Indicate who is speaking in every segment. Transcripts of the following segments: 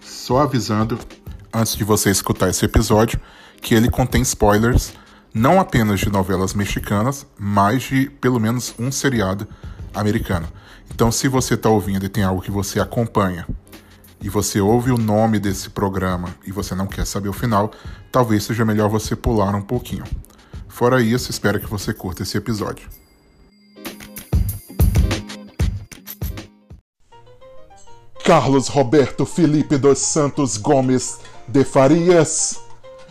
Speaker 1: só avisando, antes de você escutar esse episódio, que ele contém spoilers não apenas de novelas mexicanas, mas de pelo menos um seriado americano. Então, se você está ouvindo e tem algo que você acompanha e você ouve o nome desse programa e você não quer saber o final, talvez seja melhor você pular um pouquinho. Fora isso, espero que você curta esse episódio. Carlos Roberto Felipe dos Santos Gomes de Farias,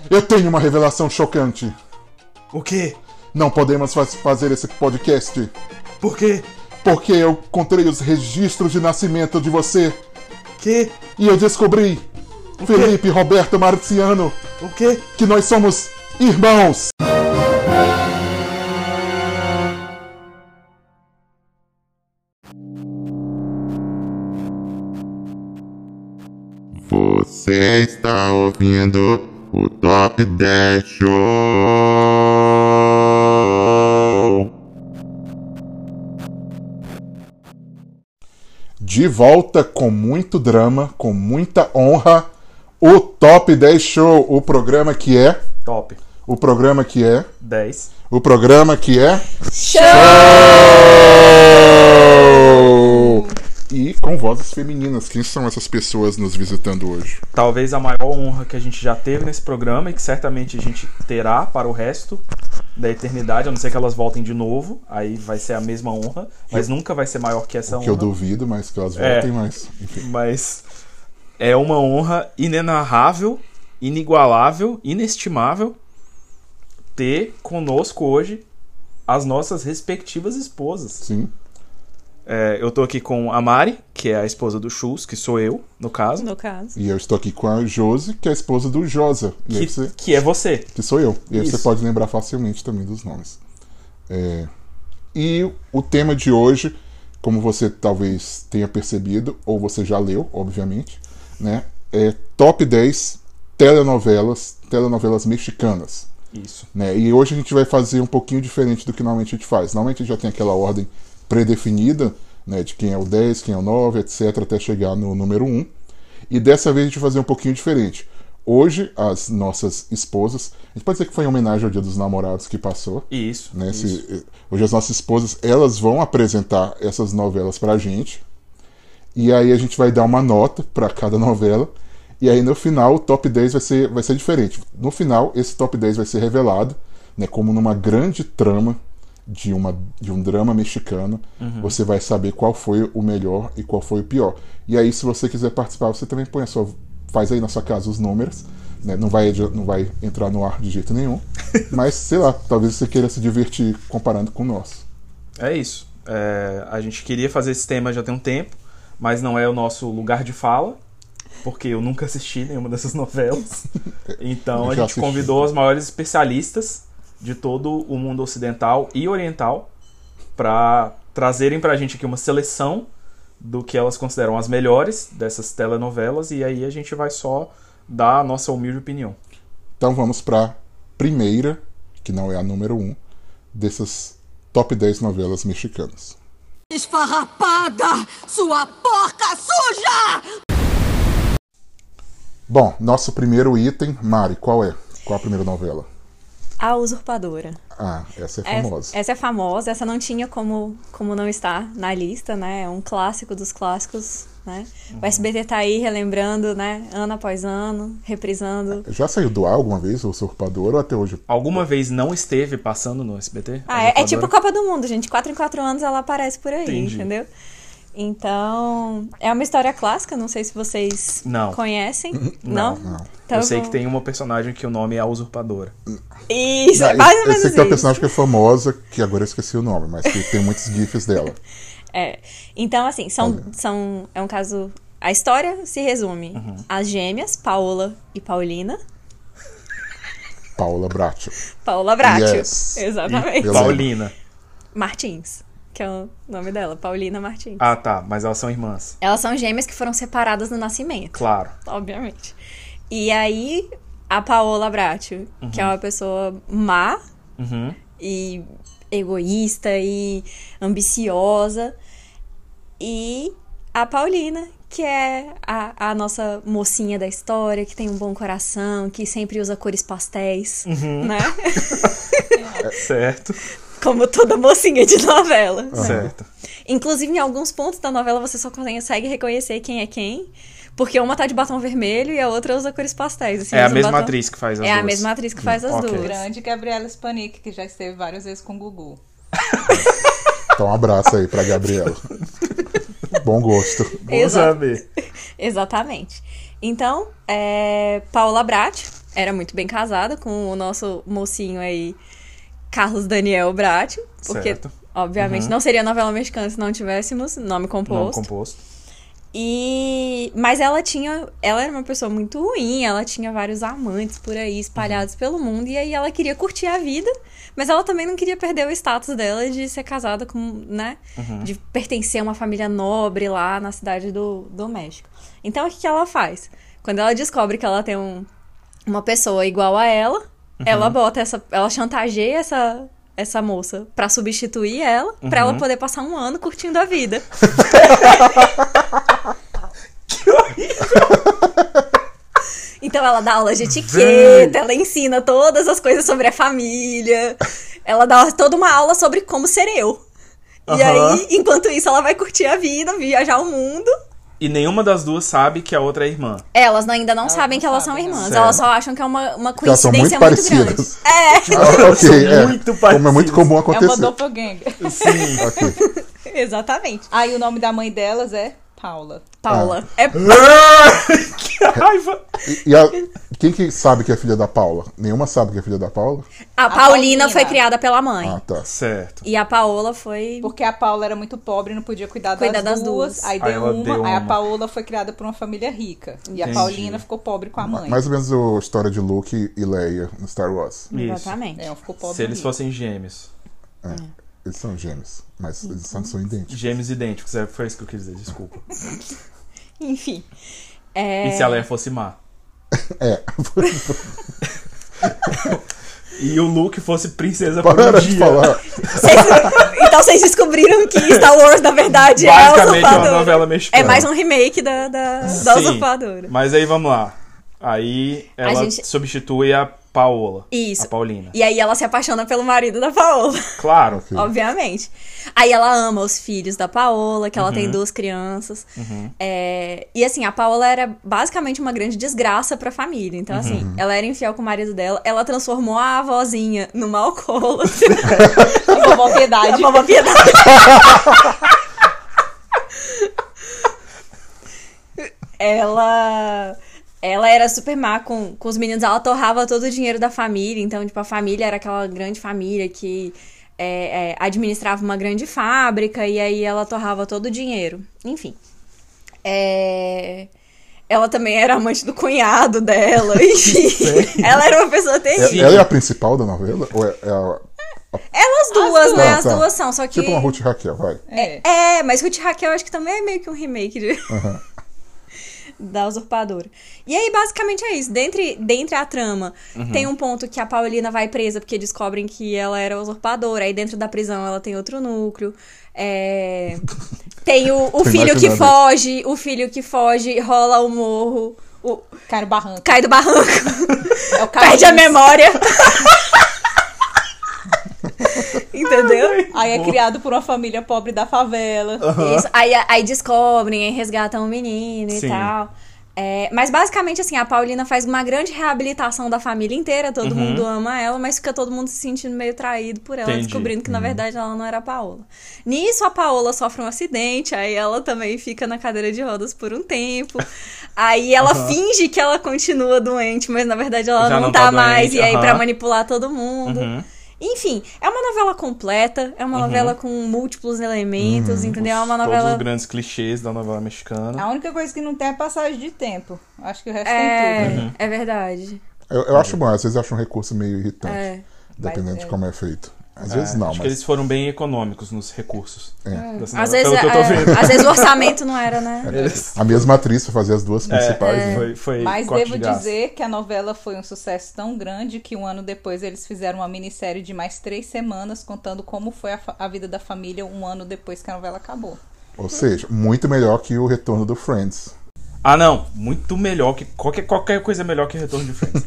Speaker 1: eu tenho uma revelação chocante.
Speaker 2: O quê?
Speaker 1: Não podemos faz- fazer esse podcast
Speaker 2: Por quê?
Speaker 1: porque eu encontrei os registros de nascimento de você
Speaker 2: Que?
Speaker 1: e eu descobri, Felipe Roberto Marciano,
Speaker 2: O quê?
Speaker 1: que nós somos irmãos.
Speaker 3: Você está ouvindo o Top 10 Show.
Speaker 1: De volta com muito drama, com muita honra, o Top 10 Show, o programa que é,
Speaker 2: Top.
Speaker 1: o programa que é,
Speaker 2: 10.
Speaker 1: o programa que é Show! E com vozes femininas. Quem são essas pessoas nos visitando hoje?
Speaker 2: Talvez a maior honra que a gente já teve nesse programa e que certamente a gente terá para o resto da eternidade, a não ser que elas voltem de novo. Aí vai ser a mesma honra, mas nunca vai ser maior que essa
Speaker 1: Que eu
Speaker 2: honra.
Speaker 1: duvido, mas que elas
Speaker 2: É.
Speaker 1: voltem, mas. Enfim.
Speaker 2: Mas é uma honra inenarrável, inigualável, inestimável ter conosco hoje as nossas respectivas esposas.
Speaker 1: Sim.
Speaker 2: É, eu tô aqui com a Mari, que é a esposa do Chus, que sou eu, no caso,
Speaker 4: No caso.
Speaker 1: E eu estou aqui com a Josi, que é a esposa do Josa. E aí
Speaker 2: que,
Speaker 1: você,
Speaker 2: que é você.
Speaker 1: que sou eu. E aí você
Speaker 2: Isso.
Speaker 1: pode lembrar facilmente também dos nomes. É, E o tema de hoje, como você talvez tenha percebido, ou você já leu, obviamente, né? É top 10 telenovelas, telenovelas mexicanas.
Speaker 2: Isso.
Speaker 1: né? E hoje a gente vai fazer um pouquinho diferente do que normalmente a gente faz. Normalmente a gente já tem aquela ordem predefinida, né, de quem é o 10, quem é o 9, etc, até chegar no número 1. E dessa vez a gente vai fazer um pouquinho diferente. Hoje as nossas esposas, a gente pode dizer que foi em homenagem ao Dia dos Namorados que passou,
Speaker 2: Isso.
Speaker 1: né? Se-
Speaker 2: isso.
Speaker 1: hoje as nossas esposas, elas vão apresentar essas novelas pra gente. E aí a gente vai dar uma nota pra cada novela. E aí no final o top 10 vai ser, vai ser diferente. No final esse top 10 vai ser revelado, né, como numa grande trama de, uma, de um drama mexicano. Você vai saber qual foi o melhor e qual foi o pior. E aí se você quiser participar, você também põe a sua faz aí na sua casa os números, né? Não vai adi- não vai entrar no ar de jeito nenhum. Mas sei lá, talvez você queira se divertir comparando com o nosso.
Speaker 2: É isso. É, a gente queria fazer esse tema já tem um tempo, mas não é o nosso lugar de fala, porque eu nunca assisti nenhuma dessas novelas. Então
Speaker 1: Eu
Speaker 2: a
Speaker 1: já
Speaker 2: gente
Speaker 1: assisti.
Speaker 2: convidou os maiores especialistas de todo o mundo ocidental e oriental para trazerem pra gente aqui uma seleção do que elas consideram as melhores dessas telenovelas e aí a gente vai só dar a nossa humilde opinião.
Speaker 1: Então vamos pra primeira, que não é a número 1, dessas top 10 novelas mexicanas.
Speaker 5: Esfarrapada! Sua porca suja!
Speaker 1: Bom, nosso primeiro item, Mari, qual é? Qual a primeira novela?
Speaker 4: A Usurpadora.
Speaker 1: Ah, essa é
Speaker 4: É-
Speaker 1: famosa.
Speaker 4: essa é famosa, essa não tinha como, como não estar na lista, né? É um clássico dos clássicos, né? O SBT tá aí relembrando, né? Ano após ano, reprisando.
Speaker 1: Já saiu do ar alguma vez, o usurpador, ou até hoje?
Speaker 2: Alguma vez não esteve passando no SBT?
Speaker 4: Ah, é, é
Speaker 2: Agora-
Speaker 4: tipo Copa do Mundo, gente. Quatro em quatro anos ela aparece por aí,
Speaker 2: Entendi.
Speaker 4: entendeu? Então, é uma história clássica, não sei se vocês
Speaker 2: Não.
Speaker 4: conhecem.
Speaker 2: Não,
Speaker 4: Não?
Speaker 1: não.
Speaker 4: Então
Speaker 2: eu sei
Speaker 4: vou-
Speaker 2: que tem uma personagem que o nome é a Usurpadora.
Speaker 4: Isso, é
Speaker 1: Ah,
Speaker 4: mais ou
Speaker 1: eu
Speaker 4: menos
Speaker 1: sei que tem uma
Speaker 4: isso.
Speaker 1: personagem que é famosa, que agora eu esqueci o nome, mas que tem muitos gifs dela.
Speaker 4: É. Então, assim, são, são. É um caso. A história se resume
Speaker 1: Uhum.
Speaker 4: às gêmeas, Paola e Paulina.
Speaker 1: Paula Bracho.
Speaker 4: Paola Bratio.
Speaker 1: Yes.
Speaker 4: Exatamente.
Speaker 1: Eu E-
Speaker 2: Paulina.
Speaker 4: Martins, que é o nome dela, Paulina Martins.
Speaker 2: Ah, tá, mas elas são irmãs.
Speaker 4: Elas são gêmeas que foram separadas no nascimento.
Speaker 2: Claro.
Speaker 4: obviamente. E aí, a Paola Bracho, que é uma pessoa má
Speaker 2: Uhum.
Speaker 4: e egoísta e ambiciosa. E a Paulina, que é a, a nossa mocinha da história, que tem um bom coração, que sempre usa cores pastéis, né?
Speaker 2: Certo,
Speaker 4: Como toda mocinha de novela.
Speaker 1: Ah.
Speaker 4: né?
Speaker 2: certo.
Speaker 4: Inclusive, em alguns pontos da novela, você só consegue reconhecer quem é quem. Porque uma tá de batom vermelho e a outra usa cores pastéis. assim,
Speaker 2: É a
Speaker 4: usa
Speaker 2: mesma
Speaker 4: batom-
Speaker 2: atriz que faz as
Speaker 4: É a
Speaker 2: duas.
Speaker 4: mesma atriz que faz as
Speaker 2: ok.
Speaker 4: duas.
Speaker 6: Grande Gabriela Spanik, que já esteve várias vezes com o Gugu.
Speaker 1: Então, um abraço aí pra Gabriela. Bom gosto.
Speaker 2: Bom
Speaker 4: Exato.
Speaker 2: saber.
Speaker 4: Exatamente. Então, é, Paula Brat era muito bem casada com o nosso mocinho aí, Carlos Daniel Brat. Porque,
Speaker 2: Certo. Uhum.
Speaker 4: obviamente, não seria novela mexicana se não tivéssemos nome
Speaker 2: Nome
Speaker 4: composto.
Speaker 2: composto.
Speaker 4: E mas ela tinha, ela era uma pessoa muito ruim, ela tinha vários amantes por aí espalhados pelo mundo e aí ela queria curtir a vida, mas ela também não queria perder o status dela de ser casada com, né, de pertencer a uma família nobre lá na cidade do, do México. Então o que que ela faz? Quando ela descobre que ela tem um, uma pessoa igual a ela, ela bota essa, ela chantageia essa essa moça pra substituir ela, pra ela poder passar um ano curtindo a vida. Então ela dá aula de etiqueta, ela ensina todas as coisas sobre a família. Ela dá toda uma aula sobre como ser eu. E
Speaker 2: Aham.
Speaker 4: aí, enquanto isso, ela vai curtir a vida, viajar o mundo.
Speaker 2: E nenhuma das duas sabe que a outra é irmã.
Speaker 4: Elas ainda não sabem
Speaker 6: não
Speaker 4: que elas
Speaker 6: sabem,
Speaker 4: são
Speaker 6: não.
Speaker 4: irmãs,
Speaker 2: Certo.
Speaker 4: elas só acham que é uma, uma
Speaker 1: Porque elas são muito
Speaker 4: coincidência muito grande.
Speaker 1: parecidas. Ah, ok,
Speaker 2: São
Speaker 1: é.
Speaker 2: muito
Speaker 1: Como é muito
Speaker 2: parecidas.
Speaker 1: comum
Speaker 6: É uma
Speaker 1: acontecer.
Speaker 6: doppelganger.
Speaker 2: Sim.
Speaker 1: Ok.
Speaker 4: É. Exatamente.
Speaker 6: Aí o nome da mãe delas é Paula.
Speaker 4: Paula.
Speaker 1: Ah.
Speaker 4: É
Speaker 2: que raiva!
Speaker 1: E a- quem que sabe que é filha da Paula? Nenhuma sabe que é filha da Paula?
Speaker 4: A, Paulina,
Speaker 6: Paulina.
Speaker 4: foi criada pela mãe.
Speaker 1: Ah, tá.
Speaker 2: Certo.
Speaker 4: E a Paola foi.
Speaker 6: Porque a Paula era muito pobre e não podia cuidar,
Speaker 4: Cuidar das
Speaker 6: das, duas.
Speaker 4: duas.
Speaker 6: Aí,
Speaker 2: Aí
Speaker 6: deu
Speaker 2: ela
Speaker 6: uma,
Speaker 2: deu
Speaker 6: aí a
Speaker 2: uma.
Speaker 6: Paula foi criada por uma família rica. E a
Speaker 2: Entendi.
Speaker 6: Paulina ficou pobre com a mãe.
Speaker 1: Mais ou menos a história de Luke e Leia no Star Wars.
Speaker 2: Isso.
Speaker 4: Exatamente.
Speaker 6: É, ela ficou pobre.
Speaker 2: Se eles
Speaker 6: e rica.
Speaker 2: fossem gêmeos.
Speaker 1: Eles são gêmeos, mas eles só não são idênticos.
Speaker 2: Gêmeos idênticos, é, foi isso que eu quis dizer, desculpa.
Speaker 4: Enfim. É...
Speaker 2: E se a Leia fosse má?
Speaker 1: É.
Speaker 2: E o Luke fosse princesa por um
Speaker 1: Para de
Speaker 2: dia.
Speaker 1: falar.
Speaker 4: Vocês- então vocês descobriram que Star Wars, na verdade, é a
Speaker 2: Basicamente é uma
Speaker 4: usurpadora.
Speaker 2: novela mexicana.
Speaker 4: É mais um remake da, da, da
Speaker 2: Sim,
Speaker 4: usurpadora.
Speaker 2: Mas aí vamos lá. Aí ela
Speaker 4: gente-
Speaker 2: substitui a Paola.
Speaker 4: Isso.
Speaker 2: A Paulina.
Speaker 4: E aí ela se apaixona pelo marido da Paola,
Speaker 2: Claro.
Speaker 1: Ok.
Speaker 4: obviamente. Aí ela ama os filhos da Paola, que ela tem duas crianças. É, e assim, a Paola era basicamente uma grande desgraça pra família. Então, assim, ela era infiel com o marido dela, ela transformou a avózinha numa alcoólatra.
Speaker 6: A vovó
Speaker 4: A
Speaker 6: Piedade.
Speaker 4: Vovó Piedade. ela. Ela era super má com, com os meninos, ela torrava todo o dinheiro da família, então, tipo, a família era aquela grande família que é, é, administrava uma grande fábrica e aí ela torrava todo o dinheiro. Enfim. É, Ela também era amante do cunhado dela, enfim. ela era uma pessoa
Speaker 1: É-
Speaker 4: terrível.
Speaker 1: Ela é a principal da novela? Ou é, é a-
Speaker 4: Elas duas, né?
Speaker 1: Ah,
Speaker 4: As
Speaker 1: tá.
Speaker 4: duas são, só que.
Speaker 1: Tipo uma Ruth e Raquel, vai.
Speaker 6: É.
Speaker 4: É, mas Ruth e Raquel acho que também é meio que um remake de- da usurpadora. E aí, basicamente, é isso. Dentre, dentre a trama,
Speaker 1: Uhum.
Speaker 4: tem um ponto que a Paulina vai presa porque descobrem que ela era usurpadora. Aí dentro da prisão ela tem outro núcleo. É, Tem o, o
Speaker 1: Tô
Speaker 4: filho que
Speaker 1: imaginando.
Speaker 4: foge, o filho que foge, rola o morro, o-
Speaker 6: Cara Barranco.
Speaker 4: cai do barranco.
Speaker 6: É o
Speaker 4: Perde a
Speaker 6: Carlinhos.
Speaker 4: memória. Entendeu?
Speaker 6: Aí é criado por uma família pobre da favela.
Speaker 4: Isso, aí, aí descobrem, aí resgatam o menino
Speaker 2: Sim.
Speaker 4: e tal. É, mas basicamente, assim, a Paulina faz uma grande reabilitação da família inteira, todo
Speaker 2: Uhum.
Speaker 4: mundo ama ela, mas fica todo mundo se sentindo meio traído por ela,
Speaker 2: Entendi. Uhum.
Speaker 4: descobrindo que na verdade ela não era a Paola. Nisso, a Paola sofre um acidente, aí ela também fica na cadeira de rodas por um tempo. aí ela finge que ela continua doente, mas na verdade ela
Speaker 2: Já
Speaker 4: não,
Speaker 2: não
Speaker 4: tá,
Speaker 2: tá
Speaker 4: mais,
Speaker 2: doente,
Speaker 4: e aí pra
Speaker 2: aham.
Speaker 4: manipular todo mundo.
Speaker 2: Uhum.
Speaker 4: Enfim, é uma novela completa, é uma novela com múltiplos elementos,
Speaker 2: Uhum.
Speaker 4: entendeu? É uma
Speaker 2: Todos
Speaker 4: novela.
Speaker 2: os grandes clichês da novela mexicana.
Speaker 6: A única coisa que não tem é passagem de tempo. Acho que o resto
Speaker 4: É,
Speaker 6: tem tudo.
Speaker 4: é verdade.
Speaker 1: Eu, eu acho bom, às vezes eu acho um recurso meio
Speaker 2: Tá.
Speaker 1: irritante,
Speaker 4: É.
Speaker 1: dependendo de como é feito. Às
Speaker 2: É,
Speaker 1: vezes não,
Speaker 2: acho que
Speaker 1: mas É.
Speaker 2: eles foram bem econômicos nos recursos. dessa
Speaker 4: Hum. Às
Speaker 2: novela,
Speaker 4: vezes,
Speaker 2: pelo que eu tô
Speaker 4: é,
Speaker 2: vendo.
Speaker 4: às vezes o orçamento não era, né?
Speaker 2: Eles-
Speaker 1: a mesma atriz pra fazer as duas principais.
Speaker 2: É,
Speaker 1: né?
Speaker 2: foi, foi
Speaker 6: Mas
Speaker 2: corte
Speaker 6: devo
Speaker 2: de gasto.
Speaker 6: dizer que a novela foi um sucesso tão grande que um ano depois eles fizeram uma minissérie de mais três semanas contando como foi a, fa- a vida da família um ano depois que a novela acabou.
Speaker 1: Ou seja, muito melhor que o retorno do Friends.
Speaker 2: Ah, não. Muito melhor que. Qualquer, qualquer coisa é melhor que Retorno de Friends.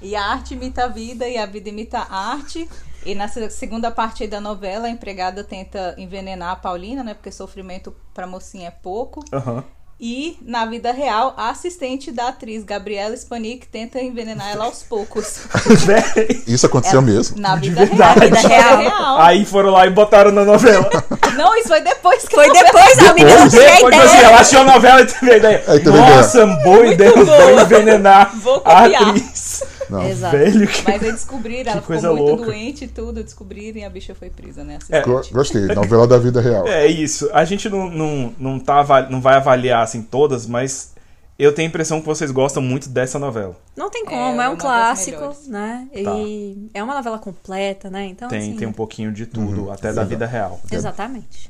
Speaker 6: E a arte imita a vida e a vida imita a arte. E na se- segunda parte aí da novela, a empregada tenta envenenar a Paulina, né? Porque sofrimento pra mocinha é pouco.
Speaker 2: Aham.
Speaker 6: E na vida real, a assistente da atriz Gabriela Spanik tenta envenenar ela aos poucos.
Speaker 2: Véi,
Speaker 1: Isso
Speaker 4: É.
Speaker 1: aconteceu mesmo.
Speaker 6: Na
Speaker 2: De
Speaker 6: vida real.
Speaker 2: verdade.
Speaker 6: Na vida real.
Speaker 2: Aí foram lá e botaram na novela.
Speaker 6: Não, isso foi depois que
Speaker 4: Foi
Speaker 6: ela-
Speaker 4: depois, a menina não tinha
Speaker 2: Depois você
Speaker 4: ideia.
Speaker 2: relaxou assim, a novela e teve a ideia.
Speaker 1: Aí teve a ideia.
Speaker 2: Nossa, boa ideia. Vou
Speaker 6: boa.
Speaker 2: envenenar
Speaker 6: Vou
Speaker 2: a
Speaker 6: copiar.
Speaker 2: atriz.
Speaker 1: Não.
Speaker 4: Exato.
Speaker 2: Velho, que...
Speaker 6: Mas aí descobriram, ela ficou
Speaker 2: coisa
Speaker 6: muito
Speaker 2: louca.
Speaker 6: doente e tudo, descobriram e a bicha foi presa, né?
Speaker 2: É.
Speaker 1: Go- Gostei. Novela da vida real.
Speaker 2: É isso. A gente não, não, não, tá, avali- não vai avaliar assim todas, mas eu tenho a impressão que vocês gostam muito dessa novela.
Speaker 4: Não tem como,
Speaker 6: É,
Speaker 4: é
Speaker 6: uma
Speaker 4: um
Speaker 6: das
Speaker 4: clássico,
Speaker 6: melhores.
Speaker 4: né? E é uma novela completa, né? Então,
Speaker 2: Tá. Tem,
Speaker 4: assim,
Speaker 2: tem um pouquinho de tudo,
Speaker 1: Uhum.
Speaker 2: até da vida real.
Speaker 4: Exatamente.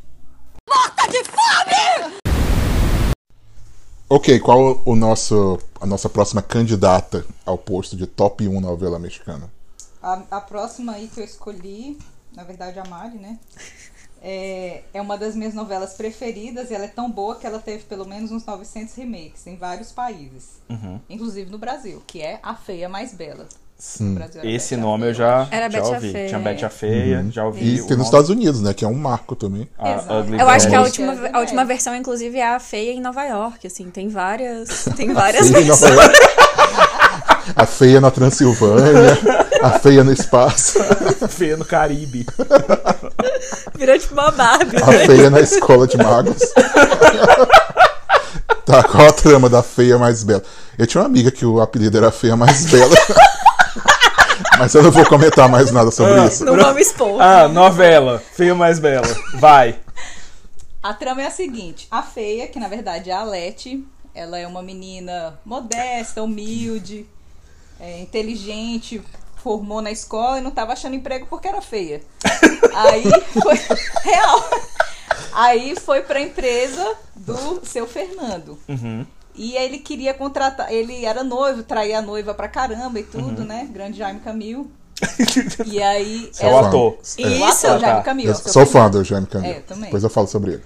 Speaker 1: Ok, qual o nosso, a nossa próxima candidata ao posto de top 1 novela mexicana?
Speaker 6: A, a próxima aí que eu escolhi, na verdade a Mari, né? É, é uma das minhas novelas preferidas e ela é tão boa que ela teve pelo menos uns 900 remakes em vários países,
Speaker 2: Uhum.
Speaker 6: inclusive no Brasil, que é A Feia Mais Bela. No Brasil era
Speaker 2: Esse
Speaker 6: Bela.
Speaker 2: nome eu já,
Speaker 4: Era
Speaker 2: já
Speaker 4: Betty a
Speaker 2: ouvi.
Speaker 4: Feia.
Speaker 2: Tinha Betty a Feia, já ouvi.
Speaker 1: E
Speaker 2: o
Speaker 1: Uhum. tem nos
Speaker 2: nome,
Speaker 1: Estados Unidos, né? Que é um marco também.
Speaker 2: a
Speaker 6: Exato.
Speaker 2: Ugly
Speaker 4: Eu acho que a
Speaker 2: Betty.
Speaker 6: Exatamente.
Speaker 4: última, a última versão, inclusive, é a feia em Nova York, assim. Tem várias, tem várias
Speaker 1: Sim, em Nova
Speaker 4: versões.
Speaker 1: York. A feia na Transilvânia, a feia no espaço,
Speaker 6: tipo-
Speaker 2: Feia no Caribe.
Speaker 4: Virou tipo uma Barbie.
Speaker 1: a feia na escola de magos. Tá, qual a trama da feia mais bela? Eu tinha uma amiga que o apelido era a feia mais bela. Mas eu não vou comentar mais nada sobre isso.
Speaker 4: Não vamos expor.
Speaker 2: Ah, novela. Feia mais bela. Vai.
Speaker 6: A trama é a seguinte: a feia, que na verdade é a Leti, ela é uma menina modesta, humilde, é, inteligente, formou na escola e não tava achando emprego porque era feia. Aí foi real. Aí foi pra empresa do seu Fernando.
Speaker 2: Uhum.
Speaker 6: E ele queria contratar, ele era noivo, traía a noiva pra caramba e tudo,
Speaker 2: Uhum.
Speaker 6: né? Grande Jaime Camil. E aí
Speaker 2: É o
Speaker 1: Fã.
Speaker 2: ator.
Speaker 1: É.
Speaker 6: Isso,
Speaker 2: Ah, tá.
Speaker 6: Jaime Camil.
Speaker 1: Eu
Speaker 6: seu
Speaker 1: sou
Speaker 6: Fernando.
Speaker 1: fã do Jaime Camil.
Speaker 6: É, eu também.
Speaker 1: Depois eu falo sobre ele.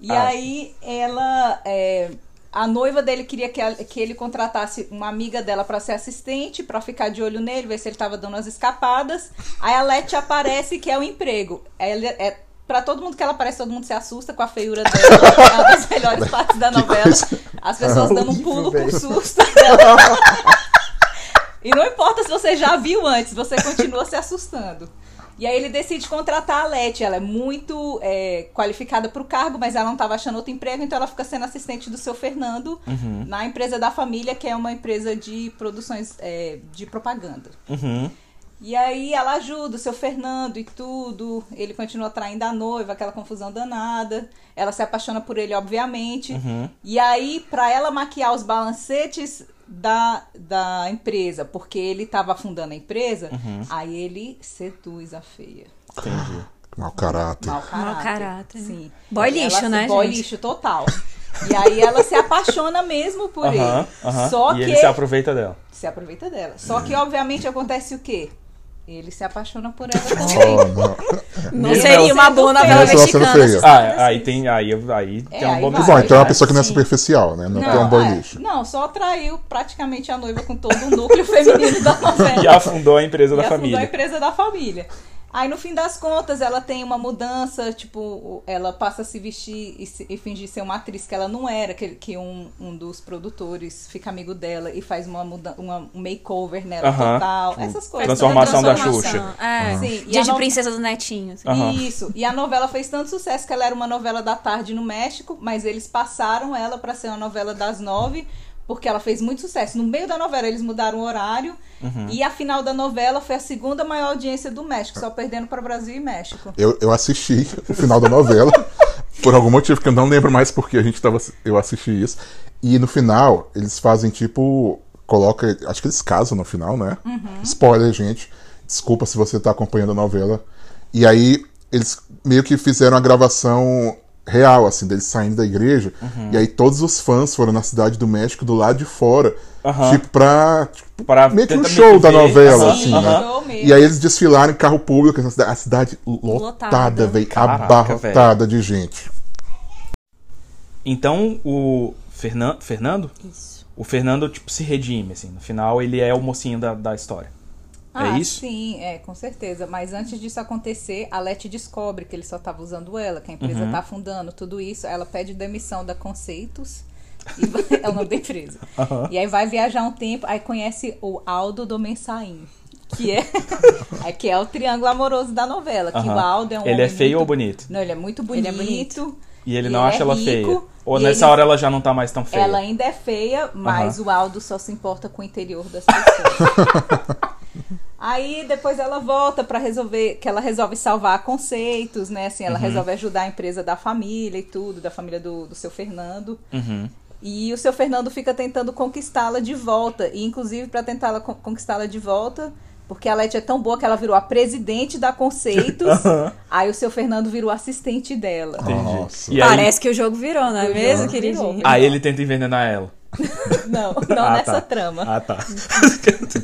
Speaker 6: E
Speaker 2: Ah.
Speaker 6: aí ela. é, a noiva dele queria que, a- que ele contratasse uma amiga dela pra ser assistente, pra ficar de olho nele, ver se ele tava dando as escapadas. Aí a Leti aparece que é o emprego. Ela é. Pra todo mundo que ela aparece, todo mundo se assusta com a feiura dela. É uma das melhores partes da
Speaker 1: Que
Speaker 6: novela.
Speaker 1: coisa.
Speaker 6: As pessoas dando um
Speaker 2: horrível,
Speaker 6: pulo com
Speaker 2: velho.
Speaker 6: susto dela. E não importa se você já viu antes, você continua se assustando. E aí ele decide contratar a Leti. Ela é muito é, qualificada para o cargo, mas ela não estava achando outro emprego, então ela fica sendo assistente do seu Fernando na empresa da família, que é uma empresa de produções é, de propaganda.
Speaker 2: Uhum.
Speaker 6: E aí ela ajuda o seu Fernando e tudo. Ele continua traindo a noiva, aquela confusão danada. Ela se apaixona por ele, obviamente.
Speaker 2: Uhum.
Speaker 6: E aí, pra ela maquiar os balancetes da, da empresa, porque ele tava afundando a empresa,
Speaker 2: Uhum.
Speaker 6: aí ele seduz a feia.
Speaker 2: Entendi.
Speaker 1: Mau caráter.
Speaker 6: Mau caráter.
Speaker 4: Mau caráter.
Speaker 6: Sim.
Speaker 4: Boy
Speaker 6: Ela
Speaker 4: lixo,
Speaker 6: se-
Speaker 4: né,
Speaker 6: Boy
Speaker 4: gente?
Speaker 6: lixo total. E aí ela se apaixona mesmo por
Speaker 2: Aham,
Speaker 6: ele.
Speaker 2: aham.
Speaker 6: Só
Speaker 2: e
Speaker 6: que
Speaker 2: ele se aproveita dela.
Speaker 6: se aproveita dela. Só que, obviamente, acontece o quê? Ele se apaixona por ela também.
Speaker 1: Oh, não.
Speaker 4: Não
Speaker 2: Meu
Speaker 4: seria
Speaker 2: Deus.
Speaker 4: uma boa novela
Speaker 1: Mesmo ela sendo
Speaker 4: mexicana.
Speaker 1: feia.
Speaker 4: essas coisas
Speaker 2: Ah, aí
Speaker 4: assim.
Speaker 2: tem. Aí, aí tem um
Speaker 6: aí
Speaker 2: bom
Speaker 6: vai.
Speaker 1: Bom, então é uma
Speaker 2: né?
Speaker 1: pessoa que não é
Speaker 4: Sim.
Speaker 1: superficial, né? Não, tem um
Speaker 6: é.
Speaker 1: bom lixo.
Speaker 6: Não, só traiu praticamente a noiva com todo o núcleo feminino da novela.
Speaker 2: E afundou a empresa
Speaker 6: E
Speaker 2: da
Speaker 6: afundou a
Speaker 2: família.
Speaker 6: empresa da família. Aí no fim das contas ela tem uma mudança, tipo, o- ela passa a se vestir e, se- e fingir ser uma atriz que ela não era, que, que um, um dos produtores fica amigo dela e faz uma, muda, uma um makeover nela
Speaker 2: Aham.
Speaker 6: total,
Speaker 2: Tipo,
Speaker 6: essas
Speaker 4: Faz
Speaker 6: coisas.
Speaker 2: Transformação
Speaker 4: toda a
Speaker 2: da
Speaker 4: transformação. É,
Speaker 6: Sim, e
Speaker 4: dia
Speaker 6: a
Speaker 4: de
Speaker 6: no-
Speaker 4: princesa do netinho. assim.
Speaker 2: Aham.
Speaker 6: Isso. E a novela fez tanto sucesso que ela era uma novela da tarde no México, mas eles passaram ela pra ser uma novela das nove, porque ela fez muito sucesso. No meio da novela eles mudaram o horário e a final da novela foi a segunda maior audiência do México, só perdendo pra Brasil e México.
Speaker 1: Eu, eu assisti o final da novela, por algum motivo que eu não lembro mais porque a gente tava, eu assisti isso. E no final, eles fazem tipo. Coloca. Acho que eles casam no final, né? Spoiler, gente. Desculpa se você tá acompanhando a novela. E aí, eles meio que fizeram a gravação real, assim, deles saindo da igreja. E aí, todos os fãs foram na Cidade do México, do lado de fora.
Speaker 2: Aham.
Speaker 1: Tipo, pra. tipo,
Speaker 2: Pra
Speaker 1: meio que um
Speaker 2: tentar meio
Speaker 1: show
Speaker 2: que
Speaker 1: da
Speaker 2: ver.
Speaker 1: novela,
Speaker 2: Aham,
Speaker 1: assim,
Speaker 2: aham.
Speaker 1: né?
Speaker 6: Show mesmo.
Speaker 1: E aí eles desfilaram em carro público, a cidade, a cidade
Speaker 4: Lotada.
Speaker 1: lotada, velho.
Speaker 2: Caraca,
Speaker 1: Abarrotada de gente.
Speaker 2: Então o Fernan Fernando,
Speaker 4: Isso.
Speaker 2: o Fernando tipo se redime assim, no final ele é o mocinho da, da história.
Speaker 6: Ah,
Speaker 2: é isso?
Speaker 6: sim, é, com certeza. Mas antes disso acontecer, a Leti descobre que ele só estava usando ela, que a empresa
Speaker 2: Uhum.
Speaker 6: tá afundando, tudo isso. Ela pede demissão da Conceitos. E vai, é o nome da empresa. E aí vai viajar um tempo, aí conhece o Aldo do Mensaim, que é, é, que é o triângulo amoroso da novela. Que
Speaker 2: Aham.
Speaker 6: o Aldo é um
Speaker 2: Ele é
Speaker 6: homem
Speaker 2: feio
Speaker 6: muito-
Speaker 2: ou bonito?
Speaker 6: Não, ele é muito bonito.
Speaker 4: Ele é bonito.
Speaker 2: E ele não acha
Speaker 6: é
Speaker 2: ela
Speaker 6: rico,
Speaker 2: feia. Ou
Speaker 6: e
Speaker 2: nessa
Speaker 6: ele-
Speaker 2: hora ela já não tá mais tão feia.
Speaker 6: ela ainda é feia, mas o Aldo só se importa com o interior das pessoas. Aí depois ela volta pra resolver, que ela resolve salvar conceitos, né? Assim,
Speaker 2: Uhum.
Speaker 6: ela resolve ajudar a empresa da família e tudo, da família do, do seu Fernando.
Speaker 2: Uhum.
Speaker 6: E o seu Fernando fica tentando conquistá-la de volta. E inclusive pra tentá-la con- conquistá-la de volta, porque a Leti é tão boa que ela virou a presidente da Conceitos. aí o seu Fernando virou assistente dela.
Speaker 2: Entendi.
Speaker 1: Nossa.
Speaker 2: E aí-
Speaker 4: Parece que o jogo virou, não é
Speaker 6: O
Speaker 4: mesmo,
Speaker 6: jogo virou.
Speaker 4: queridinho?
Speaker 2: aí ele tenta envenenar ela.
Speaker 6: Não, não
Speaker 2: Ah,
Speaker 6: nessa
Speaker 2: tá.
Speaker 6: trama.
Speaker 2: Ah, tá.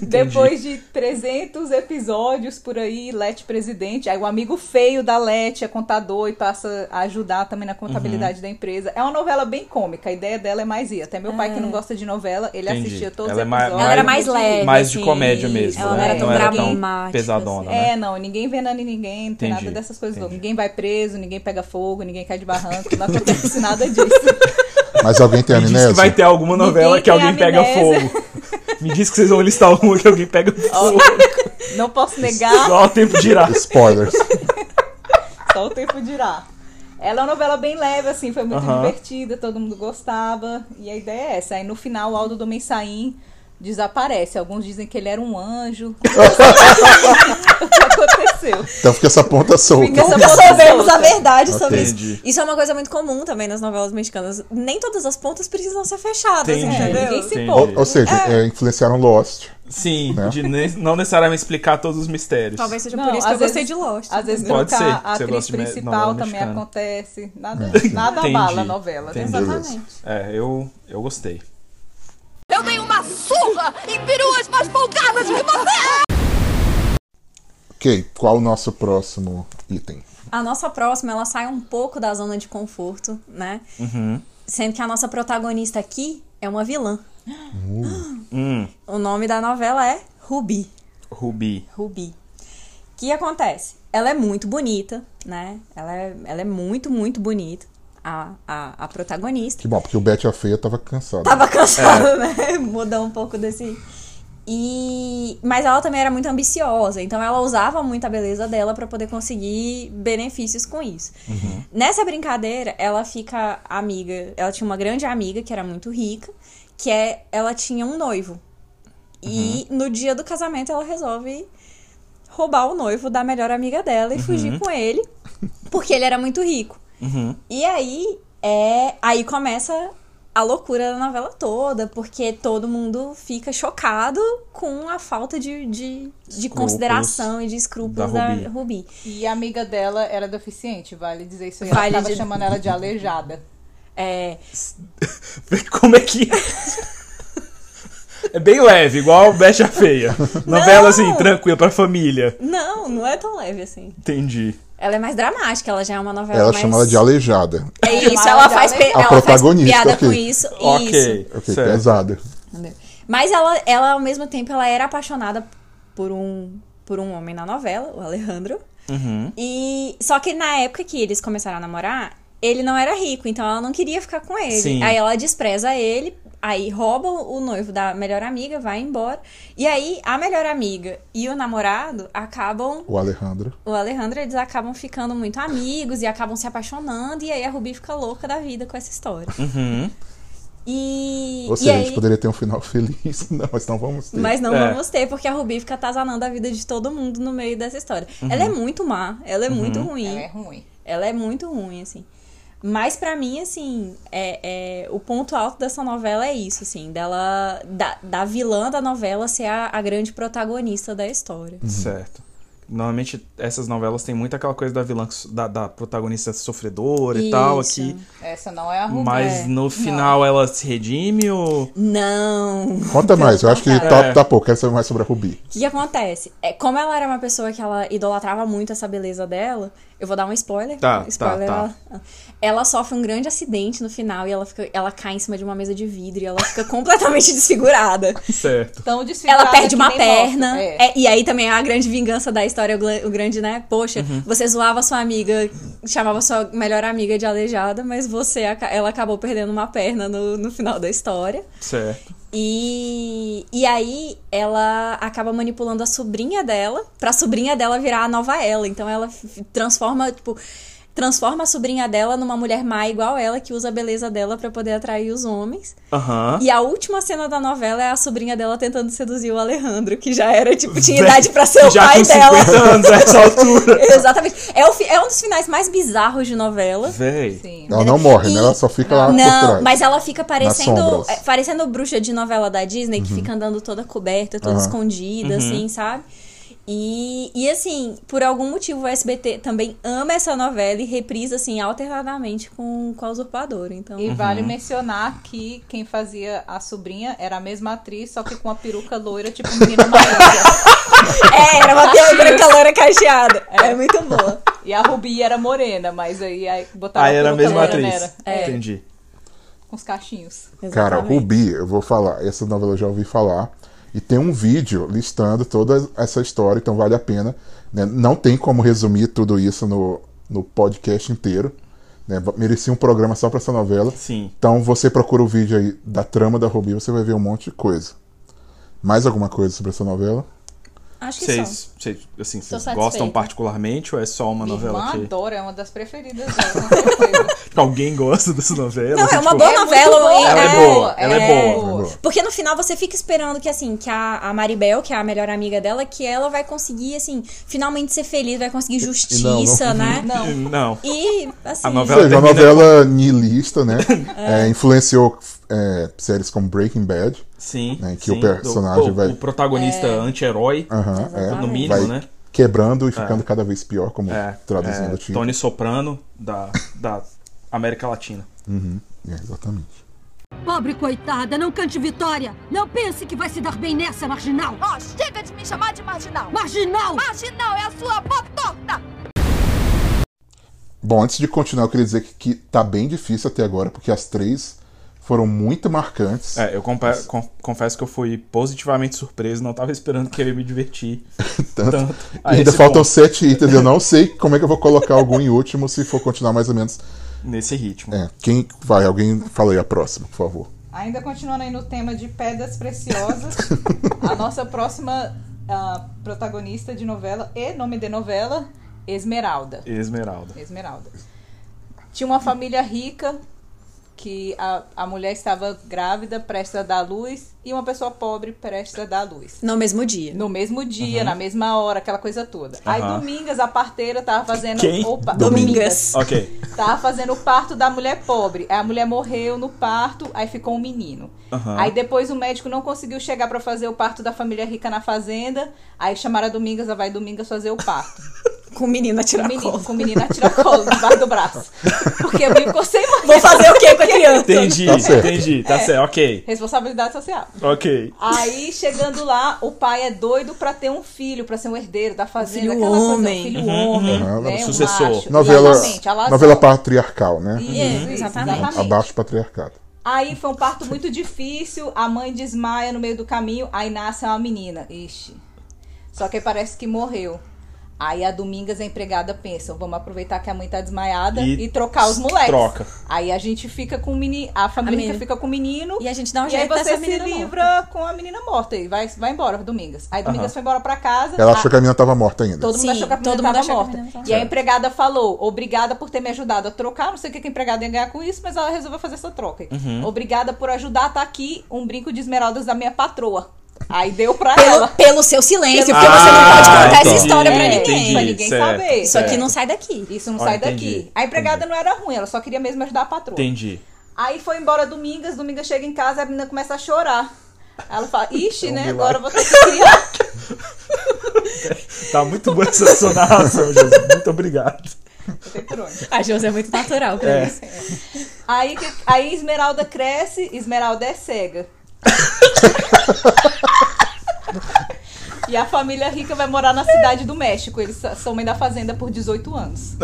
Speaker 6: Depois de 300 episódios por aí, Lete presidente. Aí o amigo feio da Lete é contador e passa a ajudar também na contabilidade
Speaker 2: Uhum.
Speaker 6: da empresa. É uma novela bem cômica, a ideia dela é mais ir. Até meu pai que não gosta de novela, ele
Speaker 2: Entendi.
Speaker 6: assistia todos
Speaker 2: Ela é
Speaker 6: os
Speaker 2: mais-
Speaker 6: episódios.
Speaker 4: Ela era mais
Speaker 6: Muito
Speaker 4: leve.
Speaker 2: Mais de
Speaker 4: assim,
Speaker 2: comédia mesmo,
Speaker 4: Ela não
Speaker 6: né?
Speaker 4: era tão
Speaker 6: Não era tão
Speaker 4: dramática.
Speaker 2: pesadona,
Speaker 4: assim.
Speaker 2: né?
Speaker 6: É, não, ninguém envenena ninguém, não tem
Speaker 2: Entendi,
Speaker 6: nada dessas coisas. Não.
Speaker 2: entendi.
Speaker 6: Ninguém vai preso, ninguém pega fogo, ninguém cai de barranco, não acontece nada disso.
Speaker 1: Mas alguém tem
Speaker 2: Me diz
Speaker 1: amnésia?
Speaker 2: que vai ter alguma novela
Speaker 6: Ninguém
Speaker 2: que
Speaker 6: tem
Speaker 2: alguém pega
Speaker 6: amnésia.
Speaker 2: fogo. Me diz que vocês vão listar alguma que alguém pega fogo.
Speaker 6: Não posso negar,
Speaker 2: Só o tempo dirá.
Speaker 1: Spoilers.
Speaker 6: Só o tempo dirá. Ela é uma novela bem leve, assim, foi muito
Speaker 2: Aham.
Speaker 6: divertida, todo mundo gostava. E a ideia é essa. Aí no final o Aldo do Mensaim desaparece. Alguns dizem que ele era um anjo. o que aconteceu?
Speaker 1: Então fica essa ponta solta.
Speaker 6: Fica essa
Speaker 4: Nunca
Speaker 6: ponta
Speaker 4: sabemos
Speaker 6: solta.
Speaker 4: a verdade sobre
Speaker 2: Entendi.
Speaker 4: isso. Isso é uma coisa muito comum também nas novelas mexicanas. Nem todas as pontas precisam ser fechadas,
Speaker 2: Entendi.
Speaker 4: entendeu?
Speaker 6: Ninguém se
Speaker 2: Entendi.
Speaker 6: importa.
Speaker 1: Ou, ou seja, é, influenciaram Lost.
Speaker 2: Sim,
Speaker 1: Né?
Speaker 2: de ne- não necessariamente explicar todos os mistérios.
Speaker 4: Talvez seja
Speaker 6: Não,
Speaker 4: por isso que eu
Speaker 6: às vezes-
Speaker 4: gostei de Lost.
Speaker 6: Às vezes
Speaker 2: Pode
Speaker 6: trocar
Speaker 2: ser,
Speaker 6: a
Speaker 2: se eu
Speaker 6: atriz
Speaker 2: gosto de me-
Speaker 6: principal
Speaker 2: novela
Speaker 6: também
Speaker 2: mexicana. É.
Speaker 6: acontece. Nada, nada
Speaker 2: Entendi.
Speaker 6: abala a novela. né?
Speaker 2: Entendi.
Speaker 4: Exatamente.
Speaker 2: É, eu, eu gostei.
Speaker 5: Eu dei uma surra em peruas mais folgadas que você!
Speaker 1: Ok, qual o nosso próximo item?
Speaker 4: A nossa próxima, ela sai um pouco da zona de conforto, né? Sendo que a nossa protagonista aqui é uma vilã.
Speaker 2: Hum,
Speaker 4: O nome da novela é Ruby.
Speaker 2: Rubi.
Speaker 4: Rubi. O que acontece? Ela é muito bonita, né? Ela é, ela é muito, muito bonita, a, a, a protagonista.
Speaker 1: Que bom, porque o Betty a Feia tava cansado.
Speaker 4: Tava cansada, né? Mudou um pouco desse. E... Mas ela também era muito ambiciosa, então ela usava muito a beleza dela pra poder conseguir benefícios com isso. Nessa brincadeira, ela fica amiga. Ela tinha uma grande amiga que era muito rica, que é ela tinha um noivo. E no dia do casamento ela resolve roubar o noivo da melhor amiga dela e
Speaker 2: Uhum.
Speaker 4: fugir com ele, porque ele era muito rico. E aí é, aí começa a loucura da novela toda, porque todo mundo fica chocado com a falta de, de, de
Speaker 2: Escrúpulos
Speaker 4: consideração e de escrúpulos
Speaker 2: da
Speaker 4: da,
Speaker 2: Rubi.
Speaker 4: Rubi.
Speaker 6: E a amiga dela era deficiente, vale dizer isso aí.
Speaker 4: Vale
Speaker 6: ela tava
Speaker 4: de-
Speaker 6: chamando ela de aleijada.
Speaker 4: É,
Speaker 2: Como é que. É bem leve, igual Beixa Feia. Novela assim, tranquila pra família.
Speaker 4: não, não é tão leve assim.
Speaker 2: Entendi.
Speaker 4: Ela é mais dramática, ela já é uma novela
Speaker 1: Ela
Speaker 4: mais...
Speaker 1: chama ela de aleijada.
Speaker 4: É isso,
Speaker 6: Chamava
Speaker 4: ela
Speaker 6: de
Speaker 4: faz, pe-
Speaker 6: Ale-
Speaker 1: A
Speaker 4: ela faz
Speaker 1: protagonista,
Speaker 4: piada
Speaker 1: ok.
Speaker 4: com isso. Isso.
Speaker 2: Ok.
Speaker 1: Ok,
Speaker 2: certo.
Speaker 1: pesada.
Speaker 4: Entendeu? né? Mas ela, ela, ao mesmo tempo, ela era apaixonada por um, por um homem na novela, o Alejandro. E só que na época que eles começaram a namorar, ele não era rico, então ela não queria ficar com ele.
Speaker 2: Sim.
Speaker 4: Aí ela despreza ele, aí rouba o noivo da melhor amiga, vai embora. E aí a melhor amiga e o namorado acabam
Speaker 1: O Alejandro.
Speaker 4: o Alejandro, eles acabam ficando muito amigos e acabam se apaixonando, e aí a Rubi fica louca da vida com essa história. E,
Speaker 1: Ou
Speaker 4: e
Speaker 1: seja, a
Speaker 4: aí,
Speaker 1: gente poderia ter um final feliz. Não, mas não vamos ter.
Speaker 4: mas não
Speaker 2: É.
Speaker 4: vamos ter, porque a Rubi fica atazanando a vida de todo mundo no meio dessa história. Ela é muito má, ela é muito ruim.
Speaker 6: Ela é ruim.
Speaker 4: Ela é muito ruim, assim. Mas pra mim, assim, é, é- o ponto alto dessa novela é isso, assim, dela. Da, da vilã da novela ser a, a grande protagonista da história.
Speaker 2: Uhum. Certo. Normalmente essas novelas têm muito aquela coisa da vilã, que so- da, da protagonista sofredora e tal
Speaker 4: Isso.
Speaker 2: aqui.
Speaker 6: Essa não é a ruim.
Speaker 2: Mas no final ela se redime ou.
Speaker 4: Não!
Speaker 1: Conta mais, eu acho que tá,
Speaker 2: É.
Speaker 1: tá pouco. Quero saber mais sobre a Rubi.
Speaker 4: O que, que acontece? É, como ela era uma pessoa que ela idolatrava muito essa beleza dela, Eu vou dar um spoiler.
Speaker 2: Tá, tá,
Speaker 4: spoiler
Speaker 2: tá.
Speaker 4: Ela, Ah. ela sofre um grande acidente no final e ela, fica, ela cai em cima de uma mesa de vidro e ela fica completamente desfigurada.
Speaker 2: Certo.
Speaker 6: Então,
Speaker 4: Ela
Speaker 6: desfigurada
Speaker 4: perde
Speaker 6: que
Speaker 4: uma
Speaker 6: nem mostra.
Speaker 4: perna.
Speaker 6: É.
Speaker 4: É, e aí também a grande vingança da história, o gla- o grande, né? Poxa,
Speaker 2: Uhum.
Speaker 4: você zoava sua amiga, chamava sua melhor amiga de aleijada, mas você, aca- ela acabou perdendo uma perna no, no final da história.
Speaker 2: Certo.
Speaker 4: E, e aí ela acaba manipulando a sobrinha dela pra sobrinha dela virar a nova ela. Então ela f- transforma, tipo, transforma a sobrinha dela numa mulher má igual ela, que usa a beleza dela pra poder atrair os homens.
Speaker 2: Aham.
Speaker 4: E a última cena da novela é a sobrinha dela tentando seduzir o Alejandro, que já era, tipo, tinha idade pra ser o
Speaker 2: Já
Speaker 4: pai
Speaker 2: com
Speaker 4: dela.
Speaker 2: 50 anos é a essa altura.
Speaker 4: Exatamente. É, o fi- é um dos finais mais bizarros de novela.
Speaker 2: Véi.
Speaker 6: Sim.
Speaker 1: Ela não morre, né? Ela só fica lá por
Speaker 4: é Não,
Speaker 1: trás.
Speaker 4: mas ela fica parecendo,
Speaker 1: sombras.
Speaker 4: é, parecendo bruxa de novela da Disney, que fica andando toda coberta, toda
Speaker 1: Aham.
Speaker 4: escondida, assim, sabe? E, e assim, por algum motivo o SBT também ama essa novela e reprisa, assim, alternadamente com, com a usurpadora. Então,
Speaker 2: Uhum.
Speaker 6: E vale mencionar que quem fazia a sobrinha era a mesma atriz, só que com uma peruca loira, tipo menina Maria.
Speaker 4: é, era uma piada branca loura cacheada. É muito boa.
Speaker 6: e a Rubi era morena, mas aí, aí botaram
Speaker 2: Aí era a
Speaker 6: peruca
Speaker 2: mesma
Speaker 6: loira,
Speaker 2: atriz.
Speaker 6: né? Era, é,
Speaker 2: Entendi.
Speaker 6: com os cachinhos.
Speaker 1: Cara,
Speaker 4: Exatamente.
Speaker 1: Rubi, eu vou falar. Essa novela eu já ouvi falar. E tem um vídeo listando toda essa história, então vale a pena. né? Não tem como resumir tudo isso no, no podcast inteiro. né? Merecia um programa só pra essa novela.
Speaker 2: Sim.
Speaker 1: Então você procura o vídeo aí da trama da Rubi, você vai ver um monte de coisa. Mais alguma coisa sobre essa novela?
Speaker 4: Acho que só.
Speaker 2: Vocês, vocês, assim, vocês
Speaker 4: satisfeita.
Speaker 2: gostam particularmente ou é só uma
Speaker 6: Minha irmã
Speaker 2: novela que...
Speaker 6: adora, é uma das preferidas dela, com certeza.
Speaker 2: que alguém gosta dessa novela?
Speaker 4: Não,
Speaker 2: assim,
Speaker 4: é uma
Speaker 2: tipo,
Speaker 4: boa
Speaker 6: muito
Speaker 4: novela.
Speaker 6: boa,
Speaker 4: hein?
Speaker 2: Ela é boa, ela é boa.
Speaker 4: Porque no final você fica esperando que, assim, que a, a Maribel, que é a melhor amiga dela, que ela vai conseguir, assim, finalmente ser feliz, vai conseguir justiça, né?
Speaker 6: Não,
Speaker 2: Não.
Speaker 4: E, assim...
Speaker 2: A novela-
Speaker 1: Ou seja, uma
Speaker 2: termina
Speaker 1: novela nihilista, né? É, influenciou é, séries como Breaking Bad.
Speaker 2: Sim.
Speaker 1: Né, que
Speaker 2: sim,
Speaker 1: o personagem
Speaker 2: do- pô,
Speaker 1: vai-
Speaker 2: O protagonista
Speaker 6: É.
Speaker 2: anti-herói,
Speaker 1: Aham,
Speaker 4: Exatamente.
Speaker 1: é.
Speaker 2: no mínimo,
Speaker 1: Vai
Speaker 2: né?
Speaker 1: quebrando e ficando cada vez pior, como
Speaker 2: É.
Speaker 1: traduzindo
Speaker 2: é,
Speaker 1: o título.
Speaker 2: Tony Soprano, da, da América Latina.
Speaker 1: É, exatamente.
Speaker 7: Pobre coitada, não cante vitória! Não pense que vai se dar bem nessa, marginal!
Speaker 5: Ó, Ah, chega de me chamar de marginal.
Speaker 7: Marginal!
Speaker 5: Marginal é a sua avó torta.
Speaker 1: Bom, antes de continuar, eu queria dizer que, que tá bem difícil até agora, porque as três foram muito marcantes.
Speaker 2: É, eu compa- con- confesso que eu fui positivamente surpreso, não tava esperando que eu ia me divertir
Speaker 1: Tanto-
Speaker 2: tanto.
Speaker 1: e
Speaker 2: a
Speaker 1: ainda
Speaker 2: esse
Speaker 1: faltam
Speaker 2: ponto,
Speaker 1: sete itens. Eu não sei como é que eu vou colocar algum em último se for continuar mais ou menos.
Speaker 2: Nesse ritmo.
Speaker 1: É, quem vai? Alguém fala aí a próxima, por favor.
Speaker 6: Ainda continuando aí no tema de pedras preciosas, a nossa próxima ah, protagonista de novela e nome de novela, Esmeralda.
Speaker 2: Esmeralda.
Speaker 6: É. Esmeralda. Tinha uma família rica que a, a mulher estava grávida, prestes a dar à luz, e uma pessoa pobre, prestes a dar à luz.
Speaker 4: No mesmo dia.
Speaker 6: No mesmo dia, na mesma hora, aquela coisa toda. Aí
Speaker 2: Aham.
Speaker 6: Domingas, a parteira, tava fazendo.
Speaker 2: Quem?
Speaker 6: Opa,
Speaker 4: Domingas.
Speaker 2: Ok.
Speaker 6: Tava Tá fazendo o parto da mulher pobre. Aí a mulher morreu no parto, aí ficou um menino.
Speaker 2: Aham.
Speaker 6: Aí depois o médico não conseguiu chegar pra fazer o parto da família rica na fazenda. Aí chamaram a Domingas, ela vai Domingas fazer o parto.
Speaker 4: Com o menino a
Speaker 6: Com
Speaker 4: tirar
Speaker 6: o menino,
Speaker 4: cola.
Speaker 6: com o menino atiracolo debaixo do braço. Porque eu ficou sem
Speaker 4: Vou
Speaker 6: mãe.
Speaker 4: fazer o quê com a criança?
Speaker 2: Entendi,
Speaker 1: Tá certo.
Speaker 2: entendi. Tá certo, ok.
Speaker 6: Responsabilidade social.
Speaker 2: Ok.
Speaker 6: Aí, chegando lá, o pai é doido pra ter um filho, pra ser um herdeiro da fazenda.
Speaker 4: filho
Speaker 6: aquela coisa,
Speaker 4: homem.
Speaker 6: Um filho homem,
Speaker 1: uhum.
Speaker 6: né? Um
Speaker 2: Sucessor.
Speaker 6: macho.
Speaker 1: Novela,
Speaker 6: Exatamente, alazão.
Speaker 1: novela patriarcal, né?
Speaker 6: Isso,
Speaker 4: Yeah,
Speaker 6: isso,
Speaker 4: exatamente.
Speaker 1: Abaixo o patriarcado.
Speaker 6: Aí foi um parto muito difícil, a mãe desmaia no meio do caminho, aí nasce uma menina. Ixi. Só que parece que morreu. Aí a Domingas, a empregada, pensa: vamos aproveitar que a mãe tá desmaiada
Speaker 2: E
Speaker 6: e, trocar os moleques.
Speaker 2: troca.
Speaker 6: Aí a gente fica com o menino, a
Speaker 4: A
Speaker 6: família
Speaker 4: menina.
Speaker 6: fica com o menino.
Speaker 4: E a gente dá um
Speaker 6: E aí
Speaker 4: jeito
Speaker 6: você
Speaker 4: dessa
Speaker 6: se
Speaker 4: menina morta.
Speaker 6: livra com a menina morta e vai, vai embora, Domingas. Aí Domingas
Speaker 2: Aham.
Speaker 6: foi embora pra casa.
Speaker 1: Ela
Speaker 6: a-
Speaker 1: achou que a menina tava morta ainda.
Speaker 6: Ah. Todo mundo
Speaker 4: Sim,
Speaker 6: achou que a
Speaker 4: todo
Speaker 6: menina
Speaker 4: mundo
Speaker 6: tava
Speaker 4: achou que a
Speaker 6: morta.
Speaker 4: menina tava
Speaker 6: E a
Speaker 4: morta.
Speaker 6: empregada falou: obrigada por ter me ajudado a trocar. Não sei o que que a empregada ia ganhar com isso, mas ela resolveu fazer essa troca.
Speaker 2: Uhum.
Speaker 6: Obrigada por ajudar, tá aqui um brinco de esmeraldas da minha patroa. Aí deu pra
Speaker 4: Pelo,
Speaker 6: ela.
Speaker 4: pelo seu silêncio, porque
Speaker 2: Ah,
Speaker 4: você não pode contar
Speaker 2: entendi,
Speaker 4: essa história pra
Speaker 2: entendi.
Speaker 4: ninguém.
Speaker 6: Pra ninguém
Speaker 2: certo,
Speaker 6: saber.
Speaker 4: Isso aqui
Speaker 2: certo.
Speaker 4: não sai daqui.
Speaker 6: Isso não
Speaker 2: Ah,
Speaker 6: sai
Speaker 2: entendi.
Speaker 6: daqui. A empregada não era ruim, ela só queria mesmo ajudar a patroa.
Speaker 2: Entendi.
Speaker 6: Aí foi embora Domingas, Domingas chega em casa e a menina começa a chorar. Ela fala, ixi,
Speaker 2: É um
Speaker 6: né?
Speaker 2: milagre.
Speaker 6: Agora você que queria.
Speaker 2: Tá muito boa essa sua narração, Jesus. Muito obrigado.
Speaker 6: Não tem por onde.
Speaker 4: A José é muito natural pra isso.
Speaker 6: Aí, que- aí Esmeralda cresce, Esmeralda é cega. E a família rica vai morar na cidade do México. Eles sa- são mãe da fazenda por 18 anos.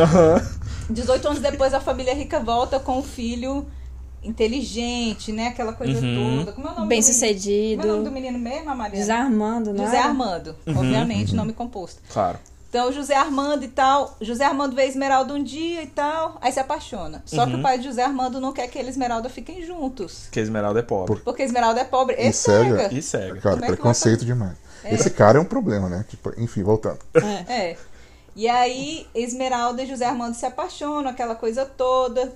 Speaker 6: 18 anos depois, a família rica volta com o filho inteligente, né? Aquela coisa
Speaker 2: Uhum.
Speaker 6: toda. Como é o nome do menino? Como é o nome do
Speaker 4: Bem-sucedido.
Speaker 6: menino mesmo, a Mariana?
Speaker 4: José Armando, né?
Speaker 6: José Armando. Obviamente, nome composto.
Speaker 2: Claro.
Speaker 6: Então, José Armando e tal. José Armando vê a Esmeralda um dia e tal. Aí se apaixona. Só que o pai de José Armando não quer que ele e Esmeralda fiquem juntos.
Speaker 2: Porque Esmeralda é pobre.
Speaker 6: Porque Esmeralda é pobre.
Speaker 1: E
Speaker 6: E cega.
Speaker 2: E
Speaker 1: Cara,
Speaker 2: cega.
Speaker 6: Como é que
Speaker 1: preconceito demais. Esse cara é um problema, né? Tipo, enfim, voltando.
Speaker 6: É. E aí, Esmeralda e José Armando se apaixonam, aquela coisa toda.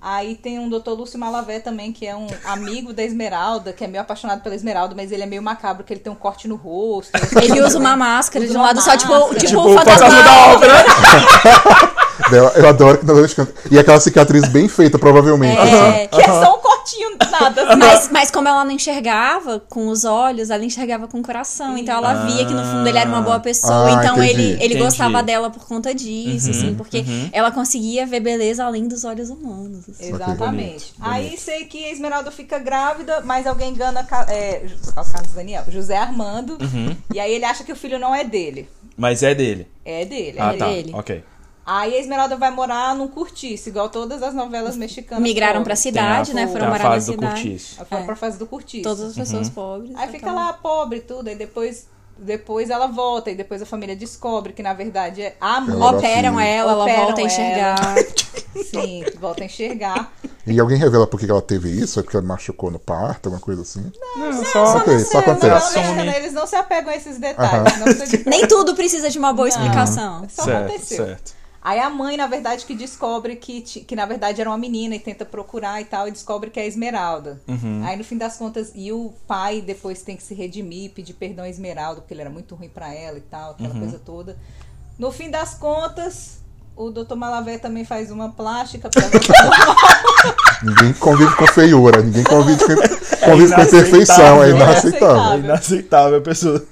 Speaker 6: Aí tem um doutor Lúcio Malavé também, que é um amigo da Esmeralda, que é meio apaixonado pela Esmeralda, mas ele é meio macabro, que ele tem um corte no rosto.
Speaker 4: Ele usa uma máscara
Speaker 6: Usa
Speaker 4: de um
Speaker 6: uma
Speaker 4: lado só, tipo,
Speaker 6: máscara.
Speaker 4: tipo,
Speaker 2: Tipo,
Speaker 4: o fantasma
Speaker 2: da ópera.
Speaker 1: Eu, eu adoro que nós canta. E aquela cicatriz bem feita, provavelmente. assim.
Speaker 4: É,
Speaker 6: Que é só um cortinho, nada. assim.
Speaker 4: mas, mas como ela não enxergava com os olhos, ela enxergava com o coração. Então ela via que no fundo ele era uma boa pessoa.
Speaker 1: Ah,
Speaker 4: então
Speaker 1: entendi.
Speaker 4: ele, ele
Speaker 2: Entendi.
Speaker 4: gostava dela por conta disso, assim, porque ela conseguia ver beleza além dos olhos humanos.
Speaker 1: é
Speaker 4: assim.
Speaker 6: Exatamente. Aí sei que a Esmeralda fica grávida, mas alguém engana Ca- é, Ju- Carlos Daniel, José Armando.
Speaker 1: Uhum.
Speaker 6: E aí ele acha que o filho não é dele.
Speaker 2: Mas é dele.
Speaker 6: É dele.
Speaker 2: Ah,
Speaker 6: é
Speaker 2: tá.
Speaker 6: dele.
Speaker 4: dele.
Speaker 2: Ok.
Speaker 6: Aí a Esmeralda vai morar num curtiço, igual todas as novelas mexicanas.
Speaker 4: Migraram pra
Speaker 6: pobres.
Speaker 2: Tem a-
Speaker 4: cidade, né? Foram
Speaker 2: tem a
Speaker 4: morar na
Speaker 2: fase do
Speaker 4: cidade.
Speaker 2: curtiço.
Speaker 6: Ela foi
Speaker 4: É. então.
Speaker 6: pra fase do curtiço.
Speaker 4: Todas as pessoas pobres.
Speaker 6: Aí fica lá pobre e tudo, aí depois, depois ela volta, e depois a família descobre que na verdade é a
Speaker 1: Ela
Speaker 6: mãe.
Speaker 1: era
Speaker 4: Operam
Speaker 1: assim.
Speaker 4: ela, ela
Speaker 6: Operam
Speaker 4: volta a
Speaker 6: ela.
Speaker 4: enxergar.
Speaker 6: Sim, volta a enxergar.
Speaker 1: E alguém revela por que ela teve isso? É porque ela machucou no parto, alguma coisa assim?
Speaker 2: Não, só.
Speaker 1: Ok, só
Speaker 6: Não,
Speaker 1: acontece.
Speaker 6: não,
Speaker 2: Assume.
Speaker 6: mexicana, eles não se apegam a esses detalhes. não precisa de-
Speaker 4: Nem tudo precisa de uma boa explicação.
Speaker 6: Só
Speaker 2: Certo,
Speaker 6: aconteceu.
Speaker 2: certo.
Speaker 6: Aí a mãe, na verdade, que descobre que, ti- que na verdade era uma menina e tenta procurar e tal, e descobre que é a Esmeralda.
Speaker 2: Uhum.
Speaker 6: Aí no fim das contas, e o pai depois tem que se redimir, pedir perdão a Esmeralda, porque ele era muito ruim pra ela e tal,
Speaker 2: Uhum.
Speaker 6: aquela coisa toda. No fim das contas, o Dr. Malavé também faz uma plástica pra
Speaker 1: Ninguém convive com feiura, ninguém convive com, convive com imperfeição, é inaceitável.
Speaker 2: É inaceitável a pessoa.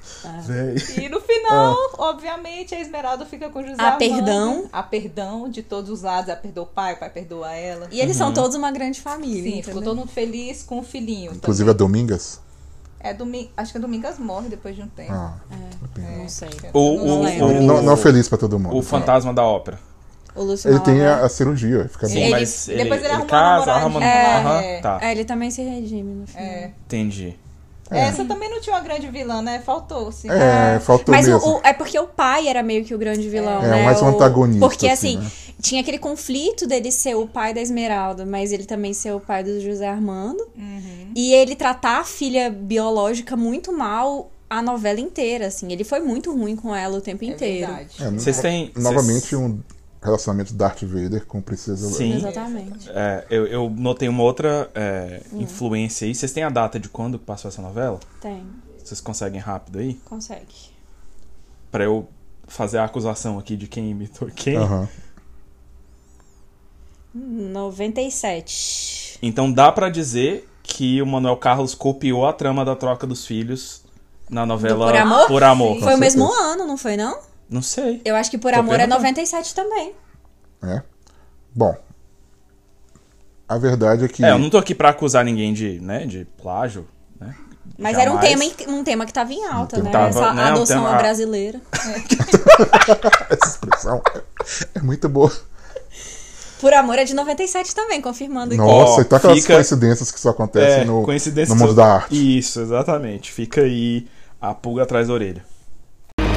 Speaker 2: Véi.
Speaker 6: E no final, obviamente, a Esmeralda fica com José.
Speaker 4: Há
Speaker 6: Armando.
Speaker 4: perdão.
Speaker 6: Há perdão de todos os lados. Ela perdoa o pai, o pai perdoa ela.
Speaker 4: E eles são todos uma grande família.
Speaker 6: Sim, ficou
Speaker 4: entendeu?
Speaker 6: todo mundo feliz com o filhinho. também.
Speaker 1: Inclusive a Domingas.
Speaker 6: É domingo, acho que a Domingas morre depois de um tempo.
Speaker 1: Ah,
Speaker 4: Não sei.
Speaker 2: O,
Speaker 6: Não
Speaker 2: o,
Speaker 4: lembro.
Speaker 2: o-
Speaker 1: não, não é feliz pra todo mundo.
Speaker 2: o fantasma da ópera.
Speaker 4: O Lúcio
Speaker 1: Ele tem
Speaker 4: Malabar.
Speaker 1: a, a cirurgia, fica
Speaker 2: Sim,
Speaker 1: bom.
Speaker 4: Ele-
Speaker 2: mas ele,
Speaker 6: depois ele
Speaker 2: ele
Speaker 6: arruma
Speaker 2: casa,
Speaker 6: uma
Speaker 2: arruma no
Speaker 6: namoradinha, é.
Speaker 2: Aham, tá.
Speaker 4: É, ele também se redime no final.
Speaker 6: É.
Speaker 2: Entendi.
Speaker 6: Essa também não tinha uma grande vilã, né? Faltou, sim.
Speaker 1: É, faltou
Speaker 4: Mas o,
Speaker 1: mesmo.
Speaker 4: o- é porque o pai era meio que o grande vilão,
Speaker 1: É,
Speaker 4: né?
Speaker 1: mais um
Speaker 4: O-
Speaker 1: antagonista,
Speaker 4: Porque,
Speaker 1: assim,
Speaker 4: assim,
Speaker 1: né?
Speaker 4: tinha aquele conflito dele ser o pai da Esmeralda, mas ele também ser o pai do José Armando.
Speaker 6: Uhum.
Speaker 4: E ele tratar a filha biológica muito mal a novela inteira, assim. Ele foi muito ruim com ela o tempo
Speaker 6: É
Speaker 4: inteiro.
Speaker 6: verdade.
Speaker 1: É,
Speaker 2: Vocês têm.
Speaker 1: Novamente
Speaker 2: vocês-
Speaker 1: um relacionamento Darth Vader com Princesa Leia.
Speaker 2: Sim.
Speaker 4: Exatamente.
Speaker 2: É, eu, eu notei uma outra é, influência aí. Vocês têm a data de quando passou essa novela?
Speaker 4: Tem.
Speaker 2: Vocês conseguem rápido aí?
Speaker 4: Consegue.
Speaker 2: Pra eu fazer a acusação aqui de quem imitou quem.
Speaker 1: Aham.
Speaker 4: 97.
Speaker 2: Então dá pra dizer que o Manuel Carlos copiou a trama da troca dos filhos na novela
Speaker 4: Do Por Amor?
Speaker 2: Por Amor.
Speaker 4: foi o
Speaker 1: certeza.
Speaker 4: mesmo ano, não foi, não?
Speaker 2: Não sei.
Speaker 4: Eu acho que Por
Speaker 2: Tô
Speaker 4: Amor é
Speaker 2: perguntando.
Speaker 4: 97 também.
Speaker 1: É. Bom. A verdade é que.
Speaker 2: É, eu não tô aqui pra acusar ninguém de, né, de plágio, né?
Speaker 4: Mas era um
Speaker 2: Jamais.
Speaker 4: tema, em- um tema que tava em alta, né?
Speaker 1: Tava,
Speaker 4: Essa
Speaker 2: né, um
Speaker 4: adoção
Speaker 2: tema-
Speaker 4: à brasileira.
Speaker 1: Essa expressão é, é muito boa.
Speaker 4: Por amor é de 97 também, confirmando aqui.
Speaker 1: Nossa,
Speaker 2: Ó,
Speaker 1: e tá aquelas
Speaker 2: fica-
Speaker 1: coincidências que só acontecem
Speaker 2: É,
Speaker 1: no,
Speaker 2: coincidência
Speaker 1: no mundo
Speaker 2: que-
Speaker 1: da arte.
Speaker 2: Isso, exatamente. Fica aí a pulga atrás da orelha.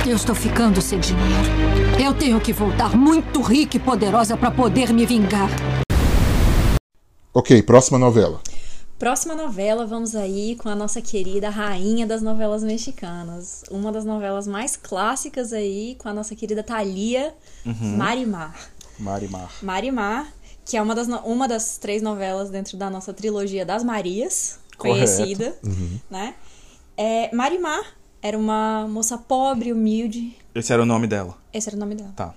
Speaker 7: Eu estou ficando sem dinheiro. Eu tenho que voltar muito rica e poderosa para poder me vingar.
Speaker 1: Ok, próxima novela.
Speaker 4: Próxima novela, vamos aí com a nossa querida rainha das novelas mexicanas. Uma das novelas mais clássicas aí, com a nossa querida Thalia Marimar.
Speaker 2: Marimar.
Speaker 4: Marimar, que é uma das, no- uma das três novelas dentro da nossa trilogia das Marias,
Speaker 2: Correto.
Speaker 4: conhecida, né? É, Marimar era uma moça pobre, humilde,
Speaker 2: Esse era o nome dela.
Speaker 4: esse era o nome dela.
Speaker 2: Tá.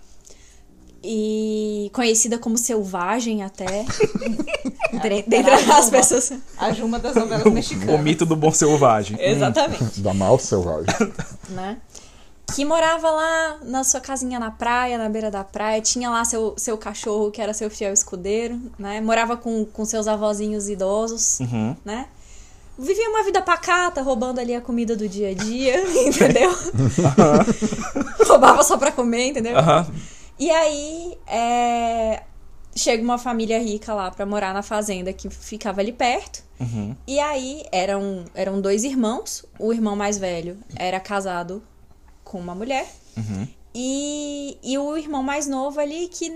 Speaker 4: e conhecida como selvagem até Dre- dentro das pessoas
Speaker 6: A Juma das novelas
Speaker 2: O
Speaker 6: mexicanas.
Speaker 2: mito do bom selvagem.
Speaker 4: exatamente
Speaker 1: Da Mal Selvagem.
Speaker 4: né que morava lá na sua casinha na praia na beira da praia tinha lá seu, seu cachorro que era seu fiel escudeiro né morava com, com seus avózinhos idosos né vivia uma vida pacata, roubando ali a comida do dia a dia, entendeu? Roubava só pra comer, entendeu?
Speaker 2: Hum. Aham.
Speaker 4: E aí, é, chega uma família rica lá pra morar na fazenda que ficava ali perto.
Speaker 2: Uhum.
Speaker 4: E aí, eram, eram dois irmãos. O irmão mais velho era casado com uma mulher.
Speaker 2: Uhum.
Speaker 4: E, e o irmão mais novo ali que,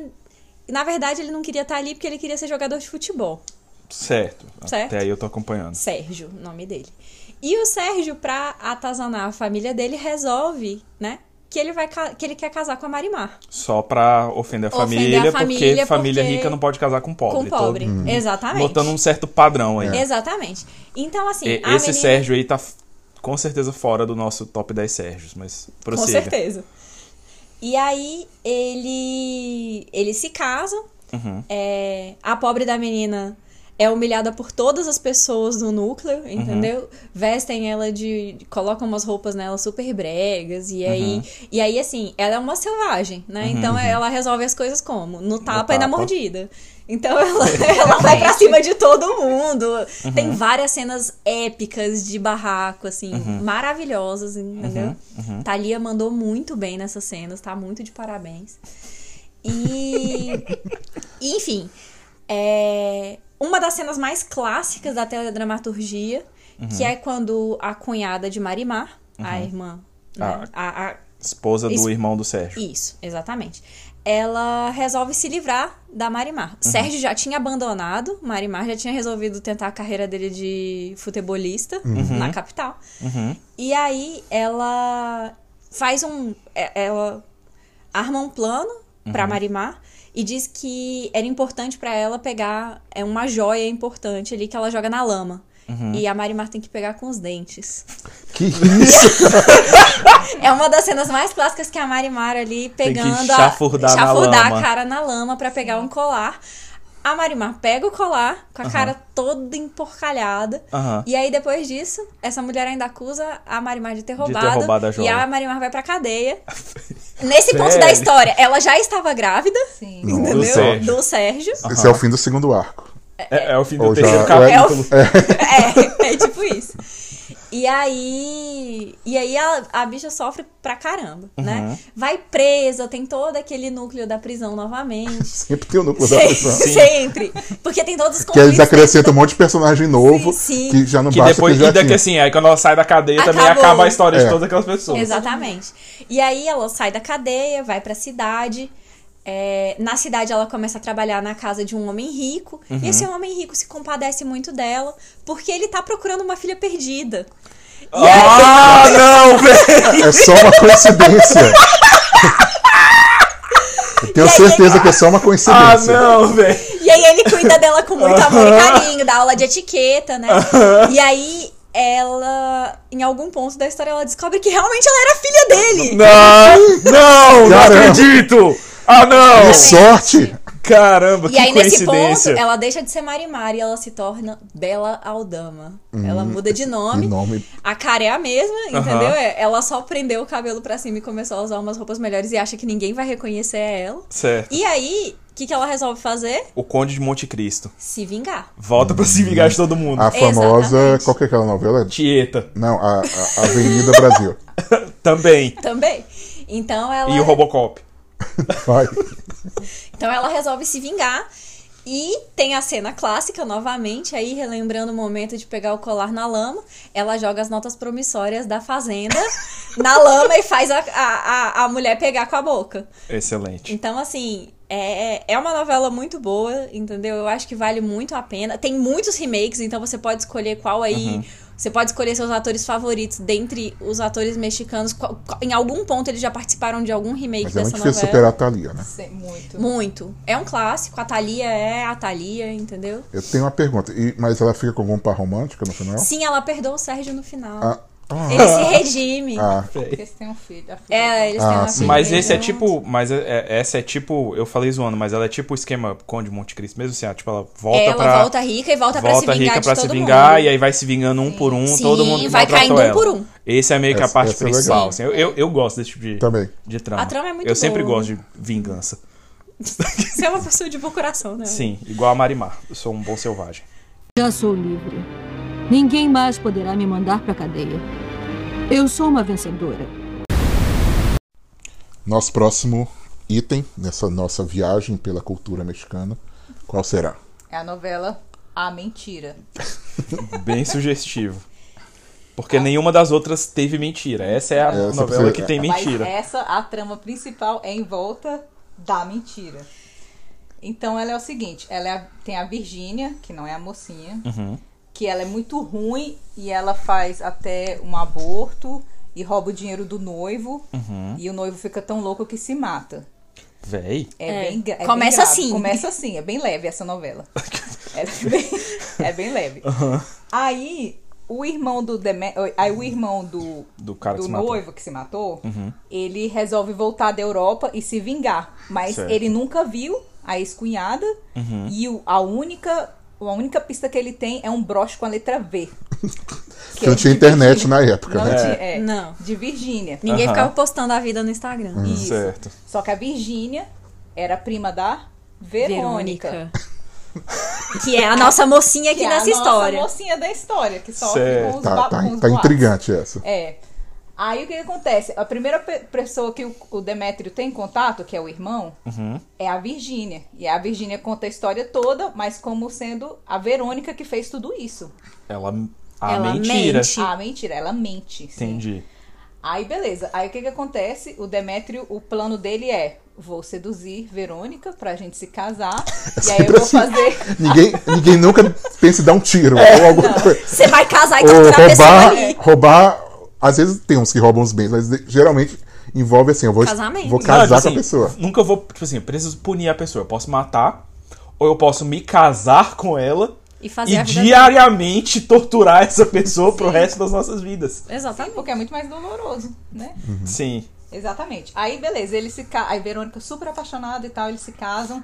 Speaker 4: na verdade, ele não queria estar ali porque ele queria ser jogador de futebol.
Speaker 2: Certo.
Speaker 4: Certo.
Speaker 2: Até aí eu tô acompanhando.
Speaker 4: Sérgio, o nome dele. E o Sérgio, pra atazanar a família dele, resolve, né? Que ele, vai, ca- que ele quer casar com a Marimar.
Speaker 2: Só pra ofender a
Speaker 4: Ofender
Speaker 2: família,
Speaker 4: a família,
Speaker 2: porque família
Speaker 4: porque-
Speaker 2: rica não pode casar com pobre.
Speaker 4: com pobre.
Speaker 2: Tô
Speaker 4: Exatamente.
Speaker 2: botando um certo padrão aí.
Speaker 4: Exatamente. Então, assim,
Speaker 2: É. E-
Speaker 4: a
Speaker 2: Esse
Speaker 4: menina-
Speaker 2: Sérgio aí tá f- com certeza fora do nosso top 10 Sérgios, mas
Speaker 4: Com
Speaker 2: prossiga.
Speaker 4: certeza. E aí, ele... Eles se casam.
Speaker 2: Uhum.
Speaker 4: É, A pobre da menina é humilhada por todas as pessoas do núcleo,
Speaker 2: Uhum.
Speaker 4: entendeu? Vestem ela de... Colocam umas roupas nela super bregas. E aí...
Speaker 2: Uhum.
Speaker 4: E aí, assim, ela é uma selvagem, né? então, ela resolve as coisas como? No tapa e na
Speaker 2: tapa.
Speaker 4: mordida. Então, ela, ela vai pra cima de todo mundo. Tem várias cenas épicas de barraco, assim, maravilhosas, entendeu? Thalia mandou muito bem nessas cenas, tá muito de parabéns. E. e, enfim. É... Uma das cenas mais clássicas da teledramaturgia, que é quando a cunhada de Marimar, a irmã. né? A- a
Speaker 2: Esposa do
Speaker 4: Isso.
Speaker 2: irmão do Sérgio.
Speaker 4: isso, exatamente. Ela resolve se livrar da Marimar. Sérgio já tinha abandonado, Marimar já tinha resolvido tentar a carreira dele de futebolista na capital. E aí ela faz um. é- Ela arma um plano pra Marimar e diz que era importante pra ela pegar é uma joia importante ali que ela joga na lama. E a Marimar tem que pegar com os dentes.
Speaker 1: Que isso?
Speaker 4: É uma das cenas mais clássicas que a Marimar
Speaker 2: que
Speaker 4: ali pegando
Speaker 2: chafurdar
Speaker 4: a,
Speaker 2: na
Speaker 4: chafurdar
Speaker 2: lama.
Speaker 4: a cara na lama pra pegar um colar. A Marimar pega o colar com a cara toda emporcalhada.
Speaker 2: Aham.
Speaker 4: E aí, depois disso, essa mulher ainda acusa a Marimar de ter roubado.
Speaker 2: roubado a
Speaker 4: e
Speaker 2: joia.
Speaker 4: a Marimar vai pra cadeia. Nesse ponto
Speaker 2: Sério?
Speaker 4: da história, ela já estava grávida,
Speaker 6: Sim.
Speaker 4: entendeu?
Speaker 2: Do Sérgio.
Speaker 4: Do Sérgio.
Speaker 1: Esse é o fim do segundo arco.
Speaker 2: É, é o fim do
Speaker 1: Ou já-
Speaker 2: terceiro
Speaker 1: ou é-
Speaker 2: capítulo.
Speaker 1: Então.
Speaker 4: É, é tipo isso. E aí. E aí a, a bicha sofre pra caramba,
Speaker 1: Uhum.
Speaker 4: né? Vai presa, tem todo aquele núcleo da prisão novamente.
Speaker 1: Sempre é, tem o núcleo da
Speaker 4: Sempre,
Speaker 1: prisão.
Speaker 4: sempre. Porque tem todos os
Speaker 1: Que eles
Speaker 4: conflitos
Speaker 1: acrescentam um monte de personagem novo
Speaker 4: Sim, sim.
Speaker 1: que já não
Speaker 2: Que
Speaker 1: basta
Speaker 2: depois,
Speaker 1: que já
Speaker 2: e daqui
Speaker 1: tinha.
Speaker 2: assim, aí quando ela sai da cadeia também
Speaker 4: Acabou.
Speaker 2: acaba a história de
Speaker 1: É.
Speaker 2: todas aquelas pessoas.
Speaker 4: Exatamente. E aí ela sai da cadeia, vai pra cidade. é, na cidade ela começa a trabalhar na casa de um homem rico.
Speaker 1: Uhum.
Speaker 4: E esse homem rico se compadece muito dela, porque ele tá procurando uma filha perdida. E aí-
Speaker 2: Ah, não, velho!
Speaker 1: É só uma coincidência. Eu tenho certeza que é só uma
Speaker 2: Ah,
Speaker 1: coincidência.
Speaker 2: não, velho!
Speaker 4: E aí ele cuida dela com muito amor e carinho, dá aula de etiqueta, né? E aí ela, em algum ponto da história, ela descobre que realmente ela era filha dele.
Speaker 2: Não, não, não
Speaker 1: Caramba.
Speaker 2: acredito! Ah, não!
Speaker 1: Que sorte!
Speaker 2: Caramba,
Speaker 4: E
Speaker 2: que
Speaker 4: aí, nesse ponto, é um-
Speaker 2: coincidência!
Speaker 4: ela deixa de ser Marimar e ela se torna Bela Aldama. ela muda de nome.
Speaker 1: de nome.
Speaker 4: A cara é a mesma, entendeu?
Speaker 2: Hum, Aham.
Speaker 4: É, Ela só prendeu o cabelo pra cima e começou a usar umas roupas melhores e acha que ninguém vai reconhecer ela.
Speaker 2: Certo.
Speaker 4: E aí, o que, que ela resolve fazer?
Speaker 2: O Conde de Monte Cristo.
Speaker 4: Se vingar.
Speaker 2: Volta pra se vingar de todo mundo.
Speaker 1: A famosa.
Speaker 4: Exatamente.
Speaker 1: Qual que é aquela novela?
Speaker 2: Tieta.
Speaker 1: Não, a, a Avenida Brasil.
Speaker 2: Também.
Speaker 4: Também. Então ela.
Speaker 2: E o Robocop.
Speaker 1: Vai.
Speaker 4: Então ela resolve se vingar. E tem a cena clássica, novamente, aí relembrando o momento de pegar o colar na lama. Ela joga as notas promissórias da fazenda na lama e faz a, a, a, a mulher pegar com a boca.
Speaker 2: Excelente.
Speaker 4: Então, assim, é, é uma novela muito boa, entendeu? Eu acho que vale muito a pena. Tem muitos remakes, então você pode escolher qual aí.
Speaker 1: Uhum.
Speaker 4: Você pode escolher seus atores favoritos dentre os atores mexicanos. Qual- qual- Em algum ponto eles já participaram de algum remake
Speaker 1: Mas é
Speaker 4: dessa
Speaker 1: muito
Speaker 4: novela.
Speaker 1: difícil superar a Thalia, né?
Speaker 6: Sim, muito.
Speaker 4: Muito. É um clássico. A Thalia é a Thalia, entendeu?
Speaker 1: Eu tenho uma pergunta. E- mas ela fica com algum par romântico no final?
Speaker 4: Sim, ela perdoa o Sérgio no final.
Speaker 1: Ah, ah,
Speaker 4: Ele se redime.
Speaker 1: ah,
Speaker 6: Porque eles têm um filho. a filha.
Speaker 4: É, eles
Speaker 1: Ah,
Speaker 4: têm uma
Speaker 1: sim.
Speaker 4: filha
Speaker 2: Mas esse é
Speaker 4: juntos.
Speaker 2: tipo. Mas é- é- essa é tipo. Eu falei zoando, mas ela é tipo o esquema Conde Monte Cristo mesmo assim. ó, Tipo, ela volta
Speaker 4: É, ela
Speaker 2: pra.
Speaker 4: volta rica e volta, pra se vingar
Speaker 2: rica
Speaker 4: de
Speaker 2: pra
Speaker 4: todo
Speaker 2: se vingar
Speaker 4: mundo.
Speaker 2: e aí vai se vingando um por um,
Speaker 4: Sim,
Speaker 2: todo mundo que
Speaker 4: vai
Speaker 2: maltratou
Speaker 4: caindo um
Speaker 2: ela.
Speaker 4: por um.
Speaker 2: Esse é meio que a
Speaker 1: Essa-
Speaker 2: parte
Speaker 1: essa é
Speaker 2: principal.
Speaker 1: legal.
Speaker 2: assim. eu, eu, eu gosto desse tipo de,
Speaker 1: Também.
Speaker 2: de trama.
Speaker 4: A trama é muito
Speaker 2: Eu sempre
Speaker 4: boa.
Speaker 2: gosto de vingança.
Speaker 4: Você é uma pessoa de bom coração, né?
Speaker 2: Sim, igual a Marimar. Eu sou um bom selvagem.
Speaker 7: Já sou livre. Ninguém mais poderá me mandar pra cadeia. Eu sou uma vencedora.
Speaker 1: Nosso próximo item nessa nossa viagem pela cultura mexicana, qual será?
Speaker 6: É a novela A Mentira.
Speaker 2: Bem sugestivo. Porque nenhuma das outras teve mentira. Essa é a
Speaker 1: Essa
Speaker 2: novela
Speaker 1: precisa-
Speaker 2: que tem mentira.
Speaker 4: é-
Speaker 6: Mas essa, a trama principal é em volta da mentira. Então ela é o seguinte, ela é a- tem a Virgínia, que não é a mocinha,
Speaker 2: Uhum.
Speaker 6: que ela é muito ruim e ela faz até um aborto e rouba o dinheiro do noivo
Speaker 2: Uhum.
Speaker 6: e o noivo fica tão louco que se mata.
Speaker 2: Véi.
Speaker 6: É,
Speaker 4: É.
Speaker 6: bem gra- é
Speaker 4: Começa
Speaker 6: bem grave.
Speaker 4: assim.
Speaker 6: Começa assim, é bem leve essa novela. é, bem, é bem leve. Aí o irmão do Deme- aí o irmão do
Speaker 2: Do cara que se matou. Uhum.
Speaker 6: noivo que se matou, ele resolve voltar da Europa e se vingar, mas
Speaker 2: Certo. Uhum.
Speaker 6: ele nunca viu a ex-cunhada e o- a única a única pista que ele tem é um broche com a letra V.
Speaker 1: Porque não tinha internet na época,
Speaker 6: é Não,
Speaker 1: né?
Speaker 6: tinha- é,
Speaker 4: Não.
Speaker 6: De Virgínia.
Speaker 4: Ninguém
Speaker 2: Aham.
Speaker 4: ficava postando a vida no Instagram.
Speaker 1: Hum.
Speaker 6: Isso.
Speaker 2: Certo.
Speaker 6: Só que a Virgínia era prima da Verônica.
Speaker 4: Que é a nossa mocinha aqui
Speaker 6: é
Speaker 4: nessa
Speaker 6: a nossa
Speaker 4: história.
Speaker 6: mocinha da história, que sofre
Speaker 2: Certo.
Speaker 6: com os
Speaker 1: Tá,
Speaker 6: ba-
Speaker 1: tá,
Speaker 6: com os
Speaker 1: tá
Speaker 6: boatos.
Speaker 1: intrigante essa.
Speaker 6: É. Aí o que, que acontece? A primeira pe- pessoa que o, o Demétrio tem contato, que é o irmão,
Speaker 2: Uhum.
Speaker 6: é a Virgínia. E a Virgínia conta a história toda, mas como sendo a Verônica que fez tudo isso.
Speaker 2: Ela. A
Speaker 4: Ela
Speaker 2: mentira.
Speaker 4: mente. Sim.
Speaker 6: Ah, mentira, ela mente. sim.
Speaker 2: Entendi.
Speaker 6: Aí beleza. Aí o que que acontece? O Demétrio, o plano dele é: vou seduzir Verônica pra gente se casar.
Speaker 2: É
Speaker 6: e aí eu
Speaker 1: sempre
Speaker 6: vou
Speaker 1: assim.
Speaker 6: fazer É.
Speaker 1: Ninguém, ninguém nunca pensa em dar um tiro ou alguma coisa.
Speaker 4: Você vai casar e
Speaker 1: Ou
Speaker 6: tá
Speaker 4: torturar a pessoa
Speaker 1: roubar,
Speaker 4: ali.
Speaker 1: roubar. Às vezes tem uns que roubam os bens, mas de- geralmente envolve assim: eu vou,
Speaker 4: Casamento.
Speaker 1: vou
Speaker 2: Não,
Speaker 1: casar
Speaker 2: tipo
Speaker 1: com
Speaker 2: assim,
Speaker 1: a pessoa.
Speaker 2: Nunca vou, tipo assim, eu preciso punir a pessoa. Eu posso matar, ou eu posso me casar com ela
Speaker 4: E fazer a
Speaker 2: e
Speaker 4: vida
Speaker 2: diariamente torturar essa pessoa pro resto das nossas vidas.
Speaker 6: Sim,
Speaker 4: Exatamente.
Speaker 6: porque é muito mais doloroso, né?
Speaker 1: Uhum.
Speaker 2: Sim.
Speaker 6: Exatamente. Aí, beleza, eles se ca... Aí Verônica super apaixonada e tal, eles se casam.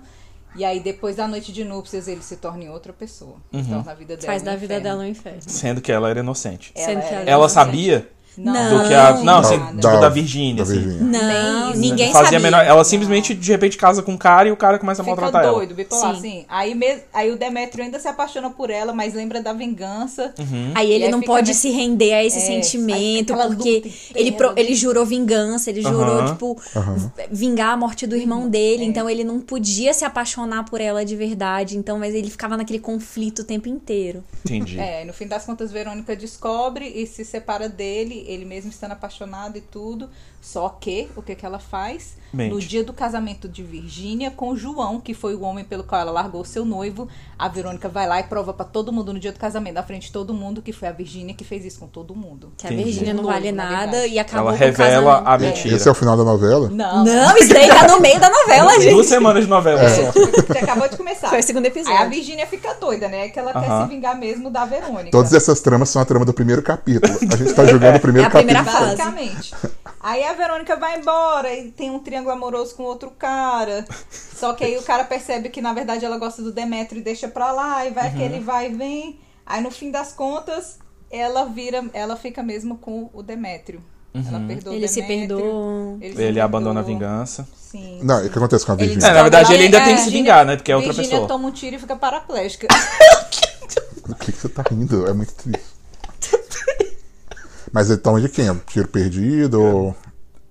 Speaker 6: E aí, depois da noite de núpcias, ele se torna em outra pessoa.
Speaker 2: Uhum.
Speaker 6: Então, na vida dela.
Speaker 4: Faz
Speaker 6: um
Speaker 4: da vida
Speaker 6: inferno.
Speaker 4: dela um inferno.
Speaker 2: Sendo que ela era inocente.
Speaker 4: Sendo que Ela
Speaker 6: era-
Speaker 4: é um
Speaker 2: Ela
Speaker 4: não
Speaker 2: sabia
Speaker 4: Não.
Speaker 2: do que a. Não,
Speaker 6: Não,
Speaker 2: assim,
Speaker 6: nada.
Speaker 2: tipo
Speaker 1: Da-
Speaker 2: da Virgínia,
Speaker 1: Da
Speaker 2: assim.
Speaker 1: Virgínia.
Speaker 4: Não,
Speaker 6: isso.
Speaker 4: ninguém
Speaker 2: Fazia
Speaker 4: sabia.
Speaker 2: menor- Ela simplesmente, de repente, casa com um cara e o cara começa a
Speaker 6: Fica
Speaker 2: maltratar
Speaker 6: doido,
Speaker 2: ela.
Speaker 6: bipolar,
Speaker 4: Sim.
Speaker 6: assim. Aí, mes... aí o Demétrio ainda se apaixona por ela, mas lembra da vingança.
Speaker 2: Uhum.
Speaker 4: Aí
Speaker 6: E
Speaker 4: ele
Speaker 6: aí
Speaker 4: não
Speaker 6: fica
Speaker 4: pode
Speaker 6: nesse-
Speaker 4: se render a esse
Speaker 6: É, aí
Speaker 4: sentimento,
Speaker 6: fica aquela
Speaker 4: porque
Speaker 6: luta interna.
Speaker 4: ele, pro- ele jurou vingança, ele jurou,
Speaker 2: Aham.
Speaker 4: tipo, v- vingar a morte do irmão dele, então ele não podia se apaixonar por ela de verdade, então, mas ele ficava naquele conflito o tempo inteiro.
Speaker 2: Entendi.
Speaker 6: É, e no fim das contas, Verônica descobre e se separa dele, ele mesmo estando apaixonado e tudo. Só que, o que, que ela faz?
Speaker 2: Mente.
Speaker 6: No dia do casamento de Virgínia com João, que foi o homem pelo qual ela largou seu noivo, a Verônica vai lá e prova pra todo mundo no dia do casamento, na frente de todo mundo, que foi a Virgínia que fez isso com todo mundo.
Speaker 4: Que
Speaker 2: Entendi.
Speaker 4: a Virgínia não
Speaker 6: Noivo,
Speaker 4: vale
Speaker 6: na
Speaker 4: nada
Speaker 6: verdade.
Speaker 4: e acabou
Speaker 2: Ela
Speaker 4: com o
Speaker 2: revela
Speaker 4: casamento.
Speaker 2: a mentira.
Speaker 1: Esse é o final da novela?
Speaker 6: Não,
Speaker 4: Não, isso daí tá no meio da novela, gente.
Speaker 2: Duas semanas de novela
Speaker 1: É.
Speaker 2: só.
Speaker 6: Você acabou de começar.
Speaker 4: Foi o segundo episódio.
Speaker 6: Aí a Virgínia fica doida, né? Que ela quer
Speaker 2: Aham.
Speaker 6: se vingar mesmo da Verônica.
Speaker 1: Todas essas tramas são a trama do primeiro capítulo. A gente tá jogando o primeiro
Speaker 4: É a
Speaker 1: capítulo.
Speaker 4: primeira fase.
Speaker 6: Basicamente. Aí a Verônica vai embora e tem um triângulo amoroso com outro cara. Só que aí o cara percebe que, na verdade, ela gosta do Demetrio e deixa pra lá. E
Speaker 2: Uhum.
Speaker 6: vai que ele vai e vem. Aí, no fim das contas, ela vira... Ela fica mesmo com o Demetrio. Ela perdoa
Speaker 4: Ele
Speaker 6: o
Speaker 4: se
Speaker 6: Demétrio,
Speaker 4: perdoa.
Speaker 6: Ele, se
Speaker 2: Uhum. Ele abandona a
Speaker 6: perdoa.
Speaker 2: vingança.
Speaker 6: Sim.
Speaker 1: Não, e o que acontece com a
Speaker 4: Ele
Speaker 1: Virgínia?
Speaker 2: É, na verdade, ele
Speaker 4: Aí,
Speaker 2: ainda
Speaker 4: é,
Speaker 2: tem que se
Speaker 6: Virgínia-
Speaker 2: vingar, né? Porque é outra
Speaker 6: Virgínia
Speaker 2: pessoa.
Speaker 6: toma um tiro e fica paraplégica.
Speaker 1: Do que, que você tá rindo? É muito triste. Mas então de quem? Tiro perdido? Ou...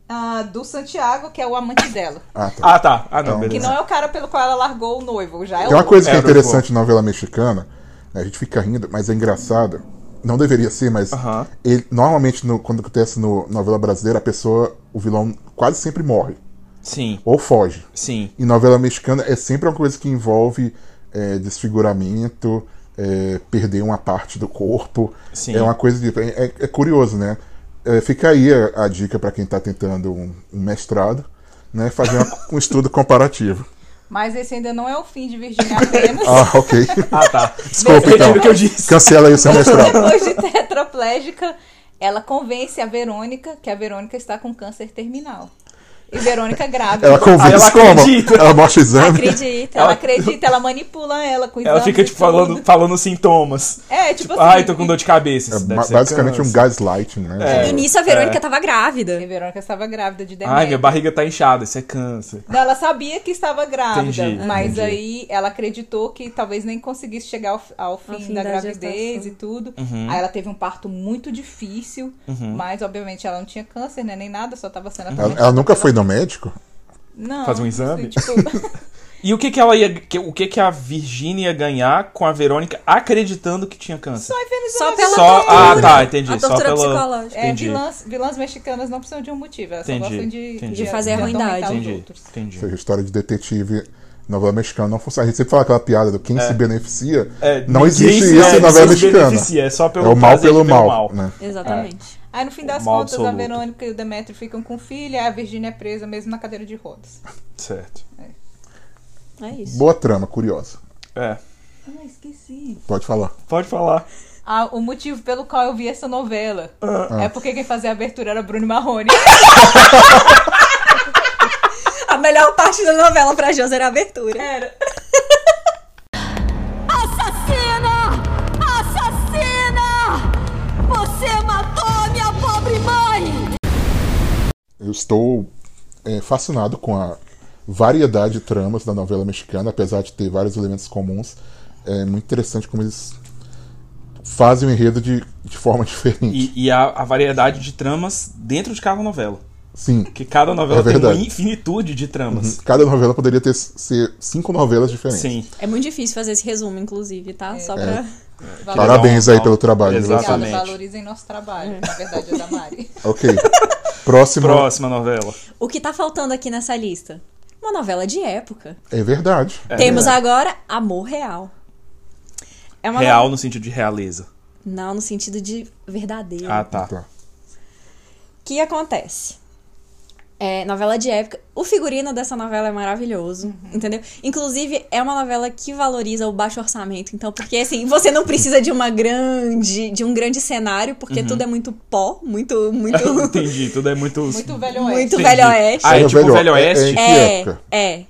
Speaker 6: Ah, do Santiago, que é o amante dela.
Speaker 1: Ah, tá.
Speaker 2: Ah, tá. Ah, não,
Speaker 1: Então,
Speaker 6: Que
Speaker 2: beleza.
Speaker 6: não é o cara pelo qual ela largou o noivo. Já é
Speaker 1: Tem uma
Speaker 6: outro.
Speaker 1: coisa que é
Speaker 2: Era o
Speaker 1: interessante na novela mexicana, né, a gente fica rindo, mas é engraçada. Não deveria ser, mas
Speaker 2: Aham.
Speaker 1: ele- normalmente no- quando acontece no novela brasileira, a pessoa, o vilão quase sempre morre
Speaker 2: Sim,
Speaker 1: ou foge.
Speaker 2: sim.
Speaker 1: Em novela mexicana é sempre uma coisa que envolve é, desfiguramento, é, perder uma parte do corpo.
Speaker 2: Sim.
Speaker 1: É uma coisa de. É, é curioso, né? É, fica aí a, a dica para quem tá tentando um, um mestrado, né? Fazer uma- um estudo comparativo.
Speaker 6: Mas esse ainda não é o fim de Virgínia apenas.
Speaker 1: Ah, ok.
Speaker 2: Ah, tá.
Speaker 1: Desculpa, então.
Speaker 2: o que eu disse.
Speaker 1: Cancela aí o seu mestrado.
Speaker 6: Depois de tetraplégica, ela convence a Verônica que a Verônica está com câncer terminal. E Verônica é grávida.
Speaker 1: Ela
Speaker 2: Aí
Speaker 1: convence
Speaker 2: ela
Speaker 1: como?
Speaker 2: acredita.
Speaker 1: Ela mostra o exame.
Speaker 4: Acredita.
Speaker 6: Ela
Speaker 2: Ela-
Speaker 6: acredita, ela manipula ela com
Speaker 2: Ela
Speaker 6: exames
Speaker 2: fica,
Speaker 6: e
Speaker 2: tipo,
Speaker 6: tudo.
Speaker 2: falando, falando sintomas.
Speaker 6: É, tipo assim.
Speaker 2: Ai, tô com dor de cabeça.
Speaker 1: É
Speaker 2: Isso deve
Speaker 1: ba-
Speaker 2: ser
Speaker 1: basicamente um
Speaker 2: câncer.
Speaker 1: gaslighting, né?
Speaker 4: E
Speaker 2: É.
Speaker 4: nisso a Verônica tava
Speaker 6: E
Speaker 4: grávida.
Speaker 6: Verônica estava grávida de Deméter.
Speaker 2: Ai, minha barriga tá inchada, isso é câncer.
Speaker 6: Não, ela sabia que estava grávida,
Speaker 2: Entendi,
Speaker 6: mas
Speaker 2: entendi.
Speaker 6: aí ela acreditou que talvez nem conseguisse chegar ao, ao fim,
Speaker 4: fim
Speaker 6: da,
Speaker 4: da
Speaker 6: gravidez
Speaker 4: gestação.
Speaker 6: e tudo.
Speaker 2: Uhum.
Speaker 6: Aí ela teve um parto muito difícil, mas obviamente ela não tinha câncer, né, nem nada, só estava sendo
Speaker 1: Ela,
Speaker 6: acometido
Speaker 1: ela nunca
Speaker 6: pela-
Speaker 1: foi no médico?
Speaker 6: Não.
Speaker 2: Fazer um exame?
Speaker 6: assim, tipo,
Speaker 2: E o que que ela ia. que- O que que a Virgínia ia ganhar com a Verônica acreditando que tinha câncer?
Speaker 6: Ai, Venezuela,
Speaker 4: Só pela
Speaker 2: Só-
Speaker 4: tortura.
Speaker 2: ah, tá, entendi,
Speaker 4: A
Speaker 2: só
Speaker 4: tortura
Speaker 2: pela-
Speaker 4: psicológica.
Speaker 6: É,
Speaker 2: Entendi.
Speaker 6: vilãs, vilãs mexicanas não precisam de um motivo, elas só
Speaker 2: Entendi,
Speaker 6: gostam de,
Speaker 2: entendi.
Speaker 4: De fazer
Speaker 6: adormentar
Speaker 4: ruindade.
Speaker 6: os
Speaker 2: Entendi,
Speaker 6: outros.
Speaker 1: Ou
Speaker 2: entendi.
Speaker 1: seja, história de detetive, novela mexicana não funciona. A gente sempre fala aquela piada do quem se beneficia.
Speaker 2: É,
Speaker 1: não
Speaker 2: ninguém
Speaker 1: existe
Speaker 2: se-
Speaker 1: isso
Speaker 2: é,
Speaker 1: em novela
Speaker 2: se
Speaker 1: mexicana.
Speaker 2: beneficia, é só pelo
Speaker 1: É o mal
Speaker 2: prazer
Speaker 1: pelo
Speaker 2: e pelo
Speaker 1: mal.
Speaker 2: mal.
Speaker 1: né?
Speaker 4: Exatamente.
Speaker 6: Aí no fim
Speaker 2: O
Speaker 6: das
Speaker 2: mal
Speaker 6: contas, a
Speaker 2: absoluto.
Speaker 6: Verônica e o Demetrio ficam com filha, a Virgínia é presa mesmo na cadeira de rodas.
Speaker 2: Certo.
Speaker 4: É isso.
Speaker 1: Boa trama, curiosa.
Speaker 2: É.
Speaker 6: Ah, esqueci.
Speaker 1: Pode falar.
Speaker 2: Pode falar.
Speaker 6: Ah, o motivo pelo qual eu vi essa novela
Speaker 1: Ah.
Speaker 6: é porque quem fazia a abertura era Bruno Marrone.
Speaker 4: A melhor parte da novela pra Josi era a abertura.
Speaker 6: Era.
Speaker 7: Assassina! Assassina! Você matou minha pobre mãe!
Speaker 1: Eu estou é, fascinado com a variedade de tramas da novela mexicana, apesar de ter vários elementos comuns. É muito interessante como eles fazem o enredo de, de forma diferente.
Speaker 2: E, e a, a variedade de tramas dentro de cada novela.
Speaker 1: Sim,
Speaker 2: Porque cada novela
Speaker 1: É
Speaker 2: tem uma
Speaker 1: verdade. Uhum.
Speaker 2: infinitude de tramas.
Speaker 1: cada novela poderia ter ser cinco novelas diferentes.
Speaker 2: Sim.
Speaker 4: É muito difícil fazer esse resumo, inclusive, tá? Só pra.
Speaker 2: É.
Speaker 1: Parabéns aí pelo trabalho. de vocês.
Speaker 6: Obrigada,
Speaker 2: um Exatamente.
Speaker 6: valorizem nosso trabalho. Na verdade, é da Mari.
Speaker 1: Ok. Próximo.
Speaker 2: Próxima novela.
Speaker 4: O que tá faltando aqui nessa lista? Uma novela de época.
Speaker 1: É verdade.
Speaker 4: Temos agora Amor Real. É uma
Speaker 2: Real
Speaker 4: no-
Speaker 2: no sentido de realeza.
Speaker 4: Não, no sentido de verdadeiro.
Speaker 2: Ah, tá.
Speaker 1: Tá.
Speaker 4: O que acontece? É, novela de época. O figurino dessa novela é maravilhoso, entendeu? Inclusive, é uma novela que valoriza o baixo orçamento. Então, porque assim, você não precisa de uma grande. de um grande cenário, porque
Speaker 1: Uhum.
Speaker 4: tudo é muito pó, muito. muito.
Speaker 2: Entendi, tudo é muito.
Speaker 6: Muito velho
Speaker 4: muito
Speaker 6: oeste.
Speaker 2: Entendi.
Speaker 4: velho oeste.
Speaker 2: Ah, é
Speaker 1: Era
Speaker 2: tipo
Speaker 1: velho-
Speaker 2: Velho
Speaker 1: é- é-
Speaker 2: Oeste?
Speaker 1: que
Speaker 4: é,
Speaker 1: época?
Speaker 4: é.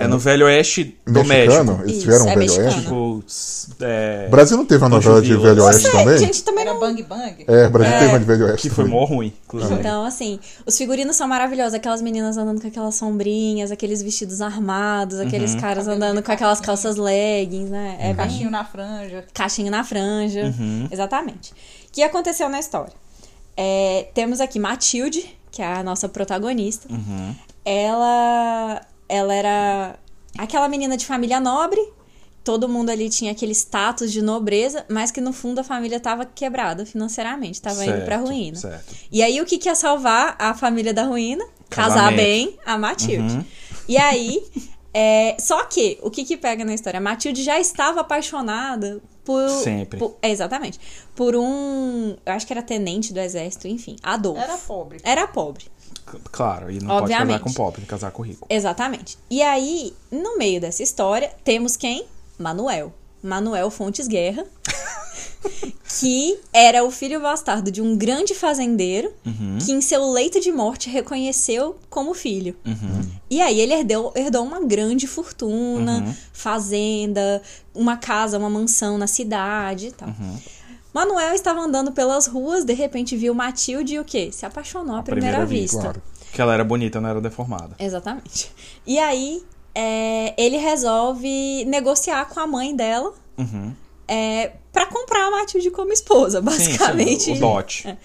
Speaker 2: É no Velho Oeste do
Speaker 1: Mexicano?
Speaker 2: México.
Speaker 1: Eles
Speaker 4: Isso,
Speaker 1: tiveram um
Speaker 4: é
Speaker 1: Velho
Speaker 4: mexicano.
Speaker 1: Oeste?
Speaker 2: Tipo. s- É,
Speaker 1: O Brasil não teve uma novela de
Speaker 2: Vilas.
Speaker 1: Velho Oeste
Speaker 4: É,
Speaker 1: também?
Speaker 4: gente, também
Speaker 6: Era
Speaker 4: não-
Speaker 6: Bang Bang.
Speaker 1: É, o Brasil teve uma de Velho Oeste.
Speaker 2: que foi
Speaker 1: também.
Speaker 2: mó ruim, inclusive.
Speaker 4: Então, assim, os figurinos são maravilhosos. Aquelas meninas andando com aquelas sombrinhas, aqueles vestidos armados, aqueles caras andando com aquelas calças leggings, né? É bem-
Speaker 6: Cachinho na franja.
Speaker 4: caixinho na franja.
Speaker 2: Uhum.
Speaker 4: Exatamente. O que aconteceu na história? É, temos aqui Matilde, que é a nossa protagonista.
Speaker 2: Uhum.
Speaker 4: Ela, ela era aquela menina de família nobre. Todo mundo ali tinha aquele status de nobreza, mas que no fundo a família tava quebrada financeiramente, tava indo pra
Speaker 2: Certo,
Speaker 4: ruína.
Speaker 2: certo.
Speaker 4: E aí o que que ia salvar a família da ruína? Casar
Speaker 2: Casamento.
Speaker 4: bem a Matilde. E aí, é, só que o que que pega na história? A Matilde já estava apaixonada por
Speaker 2: Sempre.
Speaker 4: por- é, exatamente. Por um, eu acho que era tenente do exército, enfim, Adolfo.
Speaker 6: Era pobre.
Speaker 4: Era pobre.
Speaker 2: C- Claro, e não pode
Speaker 4: Obviamente.
Speaker 2: casar com pobre, casar com rico.
Speaker 4: Exatamente. E aí, no meio dessa história, temos quem? Manuel. Manuel Fontes Guerra, que era o filho bastardo de um grande fazendeiro que, em seu leito de morte, reconheceu como filho. E aí ele herdeu, herdou uma grande fortuna, fazenda, uma casa, uma mansão na cidade e tal. Manuel estava andando pelas ruas, de repente viu Matilde e o quê? Se apaixonou à primeira,
Speaker 2: primeira vista,
Speaker 4: vista.
Speaker 1: Claro.
Speaker 2: Porque ela era bonita, não era deformada.
Speaker 4: Exatamente. E aí, é, ele resolve negociar com a mãe dela
Speaker 2: Uhum.
Speaker 4: é, para comprar a Matilde como esposa,
Speaker 2: Sim,
Speaker 4: basicamente.
Speaker 2: sim, o dote.
Speaker 4: É.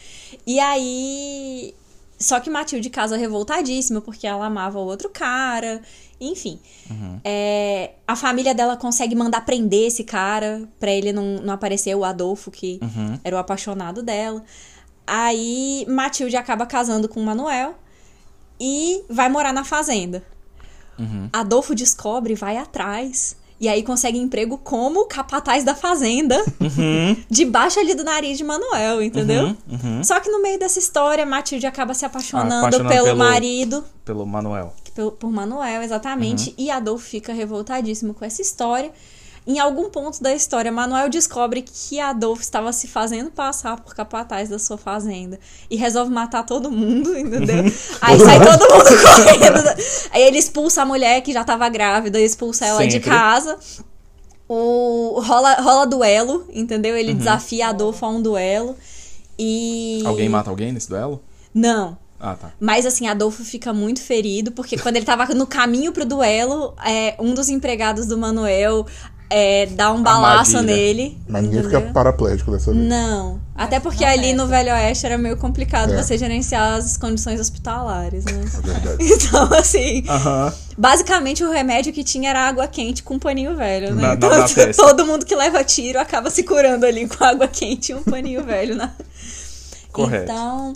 Speaker 4: E aí. Só que Matilde casa revoltadíssima, porque ela amava o outro cara. Enfim. É, a família dela consegue mandar prender esse cara pra ele não, não aparecer o Adolfo, que era o apaixonado dela. Aí Matilde acaba casando com o Manuel e vai morar na fazenda. Adolfo descobre, vai atrás. E aí consegue emprego como capataz da fazenda, debaixo ali do nariz de Manuel, entendeu?
Speaker 2: Uhum, uhum.
Speaker 4: Só que no meio dessa história, Matilde acaba se apaixonando,
Speaker 2: Ah, apaixonando
Speaker 4: pelo,
Speaker 2: pelo-
Speaker 4: marido,
Speaker 2: Pelo Manuel. Uhum.
Speaker 4: pelo- por Manuel, exatamente. E Adolfo fica revoltadíssimo com essa história. Em algum ponto da história, Manuel descobre que Adolfo estava se fazendo passar por capataz da sua fazenda e resolve matar todo mundo,
Speaker 2: Uhum.
Speaker 4: entendeu? Aí sai todo mundo correndo. Aí ele expulsa a mulher que já estava grávida, expulsa ela de
Speaker 2: Sempre.
Speaker 4: casa. O, rola, rola duelo, entendeu?
Speaker 2: Uhum.
Speaker 4: Ele desafia Adolfo a um duelo. E.
Speaker 2: Alguém mata alguém nesse duelo?
Speaker 4: Não.
Speaker 2: Ah, tá.
Speaker 4: Mas assim, Adolfo fica muito ferido, porque quando ele tava no caminho pro duelo, é, um dos empregados do Manuel é, dá um balaço
Speaker 2: Armadilha.
Speaker 4: nele.
Speaker 1: Mas ninguém
Speaker 4: entendeu?
Speaker 1: fica paraplégico dessa vez.
Speaker 4: Não. Até porque
Speaker 6: não
Speaker 4: ali
Speaker 6: é.
Speaker 4: no Velho Oeste era meio complicado
Speaker 1: É.
Speaker 4: você gerenciar as condições hospitalares, né?
Speaker 1: na verdade.
Speaker 4: Então, assim,
Speaker 2: Aham.
Speaker 4: basicamente o remédio que tinha era água quente com paninho velho, né?
Speaker 2: Na- na-
Speaker 4: então,
Speaker 2: na
Speaker 4: tipo,
Speaker 2: testa.
Speaker 4: todo mundo que leva tiro acaba se curando ali com água quente e um paninho velho na,
Speaker 2: Correto.
Speaker 4: Então,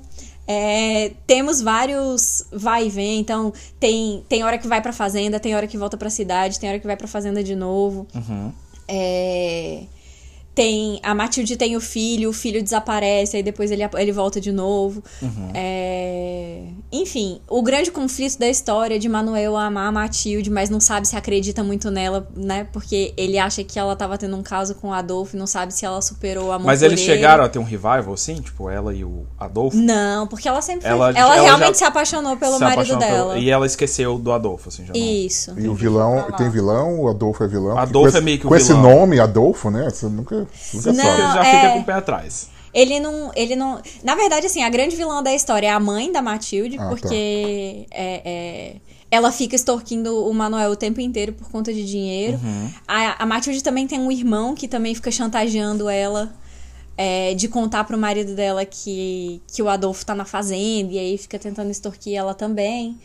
Speaker 4: é, temos vários vai e vem. Então, tem, tem hora que vai pra fazenda, tem hora que volta pra cidade, tem hora que vai pra fazenda de novo.
Speaker 2: Uhum.
Speaker 4: É, tem A Matilde tem o filho, o filho desaparece, aí depois ele, ele volta de novo.
Speaker 2: Uhum.
Speaker 4: É, enfim, o grande conflito da história é de Manuel amar a Matilde, mas não sabe se acredita muito nela, né? Porque ele acha que ela tava tendo um caso com o Adolfo e não sabe se ela superou o amor
Speaker 2: Mas
Speaker 4: por
Speaker 2: eles
Speaker 4: ele.
Speaker 2: chegaram a ter um revival, assim? Tipo, ela e o Adolfo?
Speaker 4: Não, porque ela sempre foi-
Speaker 2: Ela-
Speaker 4: ela,
Speaker 2: ela já
Speaker 4: realmente se apaixonou pelo
Speaker 2: se
Speaker 4: marido
Speaker 2: apaixonou pelo-
Speaker 4: dela.
Speaker 2: E é ela esqueceu do Adolfo, assim, já não...
Speaker 4: Isso.
Speaker 1: E o vilão,
Speaker 6: Pra lá.
Speaker 1: tem vilão? O Adolfo é vilão? Porque
Speaker 2: Adolfo
Speaker 1: com
Speaker 2: é meio que o
Speaker 1: Com esse
Speaker 2: vilão.
Speaker 1: nome, Adolfo, né? Você nunca, nunca
Speaker 4: Não,
Speaker 1: sabe.
Speaker 2: Ele já
Speaker 4: é.
Speaker 2: fica com o pé atrás.
Speaker 4: Ele não, ele não. Na verdade, assim, a grande vilã da história é a mãe da Matilde,
Speaker 1: Ah, tá.
Speaker 4: porque é, é, ela fica extorquindo o Manuel o tempo inteiro por conta de dinheiro. A, a Matilde também tem um irmão que também fica chantageando ela. é, de contar pro marido dela que, que o Adolfo tá na fazenda e aí fica tentando extorquir ela também.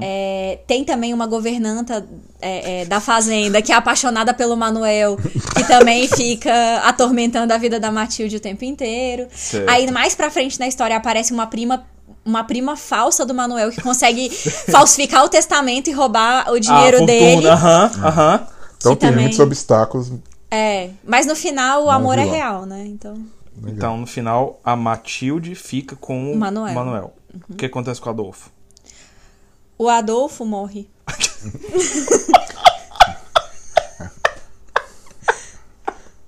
Speaker 4: É, tem também uma governanta é, é, da fazenda que é apaixonada pelo Manuel, que também fica atormentando a vida da Matilde o tempo inteiro.
Speaker 2: Certo.
Speaker 4: Aí mais pra frente na história aparece uma prima uma prima falsa do Manuel que consegue falsificar o testamento e roubar o
Speaker 2: a
Speaker 4: dinheiro
Speaker 2: fortuna,
Speaker 4: dele.
Speaker 2: Ah, Aham, aham.
Speaker 1: Então
Speaker 4: que
Speaker 1: tem
Speaker 4: também-
Speaker 1: muitos obstáculos.
Speaker 4: É, mas no final o
Speaker 1: Não,
Speaker 4: amor é
Speaker 1: vilão.
Speaker 4: real, né? Então,
Speaker 2: Então, no final, a Matilde fica com o
Speaker 4: Manuel.
Speaker 6: Uhum.
Speaker 2: O que acontece com o Adolfo?
Speaker 4: o Adolfo morre.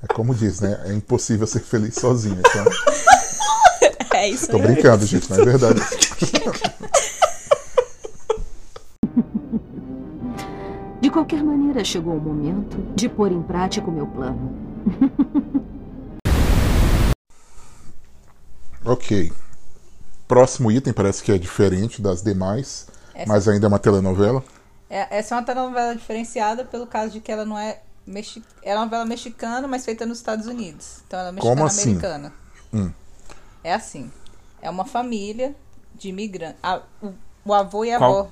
Speaker 1: É como diz, né? É impossível ser feliz sozinho. Então,
Speaker 4: É isso.
Speaker 1: tô
Speaker 4: aí.
Speaker 1: brincando, gente, não é verdade.
Speaker 7: De qualquer maneira, chegou o momento de pôr em prática o meu plano.
Speaker 1: Ok. Próximo item parece que é diferente das demais, mas ainda é uma telenovela.
Speaker 6: É, essa é uma telenovela diferenciada pelo caso de que ela não é. Mexi... Ela é uma novela mexicana, mas feita nos Estados Unidos. Então ela é
Speaker 1: Como assim?
Speaker 6: mexicana-americana.
Speaker 1: Hum.
Speaker 6: É assim. É uma família de imigrantes. A- o, o avô e a
Speaker 2: Qual?
Speaker 6: avó.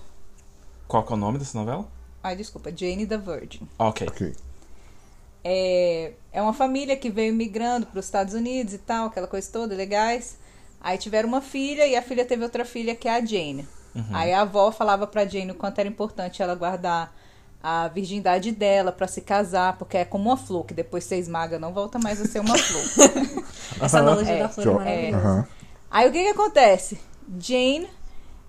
Speaker 2: Qual que é o nome dessa novela? Ah,
Speaker 6: Ai, desculpa. Jane the Virgin.
Speaker 2: Ok.
Speaker 1: Ok.
Speaker 6: é, é uma família que veio migrando para os Estados Unidos e tal, aquela coisa toda, legais. Aí tiveram uma filha e a filha teve outra filha que é a Jane. Aí a avó falava pra Jane o quanto era importante ela guardar a virgindade dela para se casar, porque é como uma flor que depois você esmaga, não volta mais a ser uma flor.
Speaker 4: Essa analogia
Speaker 6: É,
Speaker 4: da flor é
Speaker 1: Jo-
Speaker 4: maravilhosa.
Speaker 1: Aham.
Speaker 6: Aí o que que acontece? Jane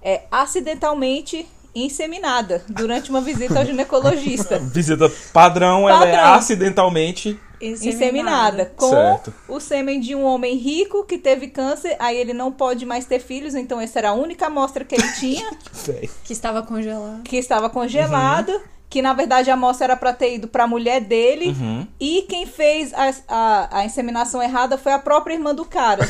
Speaker 6: é acidentalmente inseminada durante uma visita ao ginecologista.
Speaker 2: Visita padrão, ela é
Speaker 6: Padrão.
Speaker 2: acidentalmente.
Speaker 6: inseminada com
Speaker 2: Certo.
Speaker 6: o sêmen de um homem rico que teve câncer, aí ele não pode mais ter filhos, então essa era a única amostra que ele tinha,
Speaker 2: é,
Speaker 4: Que estava congelada.
Speaker 6: que estava congelado, que na verdade a amostra era pra ter ido pra mulher dele,
Speaker 2: Uhum.
Speaker 6: e quem fez a, a, a inseminação errada foi a própria irmã do cara.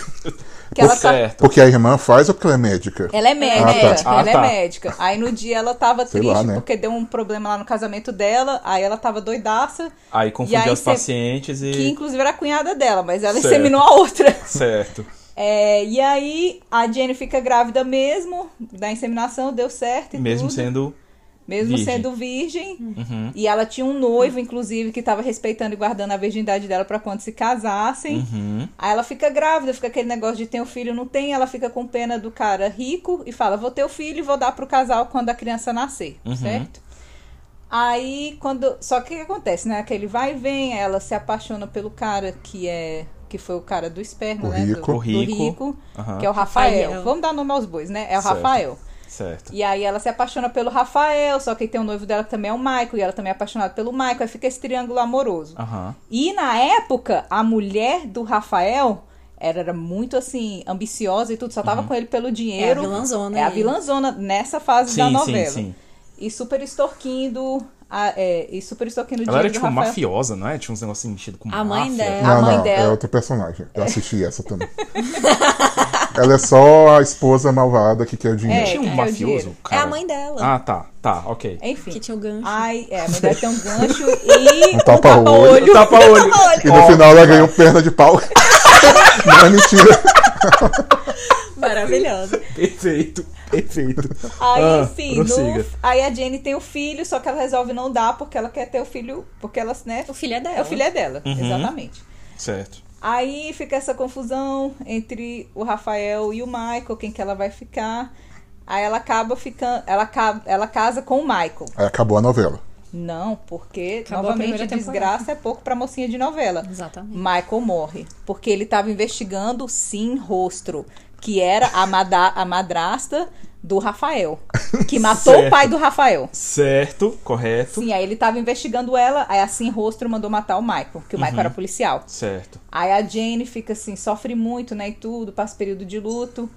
Speaker 6: que ela, tá-
Speaker 2: certo.
Speaker 1: Porque a irmã faz ou porque ela é médica?
Speaker 6: ela é médica,
Speaker 1: Ah,
Speaker 2: tá.
Speaker 6: ela
Speaker 2: é. Ah, tá.
Speaker 6: é médica. Aí no dia ela tava
Speaker 1: Sei
Speaker 6: triste
Speaker 1: lá, né?
Speaker 6: porque deu um problema lá no casamento dela, aí ela tava doidaça,
Speaker 2: Aí
Speaker 6: E
Speaker 2: confundiu
Speaker 6: aí
Speaker 2: os
Speaker 6: cê-
Speaker 2: pacientes e.
Speaker 6: que inclusive era a cunhada dela, mas ela
Speaker 2: Certo.
Speaker 6: inseminou a outra.
Speaker 2: Certo.
Speaker 6: É, e aí a Jenny fica grávida mesmo, da inseminação, deu certo e
Speaker 2: Mesmo
Speaker 6: tudo.
Speaker 2: sendo.
Speaker 6: mesmo
Speaker 2: virgem.
Speaker 6: sendo virgem.
Speaker 2: Uhum.
Speaker 6: E ela tinha um noivo, inclusive, que tava respeitando e guardando a virgindade dela pra quando se casassem.
Speaker 2: Uhum.
Speaker 6: Aí ela fica grávida, fica aquele negócio de tem o filho, não tem, ela fica com pena do cara rico e fala: "Vou ter o filho e vou dar pro casal quando a criança nascer",
Speaker 2: Uhum.
Speaker 6: certo? Aí quando, só que o que acontece, né? Aquele vai e vem, ela se apaixona pelo cara que é que foi o cara do esperma,
Speaker 1: O
Speaker 6: né? Do-
Speaker 1: rico.
Speaker 6: Do,
Speaker 2: O rico.
Speaker 6: rico
Speaker 2: Aham.
Speaker 6: que é o Rafael.
Speaker 4: Rafael.
Speaker 6: Vamos dar nome aos bois, né? É o
Speaker 2: Certo.
Speaker 6: Rafael.
Speaker 2: Certo.
Speaker 6: E aí ela se apaixona pelo Rafael, só que tem um noivo dela que também é o Michael, e ela também é apaixonada pelo Michael, aí fica esse triângulo amoroso.
Speaker 2: Aham.
Speaker 6: E na época, a mulher do Rafael era, era muito assim, ambiciosa e tudo, só tava com ele pelo dinheiro.
Speaker 4: É a vilãzona,
Speaker 6: É a
Speaker 4: ele.
Speaker 6: vilãzona nessa fase da
Speaker 2: Sim, sim,
Speaker 6: novela.
Speaker 2: sim.
Speaker 6: E super extorquindo. a- é, e super extorquindo o
Speaker 2: Ela
Speaker 6: dinheiro
Speaker 2: era
Speaker 6: do
Speaker 2: tipo
Speaker 6: Rafael.
Speaker 2: mafiosa, não é? Tinha uns negocinhos mexidos com
Speaker 4: A mãe
Speaker 2: máfia.
Speaker 4: dela.
Speaker 1: Não,
Speaker 6: a mãe
Speaker 1: não, é
Speaker 6: dela.
Speaker 1: outra personagem. Eu assisti essa também. Ela é só a esposa malvada que quer o
Speaker 2: Não
Speaker 1: dinheiro.
Speaker 2: tinha um
Speaker 6: É, é o
Speaker 2: mafioso,
Speaker 6: dinheiro.
Speaker 2: cara?
Speaker 4: É a mãe dela.
Speaker 2: Ah, tá, tá, ok.
Speaker 6: Enfim.
Speaker 4: Que tinha o gancho.
Speaker 6: Ai, é, a mãe dela tem um gancho e
Speaker 1: Um tapa-olho.
Speaker 6: tapa-olho.
Speaker 2: Tapa-olho.
Speaker 6: É.
Speaker 1: E no final
Speaker 6: né?
Speaker 1: ela ganhou perna de pau. não é mentira.
Speaker 4: Maravilhosa.
Speaker 2: Perfeito, perfeito.
Speaker 6: Aí,
Speaker 2: Ah,
Speaker 6: enfim, no-
Speaker 2: prossiga.
Speaker 6: aí a Jenny tem o filho, só que ela resolve não dar porque ela quer ter o filho, porque ela, né,
Speaker 4: O filho é dela.
Speaker 6: é o filho é dela, exatamente.
Speaker 2: Certo.
Speaker 6: Aí fica essa confusão entre o Rafael e o Michael, quem que ela vai ficar. Aí ela acaba ficando, ela, ca- ela casa com o Michael.
Speaker 1: Aí É, acabou a novela.
Speaker 6: Não, porque
Speaker 4: Acabou a
Speaker 6: novamente
Speaker 4: primeira temporada.
Speaker 6: desgraça é pouco pra mocinha de novela.
Speaker 4: Exatamente.
Speaker 6: Michael morre, porque ele estava investigando Sim Rostro, que era a, mada- a madrasta do Rafael, que matou
Speaker 2: Certo.
Speaker 6: o pai do Rafael.
Speaker 2: Certo, correto.
Speaker 6: Sim, aí ele estava investigando ela, aí a Sim Rostro mandou matar o Michael, que o Michael era policial.
Speaker 2: Certo.
Speaker 6: Aí a Jane fica assim, sofre muito, né, e tudo, passa período de luto.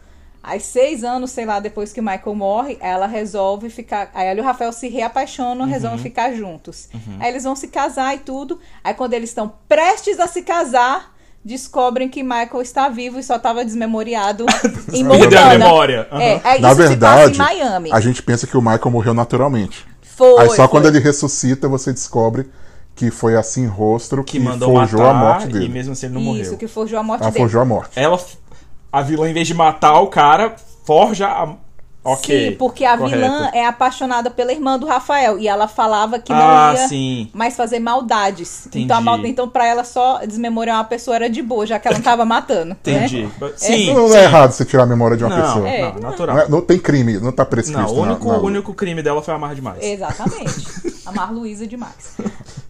Speaker 6: Aí seis anos, sei lá, depois que o Michael morre, ela resolve ficar. Aí ela e o Rafael se reapaixonam,
Speaker 2: Uhum.
Speaker 6: resolvem ficar juntos. Aí eles vão se casar e tudo. Aí quando eles estão prestes a se casar, descobrem que Michael está vivo e só estava desmemoriado em
Speaker 2: Perdeu a
Speaker 6: Montana.
Speaker 2: memória. Uhum. Aham.
Speaker 6: É, aí
Speaker 1: Na
Speaker 6: isso
Speaker 1: verdade,
Speaker 6: se passa em Miami.
Speaker 1: a gente pensa que o Michael morreu naturalmente.
Speaker 6: Foi.
Speaker 1: Aí só
Speaker 6: foi.
Speaker 1: quando ele ressuscita você descobre que foi assim rostro
Speaker 2: Que
Speaker 1: que,
Speaker 2: mandou
Speaker 1: forjou
Speaker 2: matar
Speaker 1: a morte
Speaker 2: e
Speaker 1: dele.
Speaker 2: mesmo assim ele não
Speaker 6: Isso,
Speaker 2: morreu.
Speaker 6: que forjou a morte
Speaker 1: Ela
Speaker 6: dele.
Speaker 1: Ah, forjou a morte.
Speaker 2: Ela, a vilã, em vez de matar o cara, forja a... Ok.
Speaker 6: Sim, porque a
Speaker 2: correto.
Speaker 6: vilã é apaixonada pela irmã do Rafael e ela falava que
Speaker 2: Ah,
Speaker 6: não ia
Speaker 2: sim.
Speaker 6: mais fazer maldades.
Speaker 2: Entendi.
Speaker 6: Então, a mal... então pra ela só desmemorar uma pessoa era de boa, já que ela não tava matando. né?
Speaker 2: Entendi. Sim,
Speaker 1: Não é errado você tirar a memória de uma
Speaker 2: Não,
Speaker 1: pessoa.
Speaker 2: não,
Speaker 6: É.
Speaker 2: natural.
Speaker 1: Não, é- não tem crime, não tá prescrito.
Speaker 2: Não, o
Speaker 1: na-
Speaker 2: único,
Speaker 1: na-
Speaker 2: o único crime dela foi amar demais.
Speaker 6: É. Exatamente. Amar Luísa demais.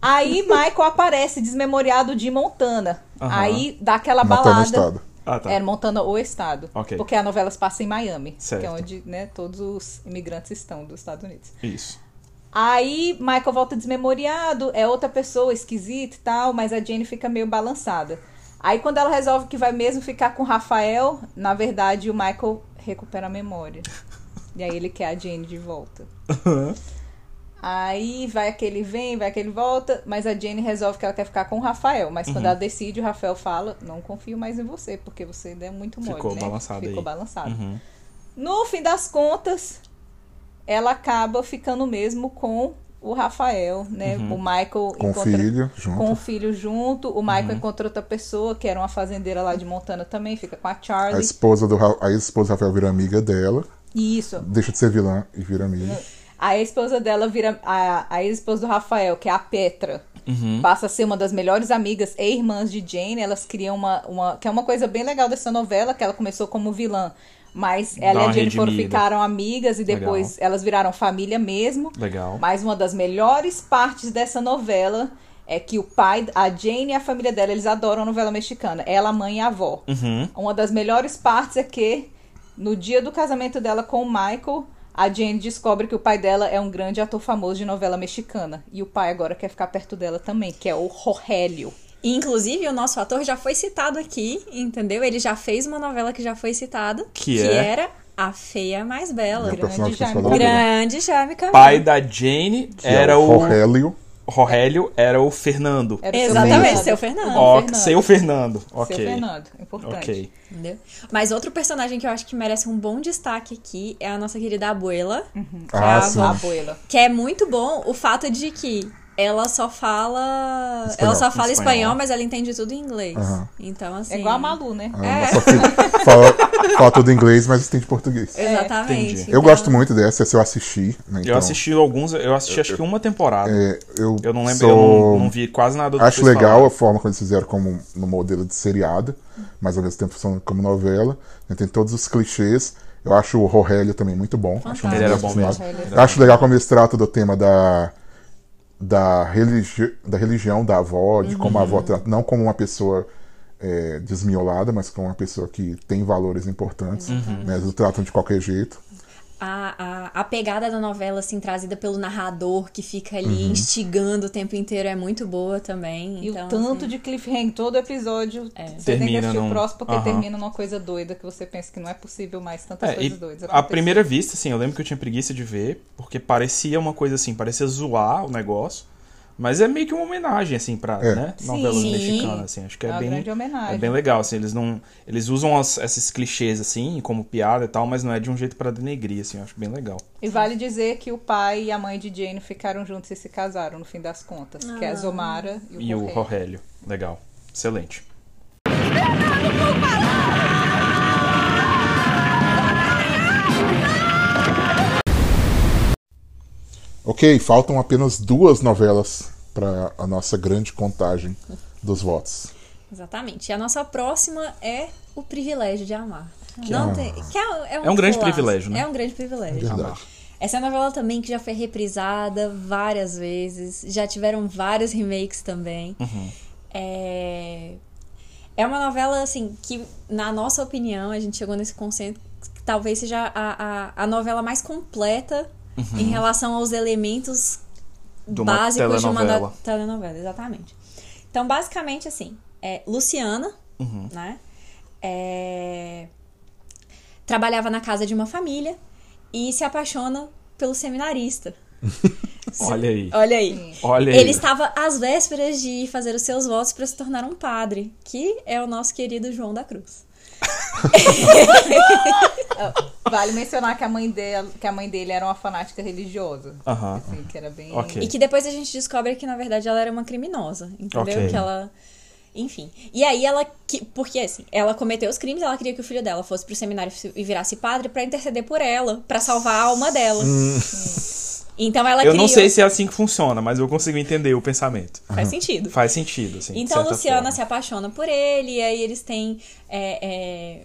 Speaker 6: Aí Michael aparece desmemoriado de Montana.
Speaker 2: Aham.
Speaker 6: Aí dá aquela
Speaker 1: Montana é
Speaker 6: balada.
Speaker 1: Estado.
Speaker 2: Ah, tá.
Speaker 6: Era Montana o Estado.
Speaker 2: Ok.
Speaker 6: Porque a novela se passa em Miami,
Speaker 2: Certo.
Speaker 6: que é onde né, todos os imigrantes estão dos Estados Unidos.
Speaker 2: Isso.
Speaker 6: Aí Michael volta desmemoriado, é outra pessoa esquisita e tal, mas a Jenny fica meio balançada. Aí quando ela resolve que vai mesmo ficar com o Rafael, na verdade o Michael recupera a memória. E aí ele quer a Jenny de volta. Aí vai aquele vem, vai aquele volta, mas a Jenny resolve que ela quer ficar com o Rafael. Mas
Speaker 2: Uhum.
Speaker 6: quando ela decide, o Rafael fala: Não confio mais em você, porque você ainda é muito mole.
Speaker 2: Ficou
Speaker 6: né?
Speaker 2: balançado
Speaker 6: Ficou
Speaker 2: aí.
Speaker 6: balançado.
Speaker 2: Uhum.
Speaker 6: No fim das contas, ela acaba ficando mesmo com o Rafael, né?
Speaker 2: Uhum.
Speaker 6: O Michael
Speaker 1: Com o filho, junto.
Speaker 6: com o filho junto. O Michael
Speaker 2: Uhum.
Speaker 6: encontra outra pessoa que era uma fazendeira lá de Montana também, fica com a
Speaker 1: A
Speaker 6: Charlie.
Speaker 1: esposa do Ra- a ex-esposa do Rafael vira amiga dela,
Speaker 6: Isso.
Speaker 1: deixa de ser vilã e vira amiga.
Speaker 6: A esposa dela vira a, a esposa do Rafael, que é a Petra.
Speaker 2: Uhum.
Speaker 6: Passa a ser uma das melhores amigas e irmãs de Jane. Elas criam uma, uma. Que é uma coisa bem legal dessa novela, que ela começou como vilã. Mas ela
Speaker 2: Dá
Speaker 6: e
Speaker 2: uma
Speaker 6: a Jane foram,
Speaker 2: redimida.
Speaker 6: ficaram amigas e depois elas viraram família mesmo.
Speaker 2: Legal.
Speaker 6: Mas uma das melhores partes dessa novela é que o pai, a Jane e a família dela, eles adoram a novela mexicana. Ela, a mãe e a avó.
Speaker 2: Uhum.
Speaker 6: Uma das melhores partes é que no dia do casamento dela com o Michael, a Jane descobre que o pai dela é um grande ator famoso de novela mexicana. E o pai agora quer ficar perto dela também, que é o Rogelio.
Speaker 4: E, inclusive, o nosso ator já foi citado aqui, entendeu? Ele já fez uma novela que já foi citada.
Speaker 2: Que é?
Speaker 4: era A Feia Mais Bela.
Speaker 1: o personagem
Speaker 6: Jaime.
Speaker 1: principal da
Speaker 4: né?
Speaker 1: novela.
Speaker 4: Grande Jaime Camilo.
Speaker 2: né? Pai da Jane
Speaker 1: que é
Speaker 2: era o...
Speaker 1: Rogelio.
Speaker 2: Rogélio era o Fernando.
Speaker 6: Era o seu
Speaker 4: Exatamente,
Speaker 6: Fernando.
Speaker 4: seu Fernando.
Speaker 2: Ó,
Speaker 6: É Fernando.
Speaker 2: Seu Fernando. Ok.
Speaker 6: Seu Fernando, importante.
Speaker 2: Ok.
Speaker 4: Entendeu? Mas outro personagem que eu acho que merece um bom destaque aqui é a nossa querida Abuela. que é
Speaker 1: Ah,
Speaker 4: a
Speaker 1: sim.
Speaker 6: A
Speaker 4: avó,
Speaker 6: abuela.
Speaker 4: Que é muito bom o fato de que ela só fala.
Speaker 1: Espanhol.
Speaker 4: ela só fala
Speaker 2: Espanhol.
Speaker 4: espanhol, mas ela entende tudo em inglês.
Speaker 1: Aham.
Speaker 4: Então, assim.
Speaker 6: É igual a Malu, né?
Speaker 1: Ela só fi- fala, fala tudo em inglês, mas entende português.
Speaker 4: Exatamente.
Speaker 2: Entendi.
Speaker 1: Eu
Speaker 4: Então,
Speaker 1: gosto muito dessa, essa eu assisti. Né, então,
Speaker 2: Eu assisti alguns, eu assisti acho que uma temporada.
Speaker 1: é, eu,
Speaker 2: Eu não lembro,
Speaker 1: sou-
Speaker 2: eu não, não vi quase nada do que
Speaker 1: Acho
Speaker 2: vocês
Speaker 1: legal
Speaker 2: falaram.
Speaker 1: a forma como eles fizeram como no modelo de seriado, mas ao mesmo tempo funcionando como novela. né, Tem todos os clichês. Eu acho o Rogelio também muito bom. Acho um dos
Speaker 2: Ele era
Speaker 1: meus
Speaker 2: bom
Speaker 1: personagens.
Speaker 2: mesmo.
Speaker 1: Eu acho legal como eles tratam do tema da, da, religi da religião da avó,
Speaker 2: Uhum.
Speaker 1: de como a avó trata, não como uma pessoa é, desmiolada, mas como uma pessoa que tem valores importantes. Né? Eles o tratam de qualquer jeito.
Speaker 4: a, a, a pegada da novela, assim, trazida pelo narrador que fica ali instigando o tempo inteiro é muito boa também.
Speaker 6: E
Speaker 4: então, É.
Speaker 6: o tanto de cliffhanger, todo episódio, você tem que
Speaker 2: Termina
Speaker 6: assistir
Speaker 2: num-
Speaker 6: o próximo porque
Speaker 2: Aham.
Speaker 6: termina numa coisa doida que você pensa que não é possível mais tantas
Speaker 2: É,
Speaker 6: coisas
Speaker 2: e
Speaker 6: doidas.
Speaker 2: à
Speaker 6: acontecendo.
Speaker 2: primeira vista, assim, eu lembro que eu tinha preguiça de ver, porque parecia uma coisa assim, parecia zoar o negócio, mas é meio que uma homenagem, assim, pra
Speaker 1: É.
Speaker 2: né, novelas
Speaker 4: Sim.
Speaker 2: mexicanas, assim, acho que é,
Speaker 6: É uma
Speaker 2: bem...
Speaker 6: grande homenagem.
Speaker 2: É bem legal, assim, eles não... Eles usam as- esses clichês, assim, como piada e tal, mas não é de um jeito pra denegrir, assim, eu acho bem legal.
Speaker 6: E vale dizer que o pai e a mãe de Jane ficaram juntos e se casaram, no fim das contas. Que
Speaker 4: Ah.
Speaker 6: é a Zomara e o,
Speaker 2: E o
Speaker 6: Jorge.
Speaker 2: Rogério, legal, excelente.
Speaker 1: Ok, faltam apenas duas novelas para a nossa grande contagem dos votos.
Speaker 4: assim, Exatamente. E a nossa próxima é O Privilégio de Amar. Não tem- que é,
Speaker 2: É um grande
Speaker 4: clássico.
Speaker 2: privilégio, né?
Speaker 4: É um grande privilégio.
Speaker 1: Verdade.
Speaker 4: Essa é uma novela também que já foi reprisada várias vezes, já tiveram vários remakes também.
Speaker 2: Uhum.
Speaker 4: É... é uma novela, assim, que, na nossa opinião, a gente chegou nesse consenso que talvez seja a, a, a novela mais completa em relação aos elementos
Speaker 2: Uhum. De uma
Speaker 4: básicos de uma
Speaker 2: telenovela.
Speaker 4: no- telenovela. Exatamente. Então, basicamente, assim, é Luciana,
Speaker 2: Uhum.
Speaker 4: né? É trabalhava na casa de uma família e se apaixona pelo seminarista.
Speaker 2: Olha aí,
Speaker 4: Olha aí.
Speaker 2: olha aí.
Speaker 4: Ele estava às vésperas de fazer os seus votos para se tornar um padre, que é o nosso querido João da Cruz.
Speaker 6: Vale mencionar que a, mãe dele, que a mãe dele era uma fanática religiosa.
Speaker 2: Aham.
Speaker 6: Assim, que era bem...
Speaker 2: Ah. Ok.
Speaker 4: E que depois a gente descobre que na verdade ela era uma criminosa, entendeu?
Speaker 2: Ok.
Speaker 4: Que ela enfim. E aí ela que- porque assim, ela cometeu os crimes, ela queria que o filho dela fosse pro seminário e virasse padre para interceder por ela, para salvar a alma dela. Então ela
Speaker 2: Hum. Eu
Speaker 4: criou
Speaker 2: não sei se é assim que funciona, mas eu consigo entender o pensamento.
Speaker 4: faz sentido.
Speaker 2: Faz sentido, assim, de
Speaker 4: Então
Speaker 2: certa
Speaker 4: Luciana
Speaker 2: forma.
Speaker 4: se apaixona por ele, e aí eles têm é, é,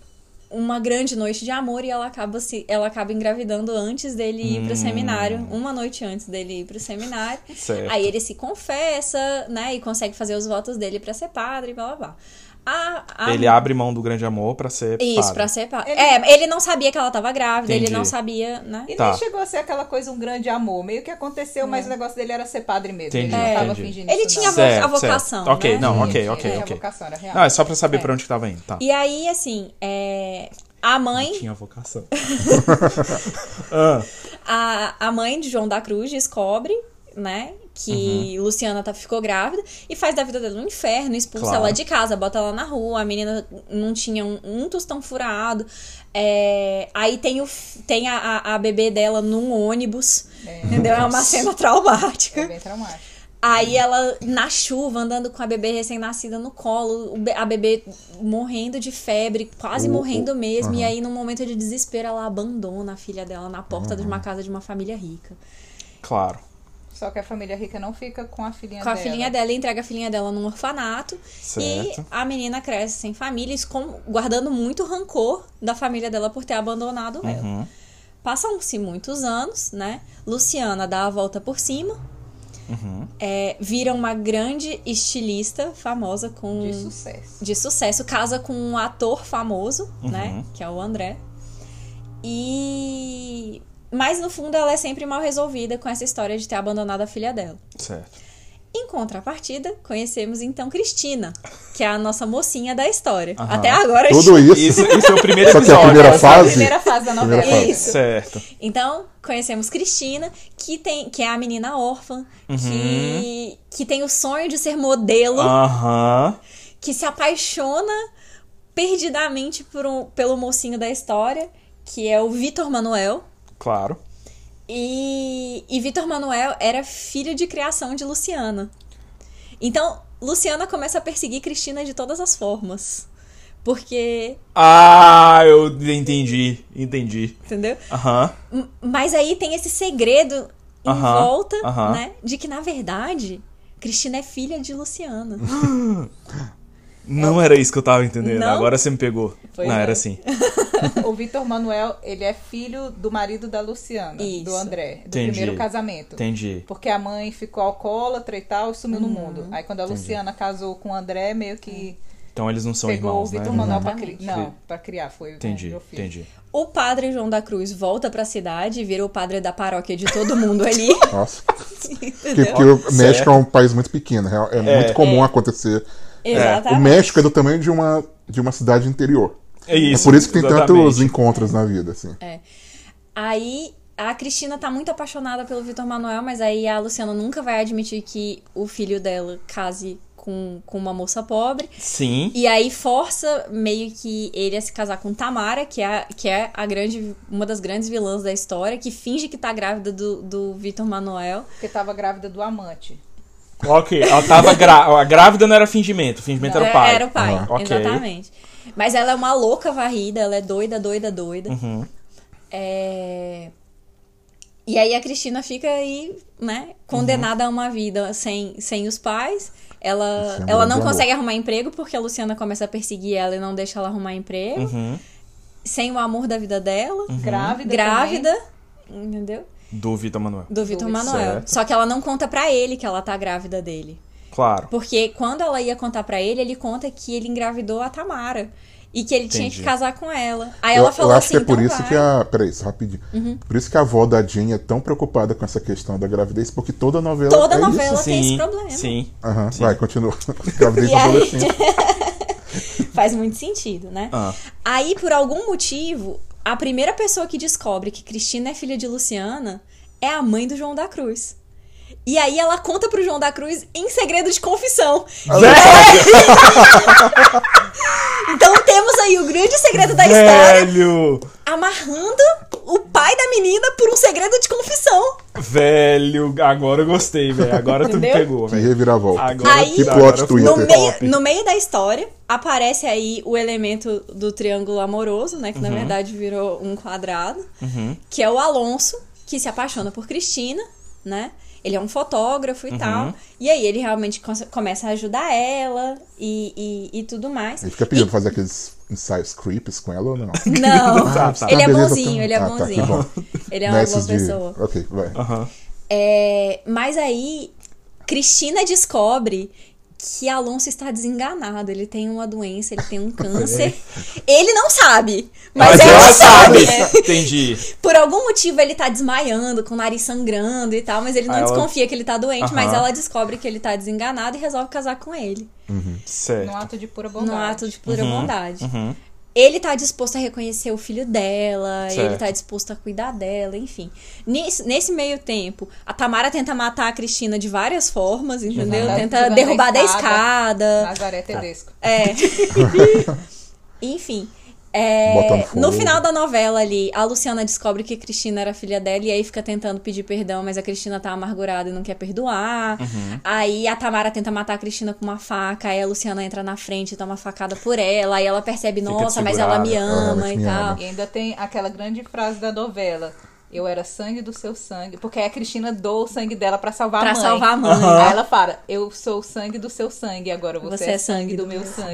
Speaker 4: uma grande noite de amor e ela acaba, se, ela acaba engravidando antes dele ir
Speaker 2: Hum.
Speaker 4: pro seminário, uma noite antes dele ir pro seminário.
Speaker 2: Certo.
Speaker 4: Aí ele se confessa, né, e consegue fazer os votos dele pra ser padre, blá blá blá. A- a-
Speaker 2: Ele abre mão do grande amor pra ser
Speaker 4: Isso,
Speaker 2: padre.
Speaker 4: pra ser padre.
Speaker 6: Ele-
Speaker 4: É, ele não sabia que ela tava grávida, ele
Speaker 2: Entendi.
Speaker 4: não sabia, né?
Speaker 6: E
Speaker 2: Tá.
Speaker 6: nem chegou a ser aquela coisa, um grande amor. Meio que aconteceu, mas o negócio dele era ser padre mesmo.
Speaker 2: Entendi,
Speaker 6: ele não tava
Speaker 2: entendi.
Speaker 6: fingindo
Speaker 4: É. Ele
Speaker 6: isso,
Speaker 4: tinha
Speaker 6: não.
Speaker 4: vo- a vocação,
Speaker 2: Ok,
Speaker 4: né?
Speaker 2: não,
Speaker 6: Sim,
Speaker 2: ok,
Speaker 6: sim,
Speaker 2: ok,
Speaker 6: é, a
Speaker 2: ok.
Speaker 6: vocação era real.
Speaker 2: Não, é só pra saber pra onde que tava indo, tá.
Speaker 4: E aí, assim, é, a mãe
Speaker 2: Tinha vocação. Ah,
Speaker 4: a, a mãe de João da Cruz descobre, né? Que Luciana tá, ficou grávida e faz da vida dela um inferno, expulsa
Speaker 2: Claro.
Speaker 4: ela de casa, bota ela na rua, a menina não tinha um, um tostão furado. É, aí tem, o, f- tem a, a, a bebê dela num ônibus, entendeu? É uma cena traumática.
Speaker 6: É bem traumático.
Speaker 4: Aí ela, na chuva, andando com a bebê recém-nascida no colo, o be- a bebê morrendo de febre, quase
Speaker 1: O-
Speaker 4: morrendo
Speaker 1: o-
Speaker 4: mesmo. E
Speaker 1: aham.
Speaker 4: aí, num momento de desespero, ela abandona a filha dela na porta de uma casa de uma família rica.
Speaker 2: Claro.
Speaker 6: Só que a família rica não fica com a filhinha
Speaker 4: Com a
Speaker 6: dela.
Speaker 4: filhinha dela, entrega a filhinha dela num orfanato. E
Speaker 2: Certo.
Speaker 4: a menina cresce sem família, escom- guardando muito rancor da família dela por ter abandonado ela. Passam-se muitos anos, né? Luciana dá a volta por cima. É, vira uma grande estilista famosa com
Speaker 6: De sucesso.
Speaker 4: de sucesso, casa com um ator famoso, né? Que é o André. E. Mas no fundo ela é sempre mal resolvida com essa história de ter abandonado a filha dela.
Speaker 2: Certo.
Speaker 4: Em contrapartida, conhecemos então Cristina, que é a nossa mocinha da história.
Speaker 2: Aham.
Speaker 4: Até agora.
Speaker 1: Tudo
Speaker 2: Isso,
Speaker 1: isso,
Speaker 2: isso é o primeiro
Speaker 1: Só que
Speaker 2: episódio.
Speaker 1: a primeira
Speaker 2: né?
Speaker 1: fase-
Speaker 6: Primeira fase da novela.
Speaker 1: Primeira fase.
Speaker 4: Isso.
Speaker 2: Certo.
Speaker 4: Então, conhecemos Cristina, que, tem, que é a menina órfã, que, que tem o sonho de ser modelo.
Speaker 2: Ah. Aham.
Speaker 4: que se apaixona perdidamente por um- pelo mocinho da história, que é o Vitor Manuel.
Speaker 2: Claro.
Speaker 4: E, e Vitor Manuel era filho de criação de Luciana. Então, Luciana começa a perseguir Cristina de todas as formas. Porque,
Speaker 2: Ah, eu entendi. Entendi.
Speaker 4: entendeu?
Speaker 2: Aham.
Speaker 4: M- Mas aí tem esse segredo em
Speaker 2: Aham,
Speaker 4: volta,
Speaker 2: aham.
Speaker 4: né? De que, na verdade, Cristina é filha de Luciana.
Speaker 2: Não era isso que eu tava entendendo.
Speaker 4: Não?
Speaker 2: Agora você me pegou.
Speaker 4: Pois
Speaker 2: não,
Speaker 4: é.
Speaker 2: era assim.
Speaker 6: O Vitor Manuel, ele é filho do marido da Luciana,
Speaker 4: Isso.
Speaker 6: do André, do
Speaker 2: Entendi.
Speaker 6: primeiro casamento.
Speaker 2: Entendi.
Speaker 6: Porque a
Speaker 4: Uhum. É.
Speaker 6: mãe ficou alcoólatra e tal e sumiu no mundo. Aí quando a Luciana casou com o André, meio que
Speaker 2: Então eles não são
Speaker 6: Pegou o
Speaker 2: irmãos, né?
Speaker 6: Vitor Manuel pra,
Speaker 4: Uhum.
Speaker 6: cri... não, pra criar, foi
Speaker 2: Entendi,
Speaker 6: meu filho.
Speaker 2: entendi.
Speaker 4: O padre João da Cruz volta pra cidade e vira o padre da paróquia de todo mundo ali.
Speaker 1: Nossa. Porque,
Speaker 4: entendeu?
Speaker 1: porque o
Speaker 2: Certo.
Speaker 1: México é um país muito pequeno, é, é muito comum acontecer. O
Speaker 4: Exatamente.
Speaker 1: México é do tamanho de uma, de uma cidade interior.
Speaker 2: É isso.
Speaker 1: é por isso que tem
Speaker 2: exatamente.
Speaker 1: tantos encontros na vida, assim.
Speaker 4: Aí a Cristina tá muito apaixonada pelo Vitor Manuel, mas aí a Luciana nunca vai admitir que o filho dela case com, com uma moça pobre.
Speaker 2: Sim.
Speaker 4: E aí força meio que ele a se casar com Tamara, que é, que é a grande, uma das grandes vilãs da história, que finge que tá grávida do, do Vitor Manuel.
Speaker 6: Porque tava grávida do amante.
Speaker 2: Ok, ela tava grá... a grávida não era fingimento, o fingimento era o pai.
Speaker 4: Era o pai,
Speaker 2: Ah, ok.
Speaker 4: exatamente. Mas ela é uma louca varrida, ela é doida, doida, doida.
Speaker 2: Uhum,
Speaker 4: É, E aí a Cristina fica aí, né, condenada a uma vida sem, sem os pais.
Speaker 1: Isso é um
Speaker 4: Ela, ela
Speaker 1: grande
Speaker 4: não
Speaker 1: amor.
Speaker 4: consegue arrumar emprego porque a Luciana começa a perseguir ela e não deixa ela arrumar emprego.
Speaker 2: Uhum.
Speaker 4: Sem o amor da vida dela.
Speaker 1: Uhum.
Speaker 6: Grávida.
Speaker 4: Grávida, entendeu?
Speaker 2: Do Vitor Manuel.
Speaker 4: Do Vitor
Speaker 6: Vitor.
Speaker 4: Manuel.
Speaker 2: Certo.
Speaker 4: Só que ela não conta pra ele que ela tá grávida dele.
Speaker 2: Claro.
Speaker 4: Porque quando ela ia contar pra ele, ele conta que ele engravidou a Tamara. E que ele tinha
Speaker 2: Entendi.
Speaker 4: que casar com ela. Aí
Speaker 1: eu,
Speaker 4: ela falou
Speaker 1: eu acho
Speaker 4: assim,
Speaker 1: que é por
Speaker 4: "Então
Speaker 1: isso
Speaker 4: vai." Uhum.
Speaker 1: que a. Peraí, só rapidinho. Por isso que a avó da Jean é tão preocupada com essa questão da gravidez, porque toda novela.
Speaker 4: Toda
Speaker 1: é
Speaker 4: novela
Speaker 1: Isso.
Speaker 4: tem esse
Speaker 2: Sim,
Speaker 4: problema.
Speaker 2: sim.
Speaker 1: Aham, Vai, continua. gravidez
Speaker 4: E aí?
Speaker 1: adolescente.
Speaker 4: Faz muito sentido, né?
Speaker 2: Ah.
Speaker 4: Aí, por algum motivo, a primeira pessoa que descobre que Cristina é filha de Luciana é a mãe do João da Cruz. E aí ela conta pro João da Cruz em segredo de confissão. Então temos aí o grande segredo da história
Speaker 2: Velho!
Speaker 4: amarrando o pai da menina por um segredo de confissão.
Speaker 2: Velho, agora eu gostei, velho. Agora tu me
Speaker 4: Entendeu?
Speaker 2: pegou,
Speaker 1: Que
Speaker 2: velho.
Speaker 1: reviravolta.
Speaker 2: Agora,
Speaker 4: Aí-
Speaker 1: Que
Speaker 2: agora
Speaker 1: plot
Speaker 2: foi
Speaker 1: twist.
Speaker 4: No
Speaker 1: Twitter.
Speaker 4: meio,
Speaker 2: top.
Speaker 4: no meio da história, aparece aí o elemento do triângulo amoroso, né? Que
Speaker 1: Uhum.
Speaker 4: na verdade virou um quadrado. Que é o Alonso, que se apaixona por Cristina, né? Ele é um fotógrafo
Speaker 1: Uhum.
Speaker 4: e tal. E aí ele realmente cons- começa a ajudar ela e, e, e tudo mais.
Speaker 1: Ele fica pedindo pra fazer aqueles ensaios creeps com ela ou não?
Speaker 4: Não,
Speaker 2: Tá, tá.
Speaker 4: ele é
Speaker 1: Ah, beleza,
Speaker 4: bonzinho,
Speaker 1: tá.
Speaker 4: ele é
Speaker 1: Ah, tá, que
Speaker 4: bonzinho.
Speaker 1: bom.
Speaker 4: Ele é uma boa
Speaker 1: Nesses de-
Speaker 4: pessoa.
Speaker 1: Ok, vai.
Speaker 2: Aham.
Speaker 4: É, mas aí, Cristina descobre que Alonso está desenganado. Ele tem uma doença, ele tem um câncer. ele não sabe, mas, ela, sabe. né?
Speaker 2: Entendi.
Speaker 4: Por algum motivo, ele tá desmaiando, com o nariz sangrando e tal, mas ele não
Speaker 2: Aí ela-
Speaker 4: desconfia que ele tá doente, mas
Speaker 2: Aham.
Speaker 4: ela descobre que ele tá desenganado e resolve casar com ele.
Speaker 6: Num
Speaker 2: Certo.
Speaker 6: ato de pura bondade.
Speaker 4: Num ato de pura bondade.
Speaker 2: Uhum.
Speaker 4: Ele tá disposto a reconhecer o filho dela, ele
Speaker 2: Certo.
Speaker 4: tá disposto a cuidar dela, enfim. Nesse, nesse meio tempo, a Tamara tenta matar a Cristina de várias formas, entendeu?
Speaker 6: Ela
Speaker 4: Tenta
Speaker 6: fica Uhum. na
Speaker 4: derrubar da escada.
Speaker 6: Nazaré Tedesco.
Speaker 4: É. enfim. é,
Speaker 1: Bota no fogo.
Speaker 4: no final da novela ali, a Luciana descobre que Cristina era filha dela e aí fica tentando pedir perdão, mas a Cristina tá amargurada e não quer perdoar.
Speaker 2: Uhum.
Speaker 4: Aí a Tamara tenta matar a Cristina com uma faca, aí a Luciana entra na frente e toma uma facada por ela, aí ela percebe, nossa, mas ela me
Speaker 1: segurada,
Speaker 4: ama
Speaker 1: ela
Speaker 4: e
Speaker 1: me
Speaker 4: tal.
Speaker 1: ama.
Speaker 6: E ainda tem aquela grande frase da novela. Eu era sangue do seu sangue. Porque aí a Cristina doa o sangue dela pra salvar
Speaker 4: Pra
Speaker 6: a mãe.
Speaker 4: salvar a mãe.
Speaker 6: Aí ela fala, eu sou o sangue do seu sangue, agora você, é sangue do meu sangue.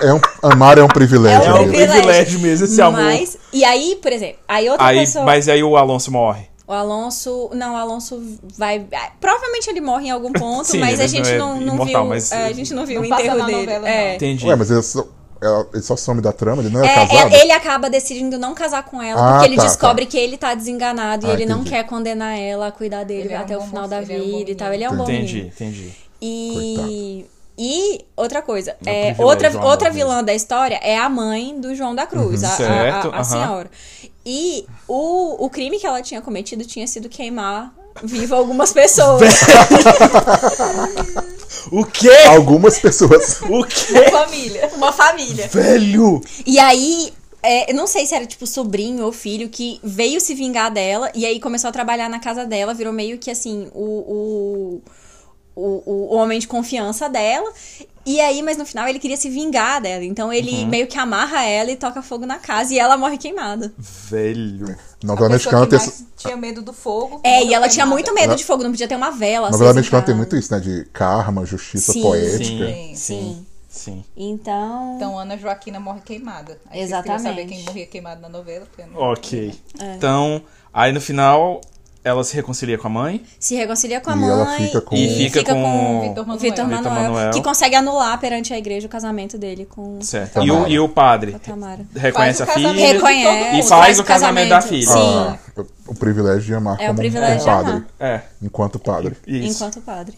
Speaker 1: É, é um, amar é um privilégio.
Speaker 2: É
Speaker 4: um
Speaker 2: um
Speaker 1: mesmo.
Speaker 4: privilégio.
Speaker 2: privilégio mesmo esse amor.
Speaker 4: Mas, e aí, por exemplo, aí outra
Speaker 2: Aí,
Speaker 4: pessoa.
Speaker 2: mas aí o Alonso morre.
Speaker 4: O Alonso. Não, o Alonso vai. ah, Provavelmente ele morre em algum ponto,
Speaker 2: Sim,
Speaker 4: mas
Speaker 2: ele
Speaker 4: a gente
Speaker 2: não é
Speaker 4: não, não
Speaker 2: imortal,
Speaker 4: viu.
Speaker 2: mas-
Speaker 4: é, a gente não viu
Speaker 6: Não
Speaker 4: o
Speaker 6: passa
Speaker 4: enterro
Speaker 6: na
Speaker 4: dele.
Speaker 6: novela,
Speaker 4: é.
Speaker 2: Entendi.
Speaker 1: Ué, mas ele só, ela- ele só some da trama, ele não é,
Speaker 4: É,
Speaker 1: casado?
Speaker 4: é, ele acaba decidindo não casar com ela,
Speaker 1: Ah,
Speaker 4: porque ele
Speaker 1: tá,
Speaker 4: descobre que ele tá desenganado e
Speaker 1: Ah,
Speaker 4: ele não
Speaker 1: entendi.
Speaker 4: quer condenar ela a cuidar dele
Speaker 6: Ele é um
Speaker 4: até o
Speaker 6: bom
Speaker 4: final
Speaker 6: moço,
Speaker 4: da
Speaker 6: ele é um bom
Speaker 4: vida e tal. Ele é um bom
Speaker 2: Entendi,
Speaker 4: menino.
Speaker 2: entendi.
Speaker 4: E. E outra coisa,
Speaker 2: É um
Speaker 4: é,
Speaker 2: privilégio,
Speaker 4: outra,
Speaker 2: é um amor
Speaker 4: outra
Speaker 2: mesmo.
Speaker 4: vilã da história é a mãe do João da Cruz, a, a- a-
Speaker 2: Certo,
Speaker 4: a
Speaker 2: aham.
Speaker 4: senhora. E o, o crime que ela tinha cometido tinha sido queimar viva algumas pessoas.
Speaker 2: O
Speaker 4: é.
Speaker 2: quê?
Speaker 1: Algumas pessoas.
Speaker 2: O quê?
Speaker 6: Família.
Speaker 4: uma família.
Speaker 2: Velho!
Speaker 4: E aí, é, eu não sei se era tipo sobrinho ou filho que veio se vingar dela e aí começou a trabalhar na casa dela, virou meio que assim, o. o, o, o homem de confiança dela. E aí, mas no final ele queria se vingar dela. Então ele
Speaker 1: Uhum.
Speaker 4: meio que amarra ela e toca fogo na casa e ela morre queimada.
Speaker 2: Velho.
Speaker 1: Novela
Speaker 6: a pessoa
Speaker 1: mexicana
Speaker 6: que
Speaker 1: tem.
Speaker 6: mais tinha medo do fogo.
Speaker 4: É,
Speaker 6: morreu
Speaker 4: e ela tinha
Speaker 6: queimada.
Speaker 4: muito medo de fogo, não podia ter uma vela. assim,
Speaker 1: Novela
Speaker 4: acesa em
Speaker 1: mexicana tem
Speaker 4: casa.
Speaker 1: muito isso, né? De karma, justiça
Speaker 4: Sim.
Speaker 1: poética.
Speaker 2: Sim, sim, sim.
Speaker 4: Então.
Speaker 6: Então Ana Joaquina morre queimada. Aí vocês queriam
Speaker 4: Exatamente.
Speaker 6: saber quem morria queimado na novela. porque eu não-
Speaker 2: Ok. Então, aí no final, ela se reconcilia com a mãe.
Speaker 4: Se reconcilia com a
Speaker 1: E
Speaker 4: mãe
Speaker 1: ela fica com-
Speaker 4: e
Speaker 2: E fica
Speaker 4: fica
Speaker 2: com-
Speaker 4: com
Speaker 6: Vitor
Speaker 4: o
Speaker 6: Manuel.
Speaker 4: Vitor Manuel,
Speaker 2: Vitor Manuel.
Speaker 4: que consegue anular perante a igreja o casamento dele com
Speaker 2: Certo.
Speaker 1: Tamara.
Speaker 2: E o, e o
Speaker 4: a
Speaker 2: padre
Speaker 4: Tamara.
Speaker 2: reconhece a
Speaker 6: Faz o casamento.
Speaker 2: filha.
Speaker 6: Recon-
Speaker 4: Reconhece.
Speaker 2: E faz o casamento da filha.
Speaker 4: Sim,
Speaker 1: Ah, o privilégio de amar
Speaker 4: É o
Speaker 1: como
Speaker 4: privilégio
Speaker 1: um
Speaker 4: de
Speaker 1: padre.
Speaker 4: amar.
Speaker 2: É,
Speaker 1: Enquanto padre.
Speaker 2: isso.
Speaker 4: enquanto padre.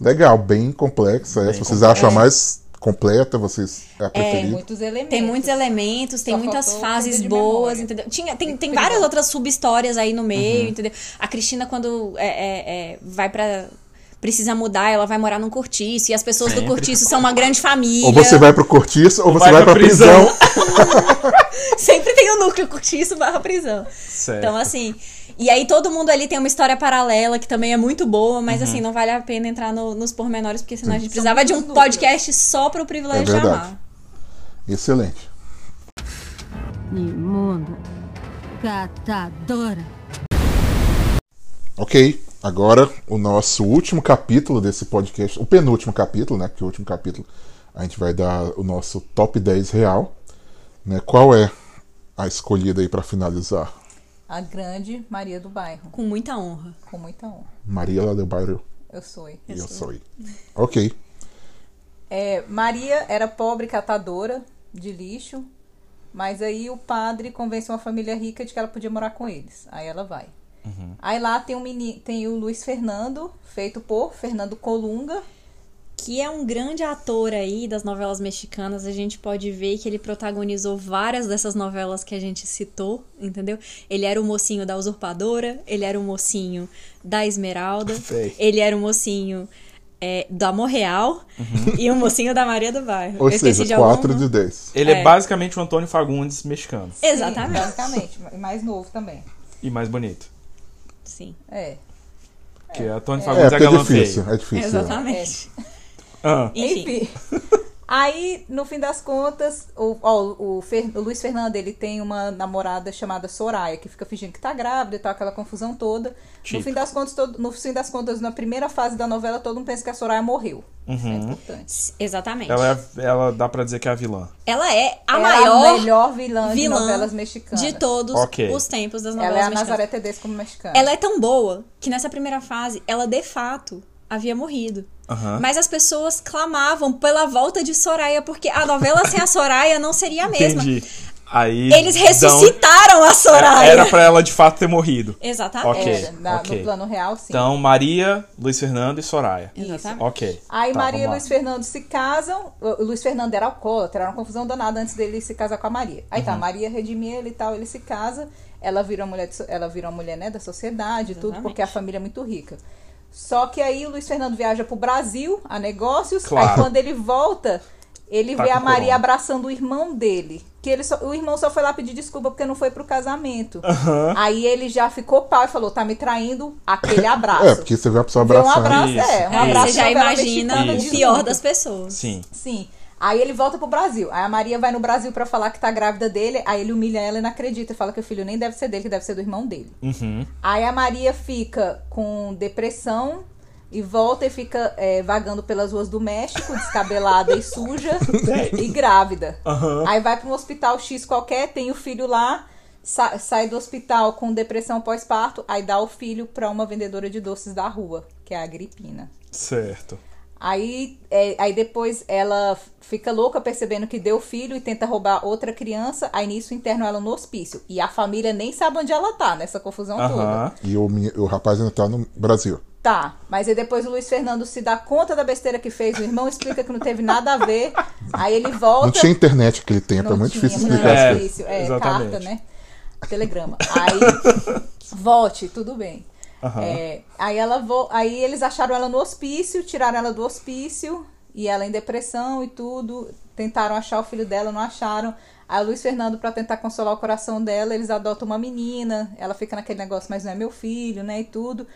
Speaker 1: Legal, bem complexa essa. Vocês acham a mais completa? Vocês é a
Speaker 6: Tem
Speaker 1: preferida?
Speaker 6: muitos elementos.
Speaker 4: Tem muitos elementos, tem
Speaker 6: Só
Speaker 4: muitas
Speaker 6: faltou
Speaker 4: fases
Speaker 6: coisa de
Speaker 4: boas,
Speaker 6: memória.
Speaker 4: entendeu? Tinha, tem tem
Speaker 6: Incrível.
Speaker 4: várias outras sub-histórias aí no meio,
Speaker 1: Uhum.
Speaker 4: entendeu? A Cristina, quando é, é, é, vai pra. Precisa mudar, ela vai morar num cortiço, e as pessoas do
Speaker 2: Sempre.
Speaker 4: cortiço são uma grande família.
Speaker 1: ou você vai pro cortiço ou você vai, pra prisão.
Speaker 4: Sempre tem o núcleo cortiço barra prisão.
Speaker 2: Certo.
Speaker 4: Então, assim. E aí todo mundo ali tem uma história paralela que também é muito boa, mas
Speaker 1: Uhum.
Speaker 4: assim, não vale a pena entrar no- nos pormenores, porque senão a gente precisava de um
Speaker 6: muitos núcleos.
Speaker 4: podcast só pro
Speaker 1: É
Speaker 4: privilégio de
Speaker 1: verdade.
Speaker 4: amar.
Speaker 1: Excelente.
Speaker 7: Imunda. Catadora.
Speaker 1: Ok, agora o nosso último capítulo desse podcast, o penúltimo capítulo, né? Porque o último capítulo a gente vai dar o nosso top 10 real. Né? Qual é a escolhida aí pra finalizar?
Speaker 6: A grande Maria do Bairro,
Speaker 4: Com muita honra.
Speaker 6: com muita honra.
Speaker 1: Maria Ladebairo,
Speaker 6: Eu sou.
Speaker 1: eu, eu sou. Ok,
Speaker 6: É, Maria era pobre catadora de lixo, mas aí o padre convence uma família rica de que ela podia morar com eles. Aí ela vai. Aí lá tem, um meni, tem o Luiz Fernando, feito por Fernando Colunga.
Speaker 4: que é um grande ator aí das novelas mexicanas. A gente pode ver que ele protagonizou várias dessas novelas que a gente citou, entendeu? Ele era o mocinho da Usurpadora, ele era o mocinho da Esmeralda,
Speaker 2: Sei.
Speaker 4: ele era o mocinho é, do Amor Real e o mocinho da Maria do Bairro.
Speaker 1: Uhum. ou
Speaker 4: Eu esqueci
Speaker 1: seja,
Speaker 4: de algum
Speaker 1: 4
Speaker 4: nome.
Speaker 1: de 10.
Speaker 2: Ele é.
Speaker 4: É.
Speaker 2: basicamente o Antônio Fagundes mexicano.
Speaker 4: Exatamente.
Speaker 6: Sim, basicamente. E mais novo também.
Speaker 2: E mais bonito.
Speaker 4: Sim,
Speaker 6: É.
Speaker 2: Que é Antônio
Speaker 1: É,
Speaker 2: Fagundes é,
Speaker 1: porque é
Speaker 2: galã feio.
Speaker 1: difícil, é difícil.
Speaker 4: exatamente.
Speaker 2: Ah,
Speaker 4: Enfim,
Speaker 6: Enfim. Aí, no fim das contas, o, ó, o Fer- o Luiz Fernando, ele tem uma namorada chamada Soraya, que fica fingindo que tá grávida e tal, aquela confusão toda. No
Speaker 2: Típico.
Speaker 6: fim, das contas, todo- no fim das contas, na primeira fase da novela, todo mundo pensa que a Soraya morreu. Isso
Speaker 4: Uhum.
Speaker 6: é importante.
Speaker 4: exatamente.
Speaker 2: ela, é, a- ela dá pra dizer que é a vilã.
Speaker 4: Ela é a
Speaker 6: Ela
Speaker 4: maior
Speaker 6: é a melhor vilã,
Speaker 4: vilã
Speaker 6: de novelas mexicanas.
Speaker 4: de todos
Speaker 2: Ok.
Speaker 4: os tempos das novelas
Speaker 6: Ela é a
Speaker 4: mexicanas.
Speaker 6: Nazaré Tedesco como
Speaker 2: Tá.
Speaker 6: mexicana.
Speaker 4: Ela é tão boa que nessa primeira fase ela de fato havia morrido.
Speaker 2: Aham.
Speaker 4: Mas as pessoas clamavam pela volta de Soraya, porque a novela sem a Soraya não seria a mesma.
Speaker 2: Entendi. Aí.
Speaker 4: é Eles
Speaker 2: dão-
Speaker 4: ressuscitaram a Soraya.
Speaker 2: Era pra ela de fato ter morrido.
Speaker 4: Exatamente.
Speaker 2: Ok.
Speaker 6: Era, É, na-
Speaker 2: ok.
Speaker 6: No plano real, sim.
Speaker 2: Então, Maria, Luiz Fernando e Soraya.
Speaker 4: Exatamente.
Speaker 2: Ok.
Speaker 6: Aí
Speaker 2: Tá,
Speaker 6: Maria e
Speaker 2: vamos
Speaker 6: Luiz Fernando se casam. O o Luiz Fernando era alcoólatra, era uma confusão danada antes dele se casar com a Maria. Aí
Speaker 2: Uhum.
Speaker 6: tá, Maria redime ele e tal, ele se casa. Ela vira uma mulher, de so- ela vira uma mulher né, da sociedade, e tudo,
Speaker 4: Exatamente.
Speaker 6: porque a família é muito rica. Só que aí o Luiz Fernando viaja pro Brasil a negócios.
Speaker 2: Claro.
Speaker 6: Aí quando ele volta, ele
Speaker 2: Tá
Speaker 6: vê a
Speaker 2: com
Speaker 6: Maria
Speaker 2: corona.
Speaker 6: abraçando o irmão dele. Que ele só- o irmão só foi lá pedir desculpa porque não foi pro casamento. Aí ele já ficou pau e falou: tá me traindo aquele abraço.
Speaker 1: É, porque você vê a pessoa
Speaker 6: Deu um
Speaker 1: abraçando.
Speaker 6: abraço,
Speaker 2: Isso,
Speaker 6: é. Um
Speaker 2: isso.
Speaker 6: abraço
Speaker 4: Você já
Speaker 6: novela
Speaker 4: imagina
Speaker 6: mexicana
Speaker 4: o
Speaker 6: de
Speaker 4: pior
Speaker 6: tudo.
Speaker 4: das pessoas.
Speaker 2: Sim.
Speaker 6: Sim. Aí ele volta pro Brasil. Aí a Maria vai no Brasil pra falar que tá grávida dele. Aí ele humilha ela e não acredita. E fala que o filho nem deve ser dele, que deve ser do irmão dele.
Speaker 2: Uhum.
Speaker 6: Aí a Maria fica com depressão e volta e fica é, vagando pelas ruas do México, descabelada e suja e grávida. Aí vai pra um hospital X qualquer, tem o filho lá, sa- sai do hospital com depressão pós-parto, aí dá o filho pra uma vendedora de doces da rua, que é a Agripina.
Speaker 2: Certo.
Speaker 6: Aí, é, aí depois ela fica louca percebendo que deu filho e tenta roubar outra criança. Aí nisso internam ela no hospício. E a família nem sabe onde ela tá nessa confusão toda.
Speaker 2: Aham.
Speaker 1: E o, meni- o rapaz ainda tá no Brasil.
Speaker 6: Tá, mas aí depois o Luiz Fernando se dá conta da besteira que fez. O irmão explica que não teve nada a ver. Aí ele volta.
Speaker 1: Não tinha internet naquele tempo,
Speaker 6: Não
Speaker 1: é muito
Speaker 6: tinha,
Speaker 1: difícil
Speaker 4: né?
Speaker 6: muito
Speaker 1: explicar as
Speaker 2: É,
Speaker 1: coisas.
Speaker 6: difícil. É,
Speaker 2: exatamente.
Speaker 6: carta, né? Telegrama. Aí, volte, tudo bem. É, aí, ela vo... aí eles acharam ela no hospício, tiraram ela do hospício, e ela em depressão e tudo. Tentaram achar o filho dela, não acharam. Aí o Luiz Fernando, pra tentar consolar o coração dela, eles adotam uma menina. Ela fica naquele negócio, mas não é meu filho, né? E tudo.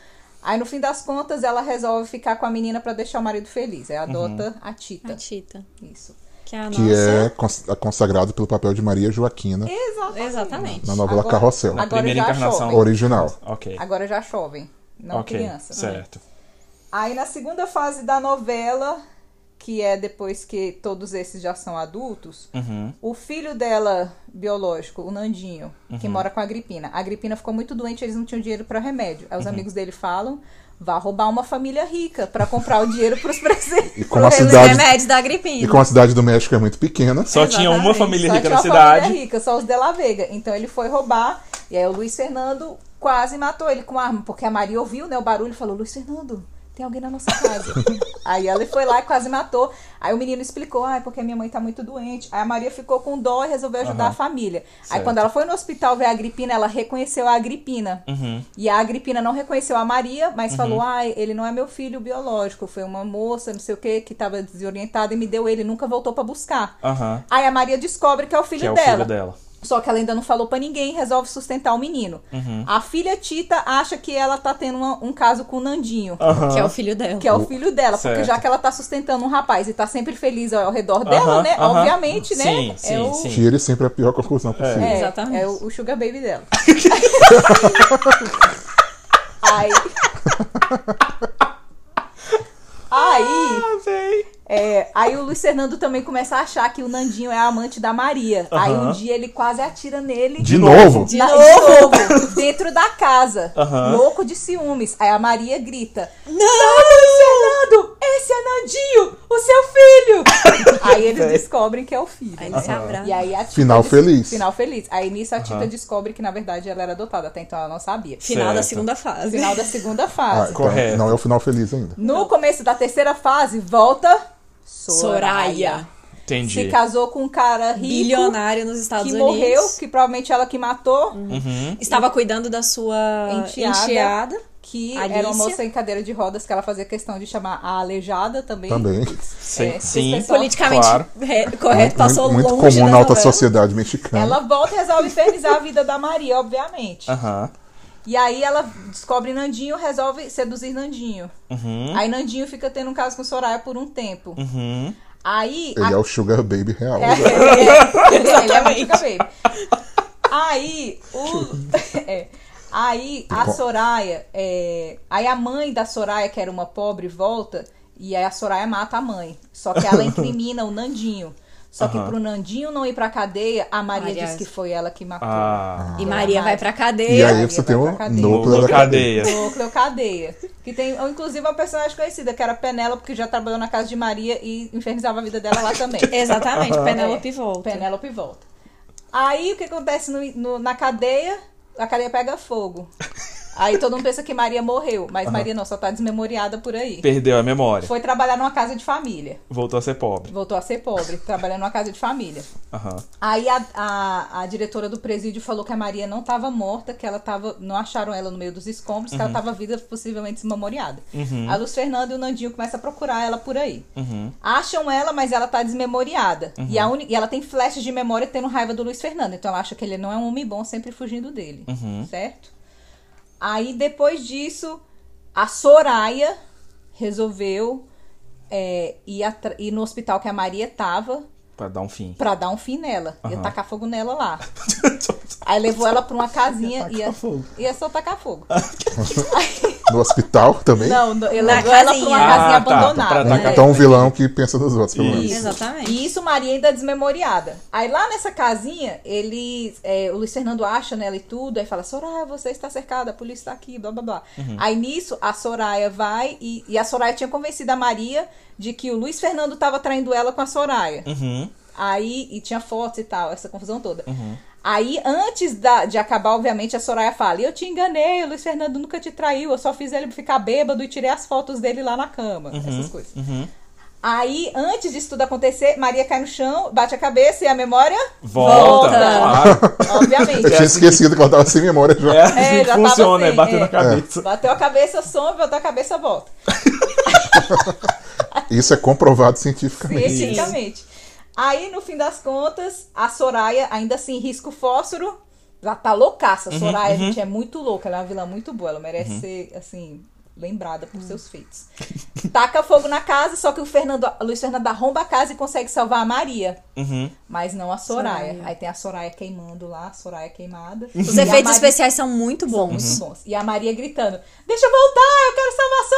Speaker 6: Aí no fim das contas, ela resolve ficar com a menina pra deixar o marido feliz. Aí
Speaker 2: Uhum.
Speaker 6: adota a Tita.
Speaker 4: A Tita,
Speaker 6: Isso.
Speaker 4: que é a
Speaker 1: Que
Speaker 4: nossa.
Speaker 1: é cons- consagrado pelo papel de Maria Joaquina
Speaker 2: é
Speaker 4: Exatamente.
Speaker 1: na novela
Speaker 6: Agora-
Speaker 1: Carrossel,
Speaker 4: tá
Speaker 6: agora-
Speaker 2: Primeira
Speaker 6: já
Speaker 2: encarnação.
Speaker 6: chove.
Speaker 1: original.
Speaker 2: Ok.
Speaker 6: Agora já chovem, não
Speaker 2: ok.
Speaker 6: criança. né?
Speaker 2: Certo.
Speaker 6: Aí na segunda fase da novela, que é depois que todos esses já são adultos,
Speaker 2: Uhum.
Speaker 6: o filho dela, biológico, o Nandinho,
Speaker 2: Uhum.
Speaker 6: que mora com a Agripina. A Agripina ficou muito doente, eles não tinham dinheiro pra remédio. Aí os
Speaker 2: Uhum.
Speaker 6: amigos dele falam: vá roubar uma família rica pra comprar o dinheiro pros presentes.
Speaker 1: E como a
Speaker 4: Pelos
Speaker 1: cidade,
Speaker 4: remédios da
Speaker 1: e
Speaker 4: gripinha.
Speaker 1: como a cidade do México é muito pequena,
Speaker 2: Só tinha uma
Speaker 4: Exatamente.
Speaker 2: família
Speaker 6: Só
Speaker 2: rica
Speaker 6: tinha
Speaker 2: na
Speaker 6: uma família
Speaker 2: cidade.
Speaker 6: rica, só os de La Vega. Então ele foi roubar, e aí o Luiz Fernando quase matou ele com arma, porque a Maria ouviu né, o barulho e falou: Luiz Fernando, tem alguém na nossa casa. aí ela foi lá e quase matou. Aí o menino explicou: ah, é porque minha mãe tá muito doente. Aí a Maria ficou com dó e resolveu ajudar
Speaker 2: Aham.
Speaker 6: a família. Aí
Speaker 2: Certo.
Speaker 6: quando ela foi no hospital ver a Agripina, ela reconheceu a Agripina.
Speaker 2: Uhum.
Speaker 6: E a Agripina não reconheceu a Maria, mas falou: ah, ele não é meu filho biológico, foi uma moça, não sei o que, que tava desorientada e me deu ele, nunca voltou pra buscar.
Speaker 2: Aham.
Speaker 6: Aí a Maria descobre que é o filho,
Speaker 2: Que é o
Speaker 6: dela.
Speaker 2: filho dela.
Speaker 6: Só que ela ainda não falou pra ninguém e resolve sustentar o menino.
Speaker 2: Uhum.
Speaker 6: A filha Tita acha que ela tá tendo uma- um caso com o Nandinho.
Speaker 2: Aham.
Speaker 4: Que é o filho dela.
Speaker 6: Que é o filho dela, porque
Speaker 2: Ah, Certo.
Speaker 6: já que ela tá sustentando um rapaz e tá sempre feliz ao ao redor dela,
Speaker 2: Aham,
Speaker 6: né?
Speaker 2: aham.
Speaker 6: Obviamente, né?
Speaker 2: Sim,
Speaker 6: é
Speaker 2: sim,
Speaker 6: o...
Speaker 2: sim.
Speaker 1: tire sempre é a pior conclusão possível.
Speaker 6: É,
Speaker 4: Exatamente.
Speaker 6: é o, o sugar baby dela. Aí... Aí...
Speaker 2: Ah, véi.
Speaker 6: É, aí o Luiz Fernando também começa a achar que o Nandinho é amante da Maria. Aí um
Speaker 2: Aham.
Speaker 6: dia ele quase atira nele.
Speaker 1: De novo?
Speaker 6: Na- de
Speaker 4: novo?
Speaker 6: novo, dentro da casa.
Speaker 2: Aham.
Speaker 6: Louco de ciúmes. Aí a Maria grita: Não, Luiz Fernando! Esse é Nandinho, o seu filho! aí eles descobrem que é o filho.
Speaker 4: Aí eles se abraçam.
Speaker 6: E aí a Tita
Speaker 1: Final
Speaker 6: des-
Speaker 1: feliz.
Speaker 6: Final feliz. Aí nisso a Tita
Speaker 2: Aham.
Speaker 6: descobre que na verdade ela era adotada, até então ela não sabia.
Speaker 4: Final da
Speaker 2: Certo.
Speaker 4: segunda fase.
Speaker 6: Final da segunda
Speaker 1: Ah,
Speaker 6: fase.
Speaker 1: então
Speaker 2: Correto.
Speaker 1: não é o final feliz ainda.
Speaker 6: No começo da terceira fase, volta
Speaker 4: Soraya.
Speaker 2: Entendi.
Speaker 6: se casou com um cara rico
Speaker 4: Bilionário nos Estados
Speaker 6: que
Speaker 4: Unidos.
Speaker 6: morreu, que provavelmente ela que matou,
Speaker 4: Estava cuidando da sua
Speaker 6: Enteada.
Speaker 4: enteada.
Speaker 6: que
Speaker 4: Alicia.
Speaker 6: era uma moça em cadeira de rodas que ela fazia questão de chamar a aleijada também.
Speaker 1: Também.
Speaker 2: Sim,
Speaker 6: É,
Speaker 2: sim.
Speaker 6: suspensão.
Speaker 4: Politicamente
Speaker 2: Claro.
Speaker 4: re- correto, É, passou
Speaker 1: muito
Speaker 4: longe
Speaker 1: comum
Speaker 4: da
Speaker 1: na alta
Speaker 4: novela.
Speaker 1: sociedade mexicana.
Speaker 6: Ela volta e resolve infernizar a vida da Maria, obviamente.
Speaker 2: Aham.
Speaker 6: E aí ela descobre Nandinho, resolve seduzir Nandinho.
Speaker 2: Uhum.
Speaker 6: Aí Nandinho fica tendo um caso com Soraya por um tempo.
Speaker 2: Uhum.
Speaker 6: Aí
Speaker 1: Ele é o Sugar Baby real.
Speaker 6: É, ele é- ele é muito cabelo. Aí, o. é. Aí, a Soraya. é, Aí, a mãe da Soraya, que era uma pobre, volta. E aí, a Soraya mata a mãe. Só que ela incrimina o Nandinho. Só que,
Speaker 2: Aham.
Speaker 6: pro Nandinho não ir pra cadeia, a Maria
Speaker 4: Maria-
Speaker 6: diz que foi ela que matou.
Speaker 2: Ah.
Speaker 4: E Maria vai pra
Speaker 1: E
Speaker 4: cadeia.
Speaker 1: aí você tem
Speaker 6: vai
Speaker 1: o
Speaker 6: pra cadeia.
Speaker 1: núcleo da cadeia.
Speaker 2: cadeia.
Speaker 6: Núcleo Cadeia. Que tem, inclusive, uma personagem conhecida, que era Penélope, que já trabalhou na casa de Maria e infernizava a vida dela lá também.
Speaker 4: Exatamente, Penélope
Speaker 6: É,
Speaker 4: volta.
Speaker 6: Penélope volta. Aí o que acontece no- no- na cadeia? A cadeia pega fogo. Aí todo mundo pensa que Maria morreu, mas Maria não, só tá desmemoriada por aí.
Speaker 2: Perdeu a memória.
Speaker 6: Foi trabalhar numa casa de família.
Speaker 2: Voltou a ser pobre.
Speaker 6: Voltou a ser pobre, trabalhando numa casa de família.
Speaker 2: Aham.
Speaker 6: Aí a, a- a diretora do presídio falou que a Maria não tava morta, que ela tava. Não acharam ela no meio dos escombros, que ela tava viva, possivelmente desmemoriada. A Luz Fernanda e o Nandinho começam a procurar ela por aí.
Speaker 2: Uhum.
Speaker 6: Acham ela, mas ela tá desmemoriada. E, a uni- e ela tem flechas de memória tendo raiva do Luiz Fernando. Então ela acha que ele não é um homem bom, sempre fugindo dele. Certo? Aí depois disso, a Soraya resolveu é, ir, atra- ir no hospital que a Maria tava
Speaker 2: Pra dar um fim.
Speaker 6: pra dar um fim nela. Ia
Speaker 2: Aham.
Speaker 6: tacar fogo nela lá. Aí levou ela pra uma casinha e ia,
Speaker 2: fogo.
Speaker 6: ia só tacar fogo.
Speaker 1: No hospital também.
Speaker 6: Não, no- ele
Speaker 4: Na
Speaker 6: levou ela pra uma
Speaker 4: casinha.
Speaker 6: casinha
Speaker 2: Ah, tá, pra
Speaker 6: abandonada.
Speaker 2: tacar
Speaker 6: né?
Speaker 2: fogo.
Speaker 1: Então um vilão que pensa nos outros, pelo menos.
Speaker 2: Isso.
Speaker 4: Exatamente.
Speaker 6: E isso Maria ainda é desmemoriada. Aí lá nessa casinha, ele, é, o Luiz Fernando acha nela e tudo, aí fala, Soraya, você está cercada, a polícia está aqui, blá, blá, blá.
Speaker 2: Uhum.
Speaker 6: Aí nisso, a Soraya vai e, e a Soraya tinha convencido a Maria de que o Luiz Fernando estava traindo ela com a Soraya.
Speaker 2: Uhum.
Speaker 6: Aí, e tinha fotos e tal, essa confusão toda. Aí, antes da- de acabar, obviamente, a Soraya fala: Eu te enganei, o Luiz Fernando nunca te traiu, eu só fiz ele ficar bêbado e tirei as fotos dele lá na cama,
Speaker 2: Uhum,
Speaker 6: essas coisas. Aí, antes disso tudo acontecer, Maria cai no chão, bate a cabeça e a memória.
Speaker 2: Volta,
Speaker 4: Volta.
Speaker 2: claro.
Speaker 1: Eu
Speaker 6: Obviamente.
Speaker 1: tinha esquecido que ela tava sem memória já.
Speaker 2: assim É assim
Speaker 6: É,
Speaker 2: que
Speaker 6: já tava
Speaker 2: funciona,
Speaker 6: assim,
Speaker 2: é bater
Speaker 6: é.
Speaker 2: na cabeça.
Speaker 6: Bateu a cabeça, some, bateu a cabeça, volta.
Speaker 1: Isso é comprovado cientificamente.
Speaker 6: Cientificamente. Aí, no fim das contas, a Soraya ainda assim risca o fósforo. Ela tá loucaça. A Soraya, gente, é muito louca. Ela é uma vilã muito boa. Ela merece ser, assim, lembrada por seus feitos. Taca fogo na casa, só que o Fernando, Luiz Fernando arromba a casa e consegue salvar a Maria.
Speaker 2: Uhum.
Speaker 6: Mas não a Soraya.
Speaker 4: Soraya.
Speaker 6: Aí tem a Soraya queimando lá, a Soraya queimada.
Speaker 4: Os efeitos
Speaker 6: especiais
Speaker 4: especiais são muito bons.
Speaker 6: muito bons. E a Maria gritando: Deixa eu voltar, eu quero salvar a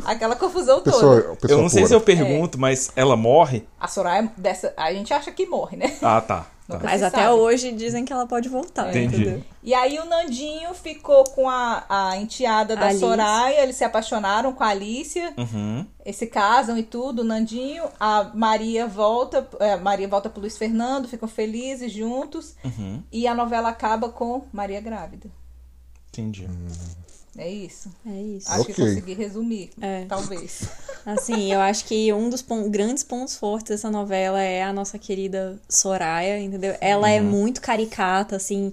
Speaker 6: Soraya! Aquela confusão toda.
Speaker 1: Pessoa, pessoa
Speaker 2: Eu não sei
Speaker 1: pura.
Speaker 2: se eu pergunto, mas ela morre?
Speaker 6: A Soraya, dessa, a gente acha que morre, né?
Speaker 2: Ah, tá. tá.
Speaker 6: Nunca-
Speaker 4: Mas
Speaker 6: Você
Speaker 4: até
Speaker 6: sabe.
Speaker 4: hoje dizem que ela pode voltar.
Speaker 2: Entendi.
Speaker 4: entendeu?
Speaker 6: E aí o Nandinho ficou com a, a enteada da
Speaker 4: Alice.
Speaker 6: Soraya, eles se apaixonaram com a Alicia,
Speaker 2: Uhum.
Speaker 6: eles se casam e tudo, o Nandinho, a Maria volta, é, a Maria volta pro Luiz Fernando, ficam felizes juntos,
Speaker 2: Uhum.
Speaker 6: e a novela acaba com Maria grávida.
Speaker 2: Entendi.
Speaker 6: É isso.
Speaker 4: É isso.
Speaker 6: Acho que
Speaker 1: Ok.
Speaker 6: consegui resumir,
Speaker 4: É.
Speaker 6: talvez.
Speaker 4: Assim, eu acho que um dos pon- grandes pontos fortes dessa novela é a nossa querida Soraya, entendeu? Ela é
Speaker 2: Uhum.
Speaker 4: muito caricata, assim.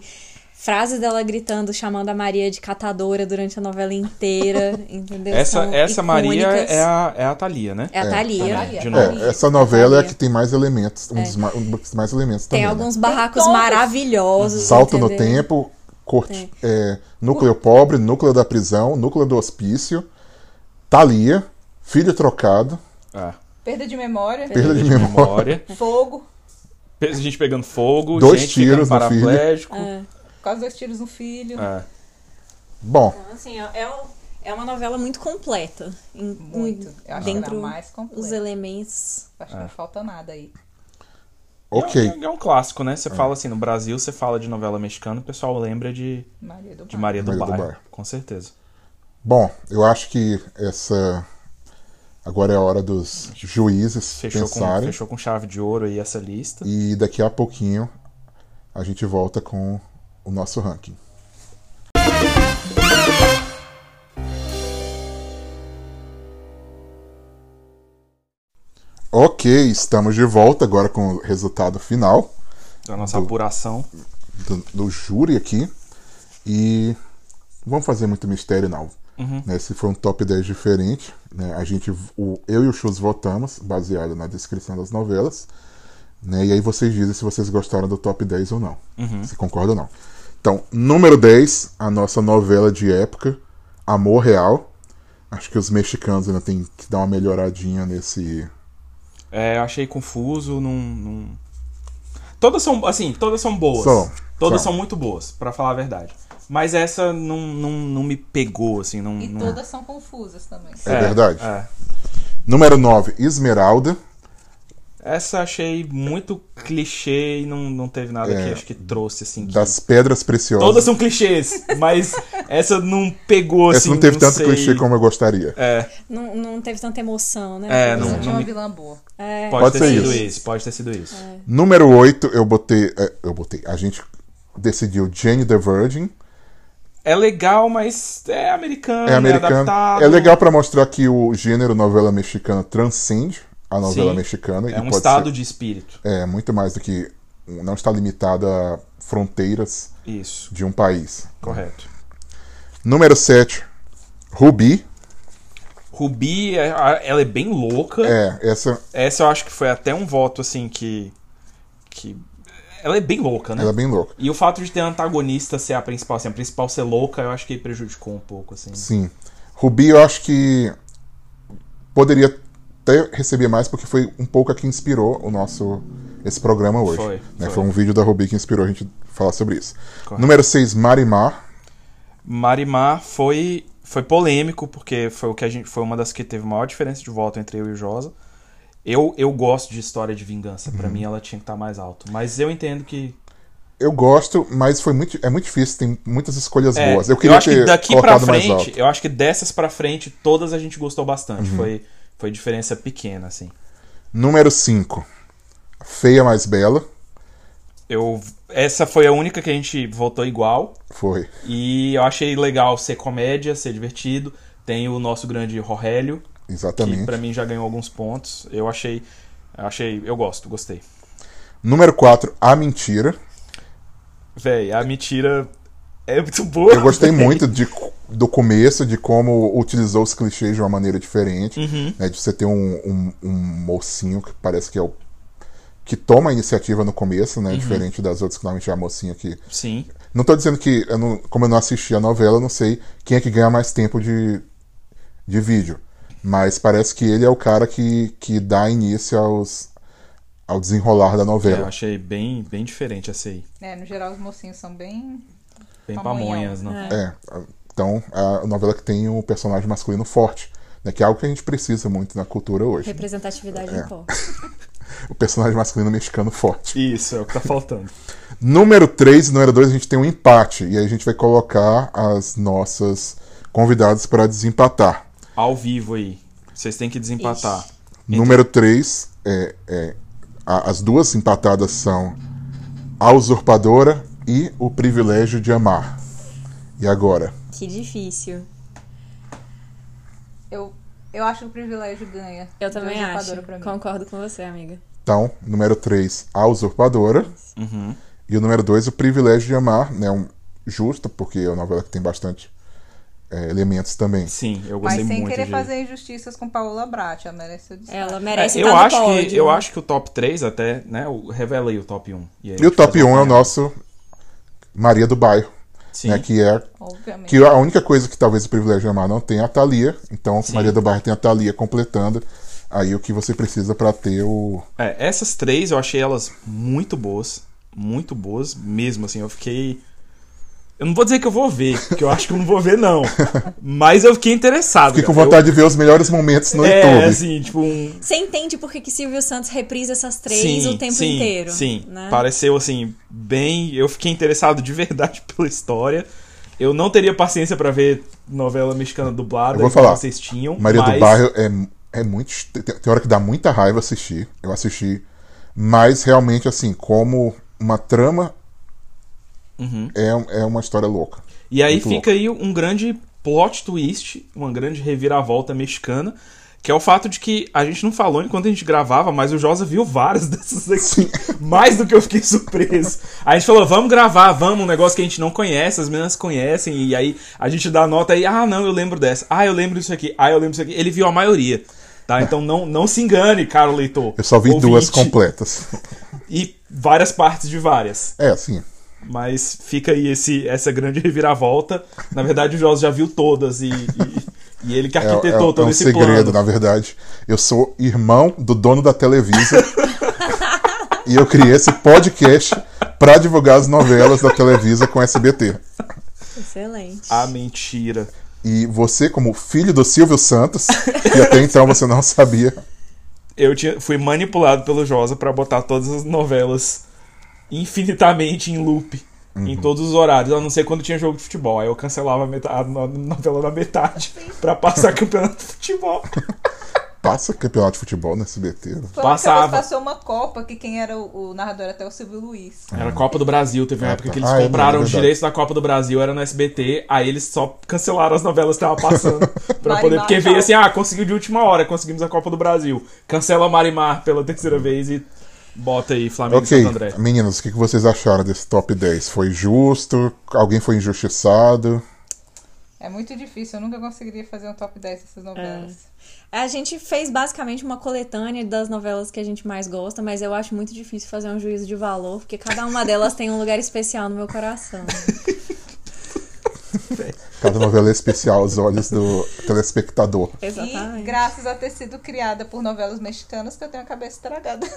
Speaker 4: Frases dela gritando, chamando a Maria de catadora durante a novela inteira, entendeu?
Speaker 2: Essa,
Speaker 4: São
Speaker 2: essa Maria
Speaker 4: icônicas.
Speaker 2: é a, é a Thalia, né?
Speaker 4: É a Thalia.
Speaker 6: É, Thalia.
Speaker 2: de novo.
Speaker 1: É, essa novela é a
Speaker 4: Maria.
Speaker 1: que tem mais elementos. Um dos, ma- um dos mais elementos
Speaker 4: Tem
Speaker 1: também. né?
Speaker 4: alguns barracos
Speaker 6: todos.
Speaker 4: maravilhosos.
Speaker 1: Salto no
Speaker 4: entendeu?
Speaker 1: tempo, corte, é, núcleo pobre, núcleo da prisão, núcleo do hospício, Thalia, filho trocado,
Speaker 6: É.
Speaker 2: Ah,
Speaker 6: Perda de memória,
Speaker 1: perda de
Speaker 2: de
Speaker 1: memória.
Speaker 2: memória.
Speaker 6: fogo,
Speaker 2: Pe- Gente pegando fogo,
Speaker 1: Dois
Speaker 2: gente ficando
Speaker 1: tiros no filho.
Speaker 2: paraplégico.
Speaker 6: É. por causa dos tiros no filho.
Speaker 2: É.
Speaker 1: Bom,
Speaker 4: Então, assim, ó, é, um- é uma novela muito completa. Em-
Speaker 6: Muito.
Speaker 4: em-
Speaker 6: Eu acho que
Speaker 4: dentro
Speaker 6: era mais
Speaker 4: os
Speaker 6: complexo.
Speaker 4: elementos.
Speaker 6: Acho que não falta nada aí.
Speaker 2: É
Speaker 1: ok.
Speaker 2: um, é um clássico, né? Você fala assim, no Brasil você fala de novela mexicana, o pessoal lembra de,
Speaker 6: Maria do
Speaker 2: de
Speaker 6: Mar.
Speaker 2: Maria do
Speaker 1: Maria do
Speaker 2: Bairro.
Speaker 1: Bairro.
Speaker 2: Com certeza.
Speaker 1: Bom, eu acho que essa. Agora é a hora dos juízes
Speaker 2: Fechou com,
Speaker 1: pensarem.
Speaker 2: fechou com chave de ouro aí essa lista.
Speaker 1: E daqui a pouquinho a gente volta com o nosso ranking. Ok, estamos de volta agora com o resultado final
Speaker 2: Da nossa apuração.
Speaker 1: do, do júri aqui. E não vamos fazer muito mistério, não.
Speaker 2: Uhum.
Speaker 1: Né, se for um top 10 diferente, né, a gente, o, eu e o Chus votamos, baseado na descrição das novelas. né, e aí vocês dizem se vocês gostaram do top 10 ou não.
Speaker 2: Uhum.
Speaker 1: Se concordam ou não. Então, número 10, a nossa novela de época, Amor Real. Acho que os mexicanos ainda tem que dar uma melhoradinha nesse.
Speaker 2: É, eu achei confuso, não, não- Todas são, assim, todas são boas.
Speaker 1: São,
Speaker 2: todas
Speaker 1: são.
Speaker 2: são. muito boas, pra falar a verdade. Mas essa não, não, não me pegou, assim, não...
Speaker 6: E
Speaker 2: não-
Speaker 6: todas são confusas também.
Speaker 1: É, verdade.
Speaker 2: é.
Speaker 1: Número 9, Esmeralda.
Speaker 2: Essa achei muito clichê e não, não teve nada
Speaker 1: É.
Speaker 2: que acho que trouxe, assim. que-
Speaker 1: Das Pedras Preciosas.
Speaker 2: Todas são clichês, mas essa não pegou,
Speaker 1: Essa
Speaker 2: assim,
Speaker 1: não teve tanto
Speaker 2: sei.
Speaker 1: clichê como eu gostaria.
Speaker 4: Não, não teve tanta emoção, né?
Speaker 2: É, não,
Speaker 6: Não
Speaker 2: não
Speaker 6: tinha uma
Speaker 2: me...
Speaker 6: vilã boa.
Speaker 4: É,
Speaker 2: Pode,
Speaker 1: Pode
Speaker 2: ter
Speaker 1: ser
Speaker 2: sido
Speaker 1: isso.
Speaker 2: isso. pode ter sido isso.
Speaker 1: É. Número 8, eu botei. é, Eu botei. A gente decidiu Jane the Virgin.
Speaker 2: É legal, mas é americano,
Speaker 1: É americano.
Speaker 2: adaptado.
Speaker 1: É legal pra mostrar que o gênero novela mexicana transcende a novela
Speaker 2: Sim.
Speaker 1: mexicana.
Speaker 2: É um estado de espírito.
Speaker 1: É muito mais do que. um, Não está limitado a fronteiras
Speaker 2: Isso,
Speaker 1: de um país.
Speaker 2: correto.
Speaker 1: Número 7, Rubi.
Speaker 2: Rubi, é- a- ela é bem louca.
Speaker 1: É, essa
Speaker 2: Essa eu acho que foi até um voto, assim, que. que ela é bem louca, né?
Speaker 1: ela é bem louca.
Speaker 2: E o fato de ter a antagonista ser a principal, assim, a principal ser louca, eu acho que prejudicou um pouco, assim.
Speaker 1: Sim. Rubi, eu acho que poderia até receber mais, porque foi um pouco a que inspirou o nosso esse programa hoje.
Speaker 2: Foi,
Speaker 1: né?
Speaker 2: foi.
Speaker 1: um vídeo da Rubi que inspirou a gente falar sobre isso.
Speaker 2: Correto.
Speaker 1: Número 6, Marimar.
Speaker 2: Marimar foi foi polêmico porque foi o que a gente foi uma das que teve maior diferença de voto entre eu e o Josa. Eu, eu gosto de história de vingança,
Speaker 1: Uhum.
Speaker 2: Pra mim ela tinha que estar mais alto, mas eu entendo que
Speaker 1: Eu gosto, mas foi muito, é muito difícil, tem muitas escolhas
Speaker 2: é,
Speaker 1: boas. Eu queria
Speaker 2: acho
Speaker 1: ter
Speaker 2: que daqui pra
Speaker 1: colocado mais
Speaker 2: frente,
Speaker 1: alto. Uhum.
Speaker 2: eu acho que dessas pra frente todas a gente gostou bastante, foi foi diferença pequena assim.
Speaker 1: Número 5, Feia Mais Bela.
Speaker 2: Eu essa foi a única que a gente votou igual
Speaker 1: Foi.
Speaker 2: e eu achei legal ser comédia, ser divertido. Tem o nosso grande Rogélio,
Speaker 1: Exatamente.
Speaker 2: que pra mim já ganhou alguns pontos. Eu achei. eu Achei. Eu gosto, gostei.
Speaker 1: Número 4, A Mentira.
Speaker 2: Véi, a mentira é muito boa.
Speaker 1: Eu gostei
Speaker 2: véi.
Speaker 1: muito de- do começo, de como utilizou os clichês de uma maneira diferente. né, de você ter um, um- um mocinho que parece que é o. que toma a iniciativa no começo, né? Diferente das outras que normalmente é a mocinha que.
Speaker 2: Sim.
Speaker 1: Não tô dizendo que. eu não- como eu não assisti a novela, eu não sei quem é que ganha mais tempo de, de vídeo. Mas parece que ele é o cara que, que dá início aos, ao desenrolar da
Speaker 2: É, eu
Speaker 1: novela.
Speaker 2: achei bem, bem diferente essa aí.
Speaker 6: É, no geral os mocinhos são bem.
Speaker 2: Bem
Speaker 6: Pamonhão.
Speaker 2: pamonhas, né?
Speaker 1: É, então a novela que tem um personagem masculino forte, né, que é algo que a gente precisa muito na cultura hoje.
Speaker 4: Representatividade em pó.
Speaker 1: O personagem masculino mexicano forte.
Speaker 2: Isso, é o que tá faltando.
Speaker 1: Número 3 e número 2 a gente tem um empate, e aí a gente vai colocar as nossas convidadas para desempatar.
Speaker 2: Ao vivo aí. Vocês têm que desempatar.
Speaker 1: Número 3, é, é, a- as duas empatadas são A Usurpadora e O Privilégio de Amar. E agora?
Speaker 4: Que difícil.
Speaker 6: Eu, eu acho que o privilégio ganha.
Speaker 4: Eu
Speaker 6: De
Speaker 4: também
Speaker 6: usurpadora
Speaker 4: acho.
Speaker 6: Pra mim.
Speaker 4: Concordo com você, amiga.
Speaker 1: Então, número 3, A Usurpadora.
Speaker 2: Uhum.
Speaker 1: E o número 2, O Privilégio de Amar. Né, um, justo, porque é uma novela que tem bastante é, elementos também.
Speaker 2: Sim, eu gostei
Speaker 6: Mas sem
Speaker 2: muito.
Speaker 6: querer
Speaker 2: de-
Speaker 6: fazer tá injustiças com Paola Brat, ela merece o destaque.
Speaker 4: Ela
Speaker 2: É,
Speaker 4: merece
Speaker 2: eu,
Speaker 4: estar
Speaker 2: acho
Speaker 4: no pódio.
Speaker 2: que, eu acho que o top 3 até, né? o- Revela aí o top 1. E,
Speaker 1: E
Speaker 2: aí a
Speaker 1: o
Speaker 2: gente faz
Speaker 1: top
Speaker 2: uma
Speaker 1: 1 é o
Speaker 2: opinião.
Speaker 1: nosso Maria do Bairro.
Speaker 2: Sim.
Speaker 1: Né, que é
Speaker 6: Obviamente.
Speaker 1: que a única coisa que talvez o privilégio de amar não tem é a Thalia. Então, Maria do Bairro tem a Thalia completando aí o que você precisa pra ter o,
Speaker 2: É, essas três eu achei elas muito boas. Muito boas mesmo, assim. Eu fiquei. Eu não vou dizer que eu vou ver, porque eu acho que eu não vou ver, não. Mas eu fiquei interessado.
Speaker 1: Fiquei com
Speaker 2: cara.
Speaker 1: vontade de ver os melhores momentos no
Speaker 2: eu... É,
Speaker 1: YouTube.
Speaker 2: assim, tipo um.
Speaker 4: Você entende por que, que Silvio Santos reprisa essas três
Speaker 2: sim,
Speaker 4: o tempo
Speaker 2: sim,
Speaker 4: inteiro?
Speaker 2: Sim.
Speaker 4: né?
Speaker 2: Pareceu, assim, bem. Eu fiquei interessado de verdade pela história. Eu não teria paciência pra ver novela mexicana dublada,
Speaker 1: Eu vou
Speaker 2: igual
Speaker 1: falar.
Speaker 2: vocês tinham.
Speaker 1: Maria
Speaker 2: mas...
Speaker 1: do Bairro é, é muito. est- Tem, tem hora que dá muita raiva assistir. Eu assisti. Mas realmente, assim, como uma trama
Speaker 2: Uhum.
Speaker 1: é, um- é uma história louca.
Speaker 2: E aí
Speaker 1: Muito
Speaker 2: fica aí um grande plot twist, uma grande reviravolta mexicana, que é o fato de que a gente não falou enquanto a gente gravava, mas o Josa viu várias dessas aqui. Mais do que eu fiquei surpreso. A gente falou, vamos gravar, vamos, um negócio que a gente não conhece, as meninas conhecem, e aí a gente dá nota aí, ah, não, eu lembro dessa, ah, eu lembro disso aqui, ah, eu lembro disso aqui. Ele viu a maioria. Tá, então não, não se engane, caro leitor.
Speaker 1: Eu só vi
Speaker 2: Ouvinte,
Speaker 1: duas completas.
Speaker 2: E várias partes de várias.
Speaker 1: É, assim.
Speaker 2: Mas fica aí esse, essa grande reviravolta. Na verdade, o Joss já viu todas e, e, e ele que
Speaker 1: É, é, é
Speaker 2: arquitetou todo
Speaker 1: um
Speaker 2: esse
Speaker 1: segredo,
Speaker 2: plano.
Speaker 1: na verdade. Eu sou irmão do dono da Televisa. e eu criei esse podcast pra divulgar as novelas da Televisa com SBT.
Speaker 4: Excelente.
Speaker 2: Ah, mentira.
Speaker 1: E você, como filho do Silvio Santos, e até então você não sabia.
Speaker 2: Eu tinha, fui manipulado pelo Josa pra botar todas as novelas infinitamente em loop.
Speaker 1: Uhum.
Speaker 2: Em todos os horários, a não ser quando tinha jogo de futebol. Aí eu cancelava a, meta- a no- novela na metade pra passar campeonato de futebol.
Speaker 1: Passa campeonato de futebol no SBT. né?
Speaker 6: Foi a única vez que
Speaker 2: passava.
Speaker 6: Passou uma Copa que quem era o, o narrador até o Silvio Luiz.
Speaker 2: Era Copa do Brasil, teve uma
Speaker 1: Ah,
Speaker 2: época
Speaker 1: tá.
Speaker 2: que eles
Speaker 1: Ah, é,
Speaker 2: compraram
Speaker 1: é
Speaker 2: os
Speaker 1: verdade.
Speaker 2: direitos da Copa do Brasil, era no SBT, aí eles só cancelaram as novelas que estavam passando. pra
Speaker 6: Marimar,
Speaker 2: poder. Porque veio
Speaker 6: tchau.
Speaker 2: assim, ah, conseguiu de última hora, conseguimos a Copa do Brasil. Cancela Marimar pela terceira vez e bota aí Flamengo e
Speaker 1: Hum. Ok,
Speaker 2: Santo André.
Speaker 1: meninos, o que que vocês acharam desse top 10? Foi justo? Alguém foi injustiçado?
Speaker 6: É muito difícil, eu nunca conseguiria fazer um top 10 dessas novelas.
Speaker 4: A gente fez basicamente uma coletânea das novelas que a gente mais gosta, mas eu acho muito difícil fazer um juízo de valor, porque cada uma delas tem um lugar especial no meu coração.
Speaker 1: Cada novela é especial aos olhos do telespectador.
Speaker 6: E
Speaker 4: É, Exatamente.
Speaker 6: graças a ter sido criada por novelas mexicanas que eu tenho a cabeça estragada.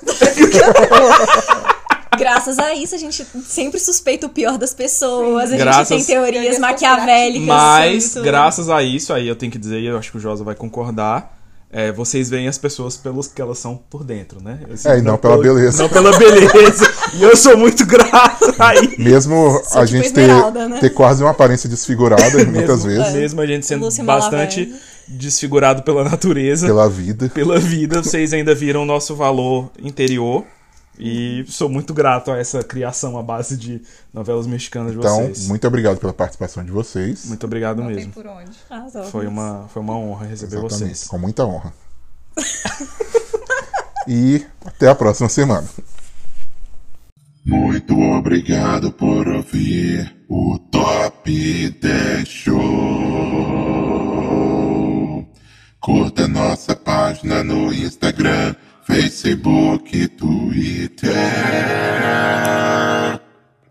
Speaker 4: Graças a isso, a gente sempre suspeita o pior das pessoas, a
Speaker 2: Graças-
Speaker 4: gente tem teorias
Speaker 6: Teorias
Speaker 4: maquiavélicas.
Speaker 2: Mas,
Speaker 4: sobre tudo.
Speaker 2: graças a isso, aí eu tenho que dizer, e eu acho que o Josa vai concordar. é, vocês veem as pessoas pelos que elas são por dentro, né? Assim,
Speaker 1: É, e não pela beleza.
Speaker 2: Não pela beleza. e eu sou muito grato a isso.
Speaker 1: Mesmo
Speaker 4: Sou
Speaker 1: a
Speaker 4: tipo
Speaker 1: gente ter,
Speaker 4: Esmeralda, né?
Speaker 1: ter quase uma aparência desfigurada muitas
Speaker 2: mesmo, É.
Speaker 1: vezes
Speaker 2: Mesmo a gente sendo
Speaker 4: Lúcio
Speaker 2: bastante desfigurado pela natureza, pela...
Speaker 1: pela vida.
Speaker 2: vida, vocês ainda viram o nosso valor interior. E sou muito grato a essa criação à base de novelas mexicanas de
Speaker 1: Então,
Speaker 2: vocês.
Speaker 1: muito obrigado pela participação de vocês.
Speaker 2: Muito obrigado
Speaker 6: Não tem
Speaker 2: mesmo.
Speaker 6: por onde.
Speaker 4: Arrasou.
Speaker 2: Foi uma, foi uma honra receber
Speaker 1: Exatamente,
Speaker 2: vocês.
Speaker 1: com muita honra. e até a próxima semana.
Speaker 3: Muito obrigado por ouvir o Top 10 Show. Curta nossa página no Instagram, Facebook, Twitter.